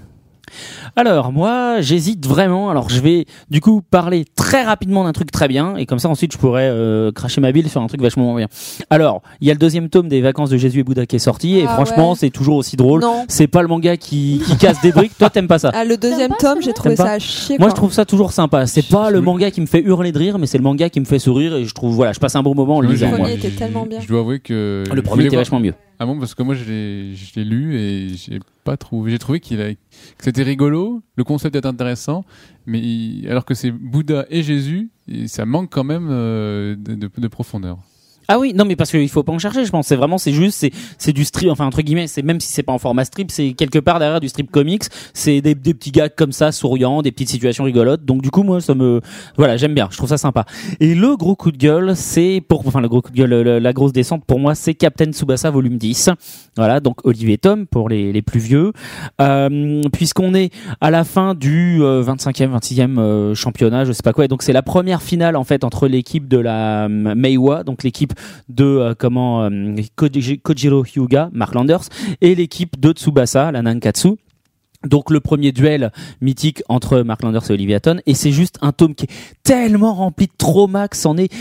S1: Alors moi j'hésite vraiment. Alors je vais du coup parler très rapidement d'un truc très bien et comme ça ensuite je pourrais euh, cracher ma bile sur un truc vachement moins bien. Alors il y a le deuxième tome des Vacances de Jésus et Bouddha qui est sorti et
S6: Ah
S1: franchement
S6: ouais.
S1: c'est toujours aussi drôle.
S6: Non.
S1: C'est pas le manga qui, qui casse des briques. Toi t'aimes pas ça.
S6: Ah, le deuxième
S4: pas,
S6: tome,
S4: c'est
S6: j'ai
S4: vrai
S6: trouvé
S1: T'aimes
S6: ça à chier.
S1: Moi,
S6: quoi.
S1: je trouve ça toujours sympa. C'est pas le manga qui me fait hurler de rire, mais c'est le manga qui me fait sourire et je trouve, voilà, je passe un bon moment en le
S7: Moi,
S1: lisant.
S7: j'ai-
S6: Le
S1: moi.
S6: premier était tellement bien.
S7: Je dois avouer que
S1: Le
S7: je voulais
S1: premier était
S7: voir-
S1: vachement mieux.
S7: Ah bon, parce que moi je l'ai, je l'ai lu et j'ai pas trouvé. J'ai trouvé qu'il a, que c'était rigolo, le concept est intéressant, mais il- alors que c'est Bouddha et Jésus, et ça manque quand même euh, de, de- de profondeur.
S1: Ah oui, non, mais parce qu'il faut pas en chercher, je pense. C'est vraiment, c'est juste, c'est, c'est du strip, enfin, entre guillemets, c'est même si c'est pas en format strip, c'est quelque part derrière du strip comics. C'est des, des petits gars comme ça, souriants, des petites situations rigolotes. Donc, du coup, moi, ça me, voilà, j'aime bien, je trouve ça sympa. Et le gros coup de gueule, c'est pour, enfin, le gros coup de gueule, le- le- la grosse descente pour moi, c'est Captain Tsubasa volume 10. Voilà, donc Olivier Tom pour les, les plus vieux. Euh, puisqu'on est à la fin du euh, 25e, 26e euh, championnat, je sais pas quoi. Et donc c'est la première finale en fait entre l'équipe de la euh, Meiwa, donc l'équipe de euh, comment euh, Koji- Kojiro Hyuga, Mark Landers, et l'équipe de Tsubasa, la Nankatsu. Donc le premier duel mythique entre Mark Landers et Olivia Ton, et c'est juste un tome qui est tellement rempli de trauma que c'en est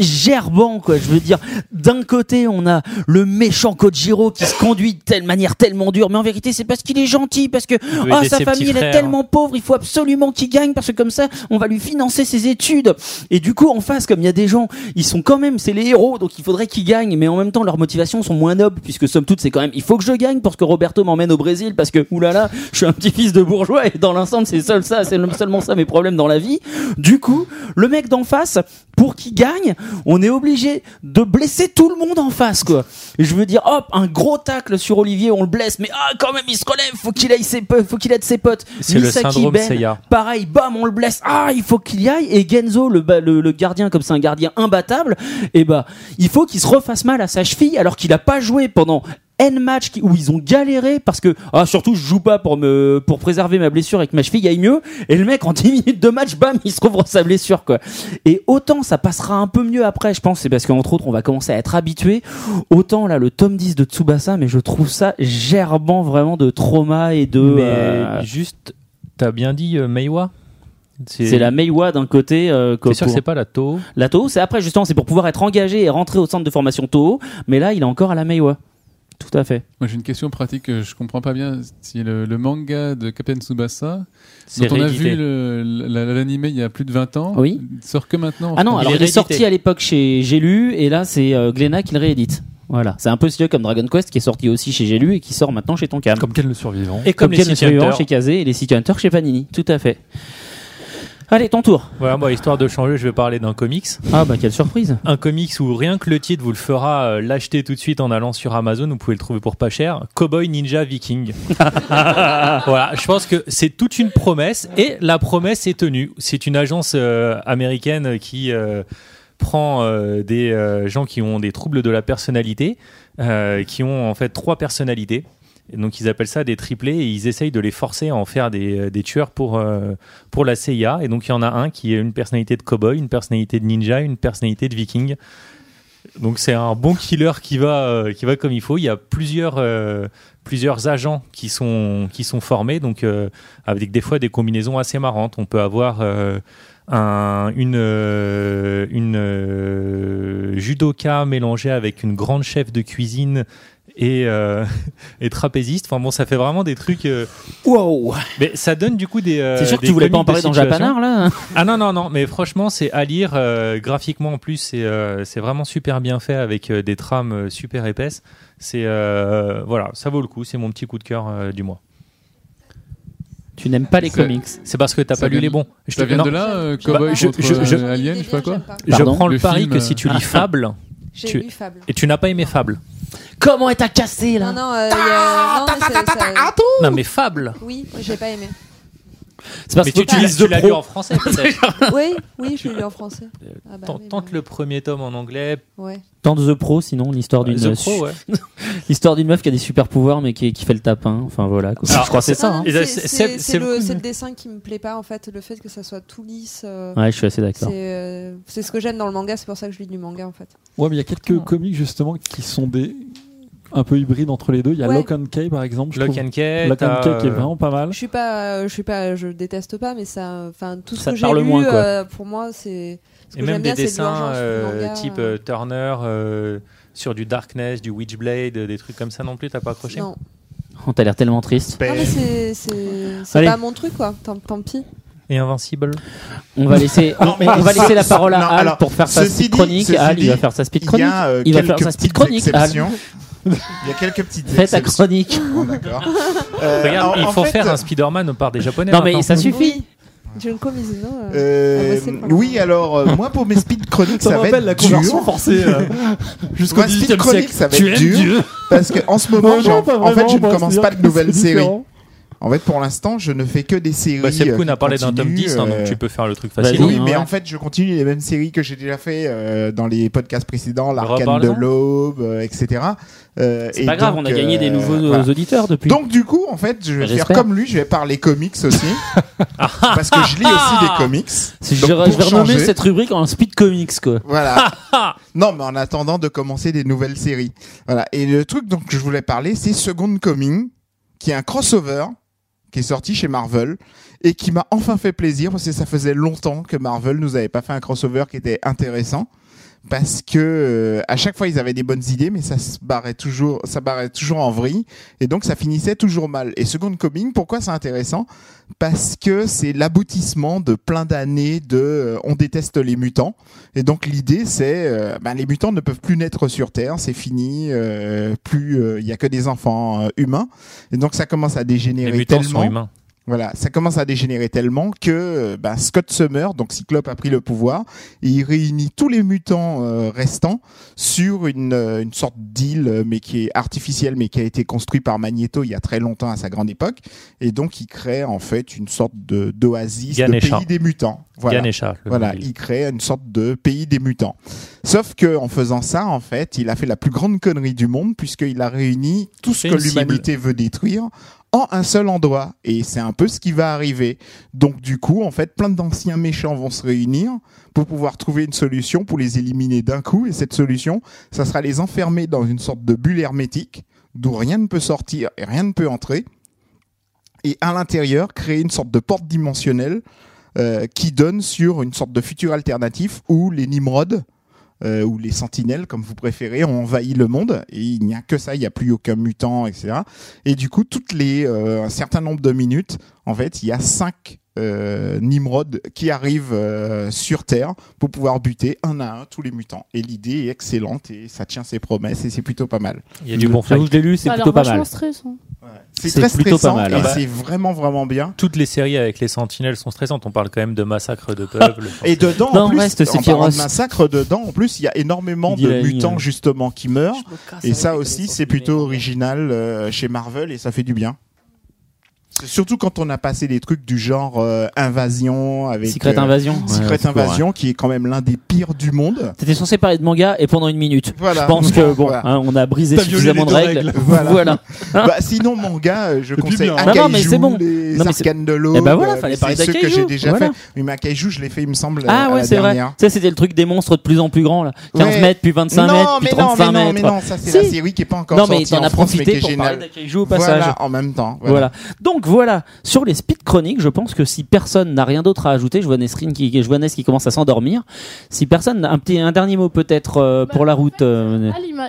S1: gerbant quoi je veux dire d'un côté on a le méchant Kojiro qui se conduit de telle manière tellement dure mais en vérité c'est parce qu'il est gentil parce que
S10: Oh,
S3: Il veut
S1: ah,
S3: aider
S1: sa
S3: ses
S1: famille,
S3: petits
S1: elle est
S3: frères.
S1: tellement pauvre, il faut absolument qu'il gagne parce que comme ça, on va lui financer ses études. Et du coup, en face, comme il y a des gens, ils sont quand même, c'est les héros, donc il faudrait qu'ils gagnent, mais en même temps, leurs motivations sont moins nobles puisque somme toute, c'est quand même, il faut que je gagne parce que Roberto m'emmène au Brésil parce que, oulala, je suis un petit fils de bourgeois et dans l'ensemble, c'est seul ça, c'est seulement ça mes problèmes dans la vie. Du coup, le mec d'en face, pour qu'il gagne, on est obligé de blesser tout le monde en face, quoi. Et je veux dire, hop, un gros tacle sur Olivier, on le blesse, mais ah, quand même, il se relève, faut qu'il aille ses, po- faut qu'il aide ses potes.
S3: C'est le
S1: Misaki
S3: syndrome
S1: Ben,
S3: Seiya.
S1: Pareil, bam, on le blesse. Ah, il faut qu'il y aille. Et Genzo, le, ba- le, le gardien, comme c'est un gardien imbattable, eh ben, il faut qu'il se refasse mal à sa cheville alors qu'il a pas joué pendant N match où ils ont galéré parce que ah surtout je joue pas pour me pour préserver ma blessure et que ma cheville aille mieux et le mec en 10 minutes de match bam il se couvre sa blessure quoi et autant ça passera un peu mieux après je pense c'est parce qu'entre autres on va commencer à être habitué autant là le tome 10 de Tsubasa mais je trouve ça gerbant vraiment de trauma et de
S3: Mais
S1: euh,
S3: juste, t'as bien dit euh, Meiwa
S1: c'est la Meiwa d'un côté euh, que
S3: T'es sûr que
S1: pour-
S3: c'est pas la Toho
S1: La Toho, c'est après, justement, c'est pour pouvoir être engagé et rentrer au centre de formation Toho, mais là, il est encore à la Meiwa. Tout à fait.
S7: Moi, j'ai une question pratique que je comprends pas bien. Si le, le manga de Captain Tsubasa,
S3: C'est
S7: dont on a
S3: réédité.
S7: vu le- la- la- l'animé il y a plus de 20 ans,
S1: Oui.
S7: sort que maintenant. en
S1: Ah non,
S7: fait.
S1: alors il
S3: est
S1: est
S3: réédité.
S1: sorti à l'époque chez J'ai lu, et là, c'est euh, Glénat qui le réédite. Voilà. C'est un peu stylé comme Dragon Quest qui est sorti aussi chez J'ai lu et qui sort maintenant chez Tonkam.
S2: Comme quel le survivant.
S3: Et comme, les
S1: Ken le
S3: City
S1: Survivant
S3: Hunter.
S1: chez Kazé et les City Hunter chez Panini. Tout à fait. Allez, ton tour.
S3: Voilà, moi, histoire de changer, je vais parler d'un comics.
S1: Ah bah, quelle surprise.
S3: Un comics où rien que le titre vous le fera euh, l'acheter tout de suite en allant sur Amazon, vous pouvez le trouver pour pas cher. Cowboy Ninja Viking. voilà, je pense que c'est toute une promesse et la promesse est tenue. C'est une agence euh, américaine qui euh, prend euh, des euh, gens qui ont des troubles de la personnalité, euh, qui ont en fait trois personnalités. Et donc ils appellent ça des triplés et ils essayent de les forcer à en faire des, des tueurs pour, euh, pour la CIA. Et donc il y en a un qui est une personnalité de cowboy, une personnalité de ninja, une personnalité de viking. Donc c'est un bon killer qui va, euh, qui va comme il faut. Il y a plusieurs, euh, plusieurs agents qui sont, qui sont formés, donc euh, avec des fois des combinaisons assez marrantes. On peut avoir euh, un, une, euh, une euh, judoka mélangée avec une grande chef de cuisine et, euh, et trapéziste. Enfin bon, ça fait vraiment des trucs. euh,
S1: Wow.
S3: mais ça donne du coup des. euh,
S1: C'est sûr que
S3: des
S1: tu voulais pas
S3: comiques
S1: en parler
S3: de
S1: dans
S3: situation.
S1: Japanard, là?
S3: Ah non, non, non, mais franchement, c'est à lire. euh, graphiquement, en plus, c'est euh, c'est vraiment super bien fait avec euh, des trames euh, super épaisses. C'est. euh, voilà, ça vaut le coup. C'est mon petit coup de cœur euh, du mois.
S1: Tu n'aimes pas les
S7: C'est-
S1: comics.
S3: C'est parce que t'as
S7: Ça
S3: pas lu
S7: vient-
S3: les bons. Je
S7: Ça
S3: te
S7: vient
S3: non,
S7: de là, euh, Cowboy
S3: je-
S7: contre
S3: je- je-
S7: euh, Alien, je sais pas quoi.
S3: Je
S1: Pardon
S3: prends le,
S7: Le
S3: pari
S7: film,
S3: que
S7: euh,
S3: si tu lis
S1: ah.
S3: Fable
S6: J'ai
S3: Tu-
S6: lu Fable.
S3: et tu n'as pas aimé Fable.
S1: Comment est-ce cassé, là?
S6: Non, non, euh, il y a- non, mais c'est- ça-
S3: Non, mais Fable.
S6: Oui, j'ai pas aimé.
S1: C'est parce
S3: mais
S1: que
S3: tu, tu l'as-
S1: utilises
S3: tu
S1: The
S3: l'as
S1: Pro.
S3: lu en français. peut-être.
S6: Oui, oui, je l'ai lu en français. Ah bah,
S3: Tente
S6: oui,
S3: tente
S6: bah,
S3: le premier tome en anglais.
S6: Ouais.
S1: Dans The Pro, sinon, l'histoire d'une
S3: The Pro, ouais.
S1: l'histoire d'une meuf qui a des super pouvoirs mais qui, qui fait le tapin. Enfin voilà. Quoi.
S3: Alors,
S1: je crois que c'est ça.
S6: Non,
S1: hein.
S6: non,
S3: Et
S6: c'est-
S3: c'est-
S6: C'est
S3: c'est-
S6: c'est
S3: c'est
S6: le,
S3: beaucoup
S6: c'est
S3: mieux.
S6: le dessin qui me plaît pas en fait, le fait que ça soit tout lisse. euh,
S1: Ouais, je suis assez
S6: c'est
S1: d'accord.
S6: euh, c'est ce que j'aime dans le manga, c'est pour ça que je lis du manga en fait.
S2: Ouais, mais il y a quelques comics justement qui sont des un peu hybrides entre les deux. Il y a
S6: Ouais.
S2: Lock and Key par exemple. je
S3: Lock
S2: trouve.
S3: and Key.
S2: Lock and
S3: t'as,
S2: Key qui est
S3: euh,
S2: vraiment pas mal.
S6: Je suis pas, euh, je suis pas, je déteste pas, mais ça, enfin tout ce
S1: Ça
S6: que
S1: te
S6: j'ai
S1: parle
S6: lu,
S1: moins, quoi.
S6: euh, pour moi c'est. Ce
S3: Et
S6: que j'aime
S3: même des
S6: bien, c'est
S3: dessins
S6: l'urgence du
S3: euh,
S6: manga,
S3: type
S6: euh.
S3: euh, Turner euh, sur du Darkness, du Witchblade, euh, des trucs comme ça non plus, t'as pas accroché
S6: Non,
S1: On t'a Oh, l'air tellement triste.
S6: non mais c'est- c'est c'est
S1: Allez.
S6: pas mon truc quoi. Tant, tant pis.
S3: Et Invincible
S1: On va laisser, on,
S5: Non, mais
S1: on va laisser
S5: ça-
S1: la parole à
S5: non,
S1: Al
S5: alors,
S1: pour faire sa
S5: ceci
S1: speed
S5: dit-
S1: chronique.
S5: ceci
S1: Al, il
S5: dit,
S1: va faire sa speed
S5: Il y
S1: chronique.
S5: a euh,
S1: il va
S5: quelques
S1: faire sa
S5: petites
S1: speed chronique. Al,
S5: exceptions. Il y a quelques petites
S1: fais ta
S5: exceptions.
S1: chronique.
S5: Bon, D'accord. Euh,
S3: Regarde,
S5: en-
S3: il
S5: en
S3: faut
S5: fait,
S3: faire un Spider-Man par des japonais.
S1: Non mais
S3: maintenant.
S1: ça suffit.
S6: Oui. Junko Mizuno. euh,
S5: euh,
S6: Ah, bah, c'est pas
S5: oui,
S6: grave.
S5: alors euh, moi pour mes speed chroniques, ça, va être dur.
S2: forcée euh, jusqu'au
S5: Moi, speed
S2: 18e
S5: chronique,
S2: siècle.
S5: ça va
S2: tu
S5: être
S2: aimes
S5: dur.
S2: Dieu
S5: Parce que en ce moment,
S2: Non,
S5: j'ai-
S2: pas
S5: en fait,
S2: vraiment,
S5: je ne
S2: moi,
S5: commence
S2: c'est
S5: pas
S2: bien
S5: de
S2: que
S5: nouvelles
S2: c'est
S5: séries.
S2: différent.
S5: En fait, pour l'instant, je ne fais que des séries.
S3: Bah, c'est le
S5: euh,
S3: coup, on a
S5: qui
S3: parlé d'un tome
S5: continuent,
S3: 10, hein, donc
S5: euh,
S3: tu peux faire le truc
S1: Vas-y.
S3: facile.
S1: Sinon,
S5: oui, mais
S1: ouais.
S5: en fait, je continue les mêmes séries que j'ai déjà fait euh, dans les podcasts précédents, l'Arcane de
S3: Reparle-en.
S5: l'aube, euh, etc. Euh,
S1: C'est
S5: et
S1: pas grave,
S5: donc,
S1: on a gagné
S5: euh,
S1: des nouveaux euh,
S5: voilà.
S1: auditeurs depuis.
S5: Donc du coup, en fait, je vais faire
S1: J'espère.
S5: comme lui, je vais parler comics aussi, parce que je lis aussi des comics.
S1: C'est- je,
S5: donc,
S1: je
S5: pour
S1: vais renommer
S5: changer-
S1: cette rubrique en speed comics quoi.
S5: Voilà. non, mais en attendant de commencer des nouvelles séries. Voilà. Et le truc dont je voulais parler, c'est Second Coming, qui est un crossover qui est sorti chez Marvel et qui m'a enfin fait plaisir parce que ça faisait longtemps que Marvel nous avait pas fait un crossover qui était intéressant parce que euh, à chaque fois ils avaient des bonnes idées mais ça se barrait toujours ça barrait toujours en vrille et donc ça finissait toujours mal et Second Coming pourquoi c'est intéressant parce que c'est l'aboutissement de plein d'années de euh, on déteste les mutants et donc l'idée c'est euh, ben, les mutants ne peuvent plus naître sur terre c'est fini euh, plus euh, il y a que des enfants euh, humains et donc ça commence à
S3: Les
S5: dégénérer
S3: mutants
S5: tellement
S3: sont humains.
S5: Voilà, ça commence à dégénérer tellement que euh, bah, Scott Summer, donc Cyclope, a pris le pouvoir et il réunit tous les mutants euh, restants sur une, euh, une sorte d'île, euh, mais qui est artificielle, mais qui a été construite par Magneto il y a très longtemps à sa grande époque. Et donc, il crée en fait une sorte de d'oasis, de
S3: Ganesha.
S5: pays des mutants. Voilà.
S3: Ganesha. le
S5: Voilà,
S3: nom du-
S5: il crée une sorte de pays des mutants. Sauf que en faisant ça, en fait, il a fait la plus grande connerie du monde puisqu'il a réuni tout ce
S3: C'est
S5: que
S3: une cible.
S5: l'humanité veut détruire en un seul endroit. Et c'est un peu ce qui va arriver. Donc du coup, en fait, plein d'anciens méchants vont se réunir pour pouvoir trouver une solution pour les éliminer d'un coup. Et cette solution, ça sera les enfermer dans une sorte de bulle hermétique d'où rien ne peut sortir et rien ne peut entrer. Et à l'intérieur, créer une sorte de porte dimensionnelle euh, qui donne sur une sorte de futur alternatif où les Nimrod euh, ou les Sentinelles, comme vous préférez, ont envahi le monde et il n'y a que ça, il n'y a plus aucun mutant, etc. Et du coup, toutes les euh, un certain nombre de minutes, en fait, il y a cinq euh, Nimrod qui arrivent euh, sur Terre pour pouvoir buter un à un tous les mutants. Et l'idée est excellente et ça tient ses promesses et c'est plutôt pas mal.
S3: Il y a du
S1: J'avoue
S3: bon fight.
S1: que je l'ai lu, c'est
S4: Alors,
S1: plutôt pas
S4: vachement
S1: mal.
S4: stressant.
S5: C'est
S1: C'est
S5: très
S1: plutôt
S5: stressant
S1: pas mal, Ah bah.
S5: et
S3: ouais.
S5: c'est vraiment vraiment bien.
S3: Toutes les séries avec les sentinelles sont stressantes. On parle quand même de massacres de peuples.
S5: Et dedans,
S1: Non,
S5: en plus,
S1: reste, c'est
S5: en parlant de
S1: féroce.
S5: massacre dedans, en plus, il y a énormément
S1: Il dit
S5: de
S1: la ligne,
S5: mutants
S1: hein.
S5: justement qui meurent. Et ça aussi, c'est plutôt original euh, chez Marvel et ça fait du bien. C'est Surtout quand on a passé des trucs du genre euh, invasion avec
S1: Secret
S5: euh,
S1: Invasion.
S5: Secret
S1: Ouais, c'est cool,
S5: Invasion, qui est quand même l'un des pires du monde.
S1: ouais. T'étais censé parler de manga et pendant une minute.
S5: Voilà.
S1: Je pense que bon,
S5: Voilà.
S1: hein, on a brisé
S2: T'as violé
S1: suffisamment
S2: les
S1: de
S2: deux
S1: règles.
S2: règles.
S5: Voilà.
S1: Voilà.
S5: Bah, sinon, manga, euh, je
S2: Et puis
S5: conseille
S2: bien.
S1: Non, non, mais
S5: Akaiju,
S1: c'est bon.
S5: les
S1: Non, mais c'est-
S5: arcanes de l'eau. euh,
S1: Eh ben voilà, fallait parler
S5: C'est ceux que
S1: d'Akaiju.
S5: j'ai déjà
S1: Voilà.
S5: fait. Mais ma Akaiju, je l'ai fait, il me semble,
S1: Ah
S5: à
S1: ouais,
S5: la
S1: c'est vrai.
S5: dernière.
S1: Ça, c'était le truc des monstres de plus en plus grands, là. 15
S5: Ouais.
S1: mètres, puis 25
S5: non,
S1: mètres,
S5: mais
S1: puis
S5: non,
S1: 35
S5: mais non,
S1: mètres.
S5: mais non, ça c'est
S1: Si.
S5: la série qui est pas encore
S1: Non, mais
S5: sortie
S1: t'en
S5: en
S1: as
S5: France, mais qui
S1: profité
S5: est
S1: pour parler
S5: géniale.
S1: d'Akaiju au passage.
S5: Voilà, en même temps. Voilà.
S1: Voilà. Donc voilà, sur les speed chroniques, je pense que si personne n'a rien d'autre à ajouter, je vois Nesrine qui, je vois Nes qui commence à s'endormir. Si personne, n'a- un petit, un dernier mot peut-être
S4: Bah,
S1: euh, pour la route. euh,
S4: Ah, il m'a-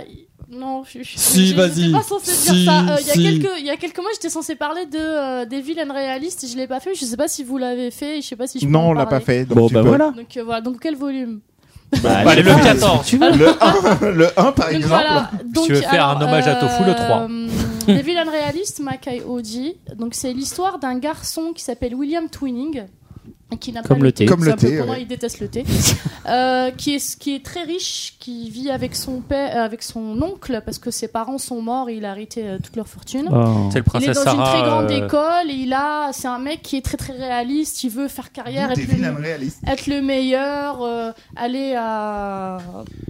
S4: Non, je je-
S2: Si,
S4: je- je-
S2: vas-y.
S4: j'étais pas censée
S2: Si,
S4: dire ça. Euh, Il y a
S2: si.
S4: quelques- il y a quelques mois, j'étais censée parler de, euh, des vilaines réalistes. Je l'ai pas fait. Je sais pas si vous l'avez fait. et Je sais pas si je peux
S5: Non,
S4: en
S5: on l'a pas
S4: parler.
S5: fait. donc
S1: bon
S5: tu
S1: bah
S5: peux.
S1: voilà.
S4: Donc euh, voilà. Donc quel volume
S1: Bah,
S3: Allez,
S1: je sais
S3: le
S1: pas.
S3: 14.
S1: Tu veux.
S5: Le 1, le 1 par
S4: Donc
S5: exemple.
S4: voilà. Donc, euh,
S3: tu veux faire un hommage à Tofu, le trois.
S4: les vilaines réalistes, Makai Oji. Donc c'est l'histoire d'un garçon qui s'appelle William Twining. et Qui n'a pas
S1: Comme le thé.
S5: Comme le
S4: Simplement,
S5: thé, ouais.
S4: il déteste le thé. Euh, qui, est, qui est très riche, qui vit avec son père, euh, avec son oncle, parce que ses parents sont morts et il a hérité euh, toute leur fortune.
S1: Oh.
S3: C'est le
S4: Il est
S3: princesse
S4: dans une
S3: Sarah.
S4: très grande
S3: euh,
S4: école et il a, c'est un mec qui est très très réaliste. Il veut faire carrière,
S5: Des
S4: être le,
S5: vilains réalistes.
S4: être le meilleur, euh, aller à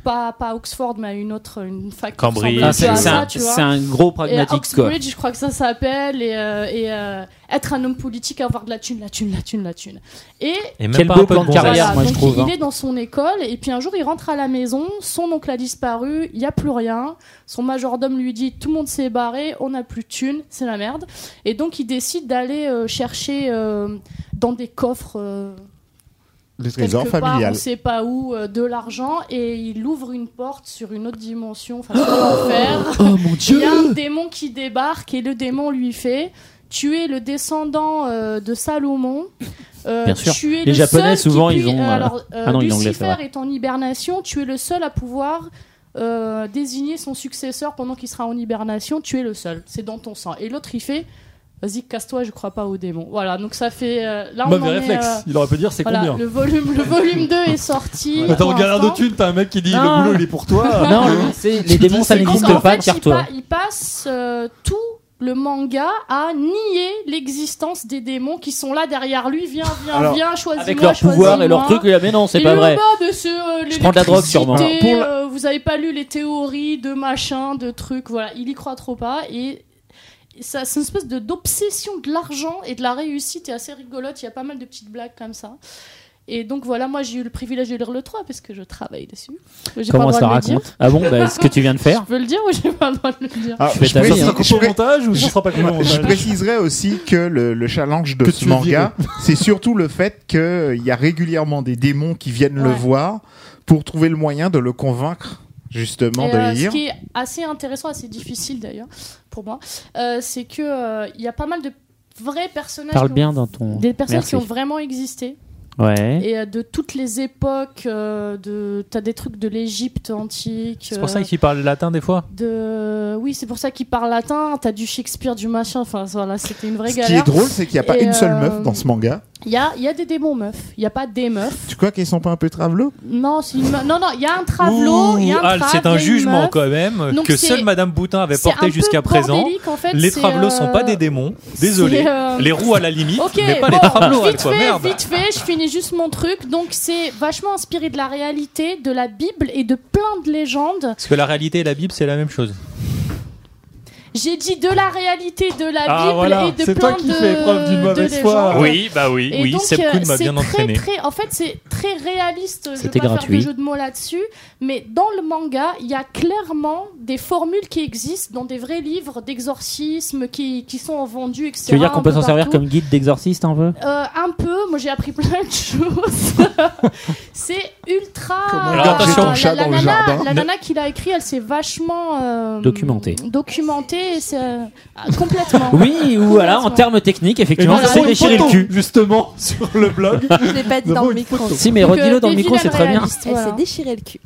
S4: pas pas à Oxford mais à une autre une fac. qui
S3: Cambridge.
S4: ressemble un
S1: Ah,
S4: peu
S1: c'est
S4: à
S1: c'est
S4: ça,
S1: un,
S4: tu vois.
S1: c'est un gros
S4: Et à
S1: pragmatique quoi.
S4: Oxbridge, je crois que ça s'appelle, et, euh, et, euh, être un homme politique, avoir de la thune, la thune, la thune, la thune. Et
S3: Et même
S1: Quel
S3: pas
S1: beau
S3: un peu
S1: plan de
S3: gonzesse.
S1: carrière,
S4: voilà,
S1: moi, je
S4: donc
S1: trouve,
S4: Il
S1: hein.
S4: est dans son école et puis un jour il rentre à la maison, son oncle a disparu, il n'y a plus rien. Son majordome lui dit tout le monde s'est barré, on n'a plus de thunes, c'est la merde. Et donc il décide d'aller euh, chercher euh, dans des coffres. euh,
S5: Le trésor
S4: quelque part,
S5: familial.
S4: on sait pas où, euh, de l'argent et il ouvre une porte sur une autre dimension, enfin sur l'enfer.
S1: Oh mon
S4: Il y
S1: dieu.
S4: a un démon qui débarque et le démon lui fait tuer le descendant euh, de Salomon. Euh,
S1: Bien sûr.
S4: tu es
S1: Les
S4: le
S1: Japonais,
S4: seul qui
S1: souvent, ils
S4: puis-
S1: ont,
S4: euh,
S1: euh,
S4: alors, euh,
S1: ah non, il est anglais, c'est
S4: Lucifer
S1: vrai.
S4: est en hibernation. Tu es le seul à pouvoir euh, désigner son successeur pendant qu'il sera en hibernation. Tu es le seul. C'est dans ton sang. Et l'autre, il fait Vas-y, casse-toi, je crois pas au démon. Voilà, donc ça fait. euh, là, on en
S2: Mauvais
S4: est,
S2: réflexe.
S4: euh,
S2: Il aurait pu dire c'est
S4: voilà,
S2: combien.
S4: le volume, le volume 2 est sorti.
S2: Quand t'es
S4: pour
S2: en galère de
S4: l'instant.
S2: thunes, t'as un mec qui dit
S1: Non.
S2: le boulot il est pour toi.
S1: Non, le- c'est- les
S2: Tu
S1: démons
S2: dis,
S1: ça
S2: c'est
S4: Donc,
S1: n'existe
S4: en
S1: pas
S4: fait,
S1: car
S4: il,
S1: toi.
S4: pa- il passe euh, tout le manga à nier l'existence des démons qui sont là derrière lui. Viens, viens,
S5: Alors,
S4: viens, choisis-moi.
S1: Avec leur pouvoir et leur truc, il dit, ah, mais non, c'est pas vrai. Je prends de la drogue, sûrement.
S5: Alors, pour la-
S4: euh, vous avez pas lu les théories de machin, de trucs, voilà. Il y croit trop pas et. et ça, C'est une espèce de- d'obsession de l'argent et de la réussite, et assez rigolote. Il y a pas mal de petites blagues comme ça. Et donc voilà, moi j'ai eu le privilège de lire le 3 parce que je travaille dessus. J'ai pas le
S1: Comment
S4: droit
S1: ça
S4: de le dire.
S1: raconte Ah bon, bah, ce que tu viens de faire.
S4: Je peux le dire ou j'ai pas le droit de le dire
S5: Ah,
S1: je fais ta vie,
S2: Ça sera
S1: hein.
S2: coupé au montage ou ça sera pas coupé au
S5: Je
S2: montage
S5: préciserai aussi que le, le challenge de
S2: Que
S5: ce
S2: tu es viré.
S5: manga, c'est surtout le fait qu'il y a régulièrement des démons qui viennent le
S4: Ouais.
S5: voir pour trouver le moyen de le convaincre justement
S4: Et,
S5: de
S4: euh,
S5: les
S4: ce
S5: lire.
S4: qui est assez intéressant, assez difficile d'ailleurs pour moi, euh, c'est que euh, il y a pas mal de vrais personnages,
S1: Parle
S4: qui ont-
S1: bien dans ton.
S4: des personnes
S1: Merci.
S4: qui ont vraiment existé.
S1: Ouais.
S4: Et euh, de toutes les époques, euh, de... t'as des trucs de l'Égypte antique.
S3: C'est pour ça
S4: euh,
S3: qu'il parle latin des fois
S4: de... Oui, c'est pour ça qu'il parle latin, t'as du Shakespeare, du machin, enfin voilà, c'était une vraie
S5: Ce qui est
S4: galère.
S5: drôle, c'est qu'il n'y a pas
S4: Et,
S5: une seule
S4: euh,
S5: meuf dans ce manga.
S4: Il y a, il y a des démons meufs, il n'y a pas des meufs.
S5: Tu crois qu'ils sont pas un peu travelots
S4: Non, c'est une me- non, non, il y a un travelot, il y a un
S3: Ouh, ah,
S4: trave,
S3: c'est
S4: il y a
S3: un
S4: une
S3: jugement
S4: meuf.
S3: quand même
S4: Donc
S3: que
S4: c'est-
S3: seule Madame Boutin avait
S4: C'est un
S3: porté
S4: peu
S3: jusqu'à présent.
S4: bordélique, en fait,
S3: Les
S4: c'est,
S3: travelots sont pas
S4: euh,
S3: des démons, désolé.
S4: c'est, euh,
S3: Les roues à la limite,
S4: Ok,
S3: mais pas
S4: bon,
S3: les travelots, elle,
S4: vite
S3: quoi.
S4: fait,
S3: Merde.
S4: vite fait, je finis juste mon truc. Donc c'est vachement inspiré de la réalité, de la Bible et de plein de légendes.
S3: Parce que la réalité et la Bible, c'est la même chose.
S4: J'ai dit de la réalité, de la
S2: Ah,
S4: Bible
S2: voilà,
S4: et de
S2: c'est
S4: plein
S2: toi qui
S4: de,
S2: fais preuve d'une
S4: de
S2: mauvaise foi.
S4: légendes.
S3: Oui, bah oui,
S4: Et
S3: oui,
S4: donc,
S3: Seb
S4: euh,
S3: Kuhn m'a
S4: c'est
S3: bien
S4: très,
S3: entraîné.
S4: très- en fait, c'est très réaliste. Je vais
S1: C'était
S4: pas
S1: gratuit.
S4: faire de jeu de mots là-dessus, mais dans le manga, il y a clairement des formules qui existent dans des vrais livres d'exorcisme qui, qui sont vendus, etc.
S1: Tu veux dire qu'on
S4: un
S1: peut
S4: peu
S1: s'en servir
S4: partout.
S1: comme guide d'exorciste un peu
S4: Euh, un peu, moi j'ai appris plein de choses. c'est ultra.
S5: Comment
S3: Alors, garder attention, ton
S4: la,
S5: chat
S4: Ah. la
S5: dans le
S4: nana,
S5: jardin.
S4: la nana qui l'a écrit, elle s'est vachement euh,
S1: Documentée.
S4: Documentée, et c'est euh, ah, complètement.
S1: Oui, ou alors en
S4: Complètement.
S1: termes techniques, effectivement,
S4: voilà,
S1: c'est
S4: une
S1: déchirer le
S4: photo.
S1: cul.
S2: justement sur le blog.
S6: Je l'ai pas dit dans le micro.
S1: Si, mais
S4: Donc,
S1: redis-le
S4: euh,
S1: dans le
S4: des
S1: micro, c'est
S4: vilaines
S1: très bien.
S4: réalistes,
S6: Elle
S4: voilà.
S6: s'est déchiré le cul.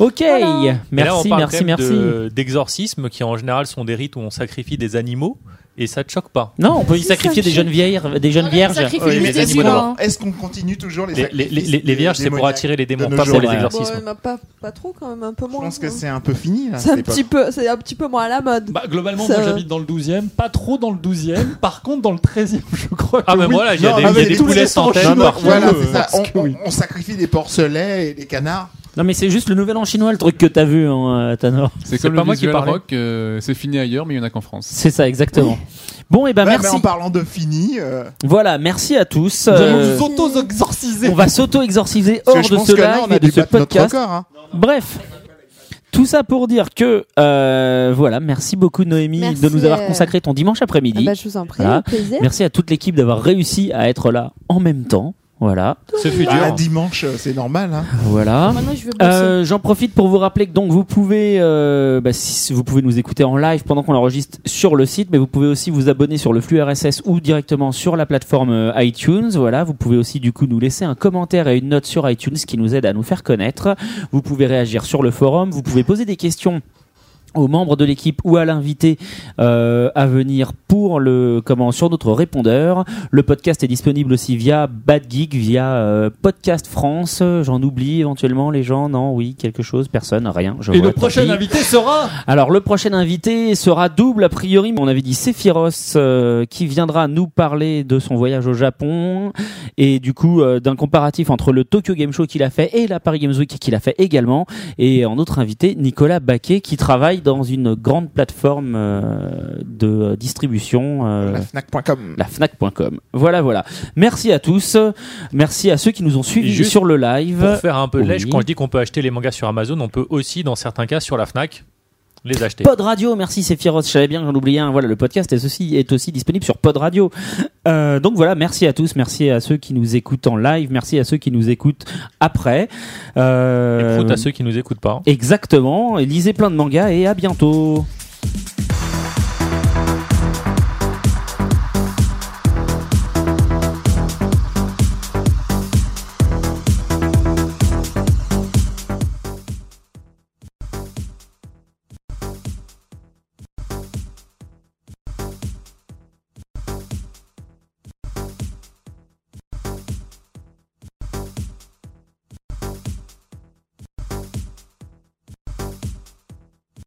S1: Ok,
S4: Voilà.
S3: Mais là, on
S1: merci,
S3: parle
S1: merci,
S3: quand même
S1: merci.
S3: de- D'exorcismes qui en général sont des rites où on sacrifie des animaux et ça te choque pas.
S1: Non, on peut y
S4: Si, ça
S1: sacrifier
S4: me
S1: des
S4: choque.
S1: jeunes vieilles, des jeunes
S4: Voilà,
S1: vierges.
S4: sacrifice
S3: Oui,
S4: des
S3: mais les animaux
S4: humains.
S1: hein
S3: d'abord.
S5: Est-ce qu'on continue toujours les
S3: Les, les- les-
S5: sacrifices
S3: les- les vierges, c'est pour
S5: démoniaques
S3: attirer les démons,
S5: nos
S3: pas pour
S5: jours,
S3: les
S1: ouais.
S6: Bon,
S3: exorcismes.
S6: bah mais pas, pas trop quand même, un peu
S5: Je
S6: moins.
S5: pense que
S6: hein.
S5: Ah, c'est un peu fini. là,
S6: C'est
S5: à
S6: un
S5: cette
S6: petit
S5: époque.
S6: peu, c'est un petit peu moins à la mode.
S2: Bah, globalement,
S6: Ça-
S2: moi j'habite dans le 12e, pas trop dans le 12e. Par contre, dans le 13e, je crois que.
S3: Ah, mais
S2: oui.
S3: voilà, il y a
S5: Non,
S3: des-
S5: mais
S3: il y a
S5: les-
S3: des
S5: tous
S3: poulets
S2: les
S3: sans
S2: tranches,
S3: tête
S5: Non, non,
S3: partout.
S5: voilà,
S2: euh,
S5: c'est ça.
S2: parce
S5: On,
S2: que oui.
S5: on- on sacrifie des porcelets et des canards.
S1: Non, mais c'est juste le nouvel an chinois, le truc que t'as vu, hein, euh, Tanor.
S7: C'est
S3: C'est
S7: comme
S3: pas
S7: le
S3: moi qui
S7: visual
S3: parlais.
S7: rock, euh, c'est fini ailleurs, mais il y en a qu'en France.
S1: C'est ça, exactement. Bon, et ben
S5: Ouais, mais
S1: merci.
S5: en parlant de fini, euh,
S1: Voilà, merci à tous.
S2: Nous allons
S1: Euh,
S2: nous auto-exorciser.
S1: on va s'auto-exorciser
S5: parce que
S1: hors
S5: je
S1: de
S5: pense
S1: ce
S5: que là, on
S1: live
S5: a
S1: et de
S5: dû
S1: ce
S5: battre notre
S1: podcast.
S5: record. hein.
S1: Bref, tout ça pour dire que euh, voilà, merci beaucoup Noémie
S6: Merci,
S1: de nous avoir
S6: euh,
S1: consacré ton dimanche
S6: Ah
S1: après-midi.
S6: bah, je vous en prie,
S1: Voilà.
S6: avec plaisir.
S1: merci à toute l'équipe d'avoir réussi à être là en même temps. Voilà,
S3: Ce fut
S5: Bah,
S3: dur. hein.
S5: dimanche, euh, c'est normal. hein.
S1: voilà.
S4: Maintenant, je veux bosser.
S1: Euh, J'en profite pour vous rappeler que donc vous pouvez, euh, bah, si vous pouvez nous écouter en live pendant qu'on enregistre sur le site, mais vous pouvez aussi vous abonner sur le flux RSS ou directement sur la plateforme euh, iTunes. Voilà, vous pouvez aussi du coup nous laisser un commentaire et une note sur iTunes qui nous aide à nous faire connaître. Vous pouvez réagir sur le forum, vous pouvez poser des questions aux membres de l'équipe ou à l'invité euh, à venir pour le comment sur notre répondeur. Le podcast est disponible aussi via Bad Geek, via euh, Podcast France. Euh, J'en oublie éventuellement les gens. Non, oui, quelque chose, personne, rien. Je
S2: Et
S1: vois,
S2: le
S1: tant
S2: prochain
S1: pis.
S2: invité sera.
S1: Alors le prochain invité sera double a priori. On avait dit Sephiros euh, qui viendra nous parler de son voyage au Japon et du coup euh, d'un comparatif entre le Tokyo Game Show qu'il a fait et la Paris Games Week qu'il a fait également. Et en autre invité Nicolas Baquet qui travaille dans une grande plateforme euh, de distribution. euh,
S5: La Fnac.com.
S1: la Fnac.com. Voilà, voilà. Merci à tous. Merci à ceux qui nous ont suivis
S3: Juste
S1: sur le live.
S3: Pour faire un peu de
S1: Oui.
S3: lèche, quand je dis qu'on peut acheter les mangas sur Amazon, on peut aussi, dans certains cas, sur la Fnac, les acheter.
S1: Pod Radio, merci Sephiros, je savais bien que j'en oubliais un. Voilà, le podcast est aussi, est aussi disponible sur Pod Radio. Euh, donc voilà, merci à tous, merci à ceux qui nous écoutent en live, merci à ceux qui nous écoutent après.
S3: Et
S1: Euh,
S3: Euh, prout à ceux qui nous écoutent pas.
S1: Exactement, et lisez plein de mangas et à bientôt.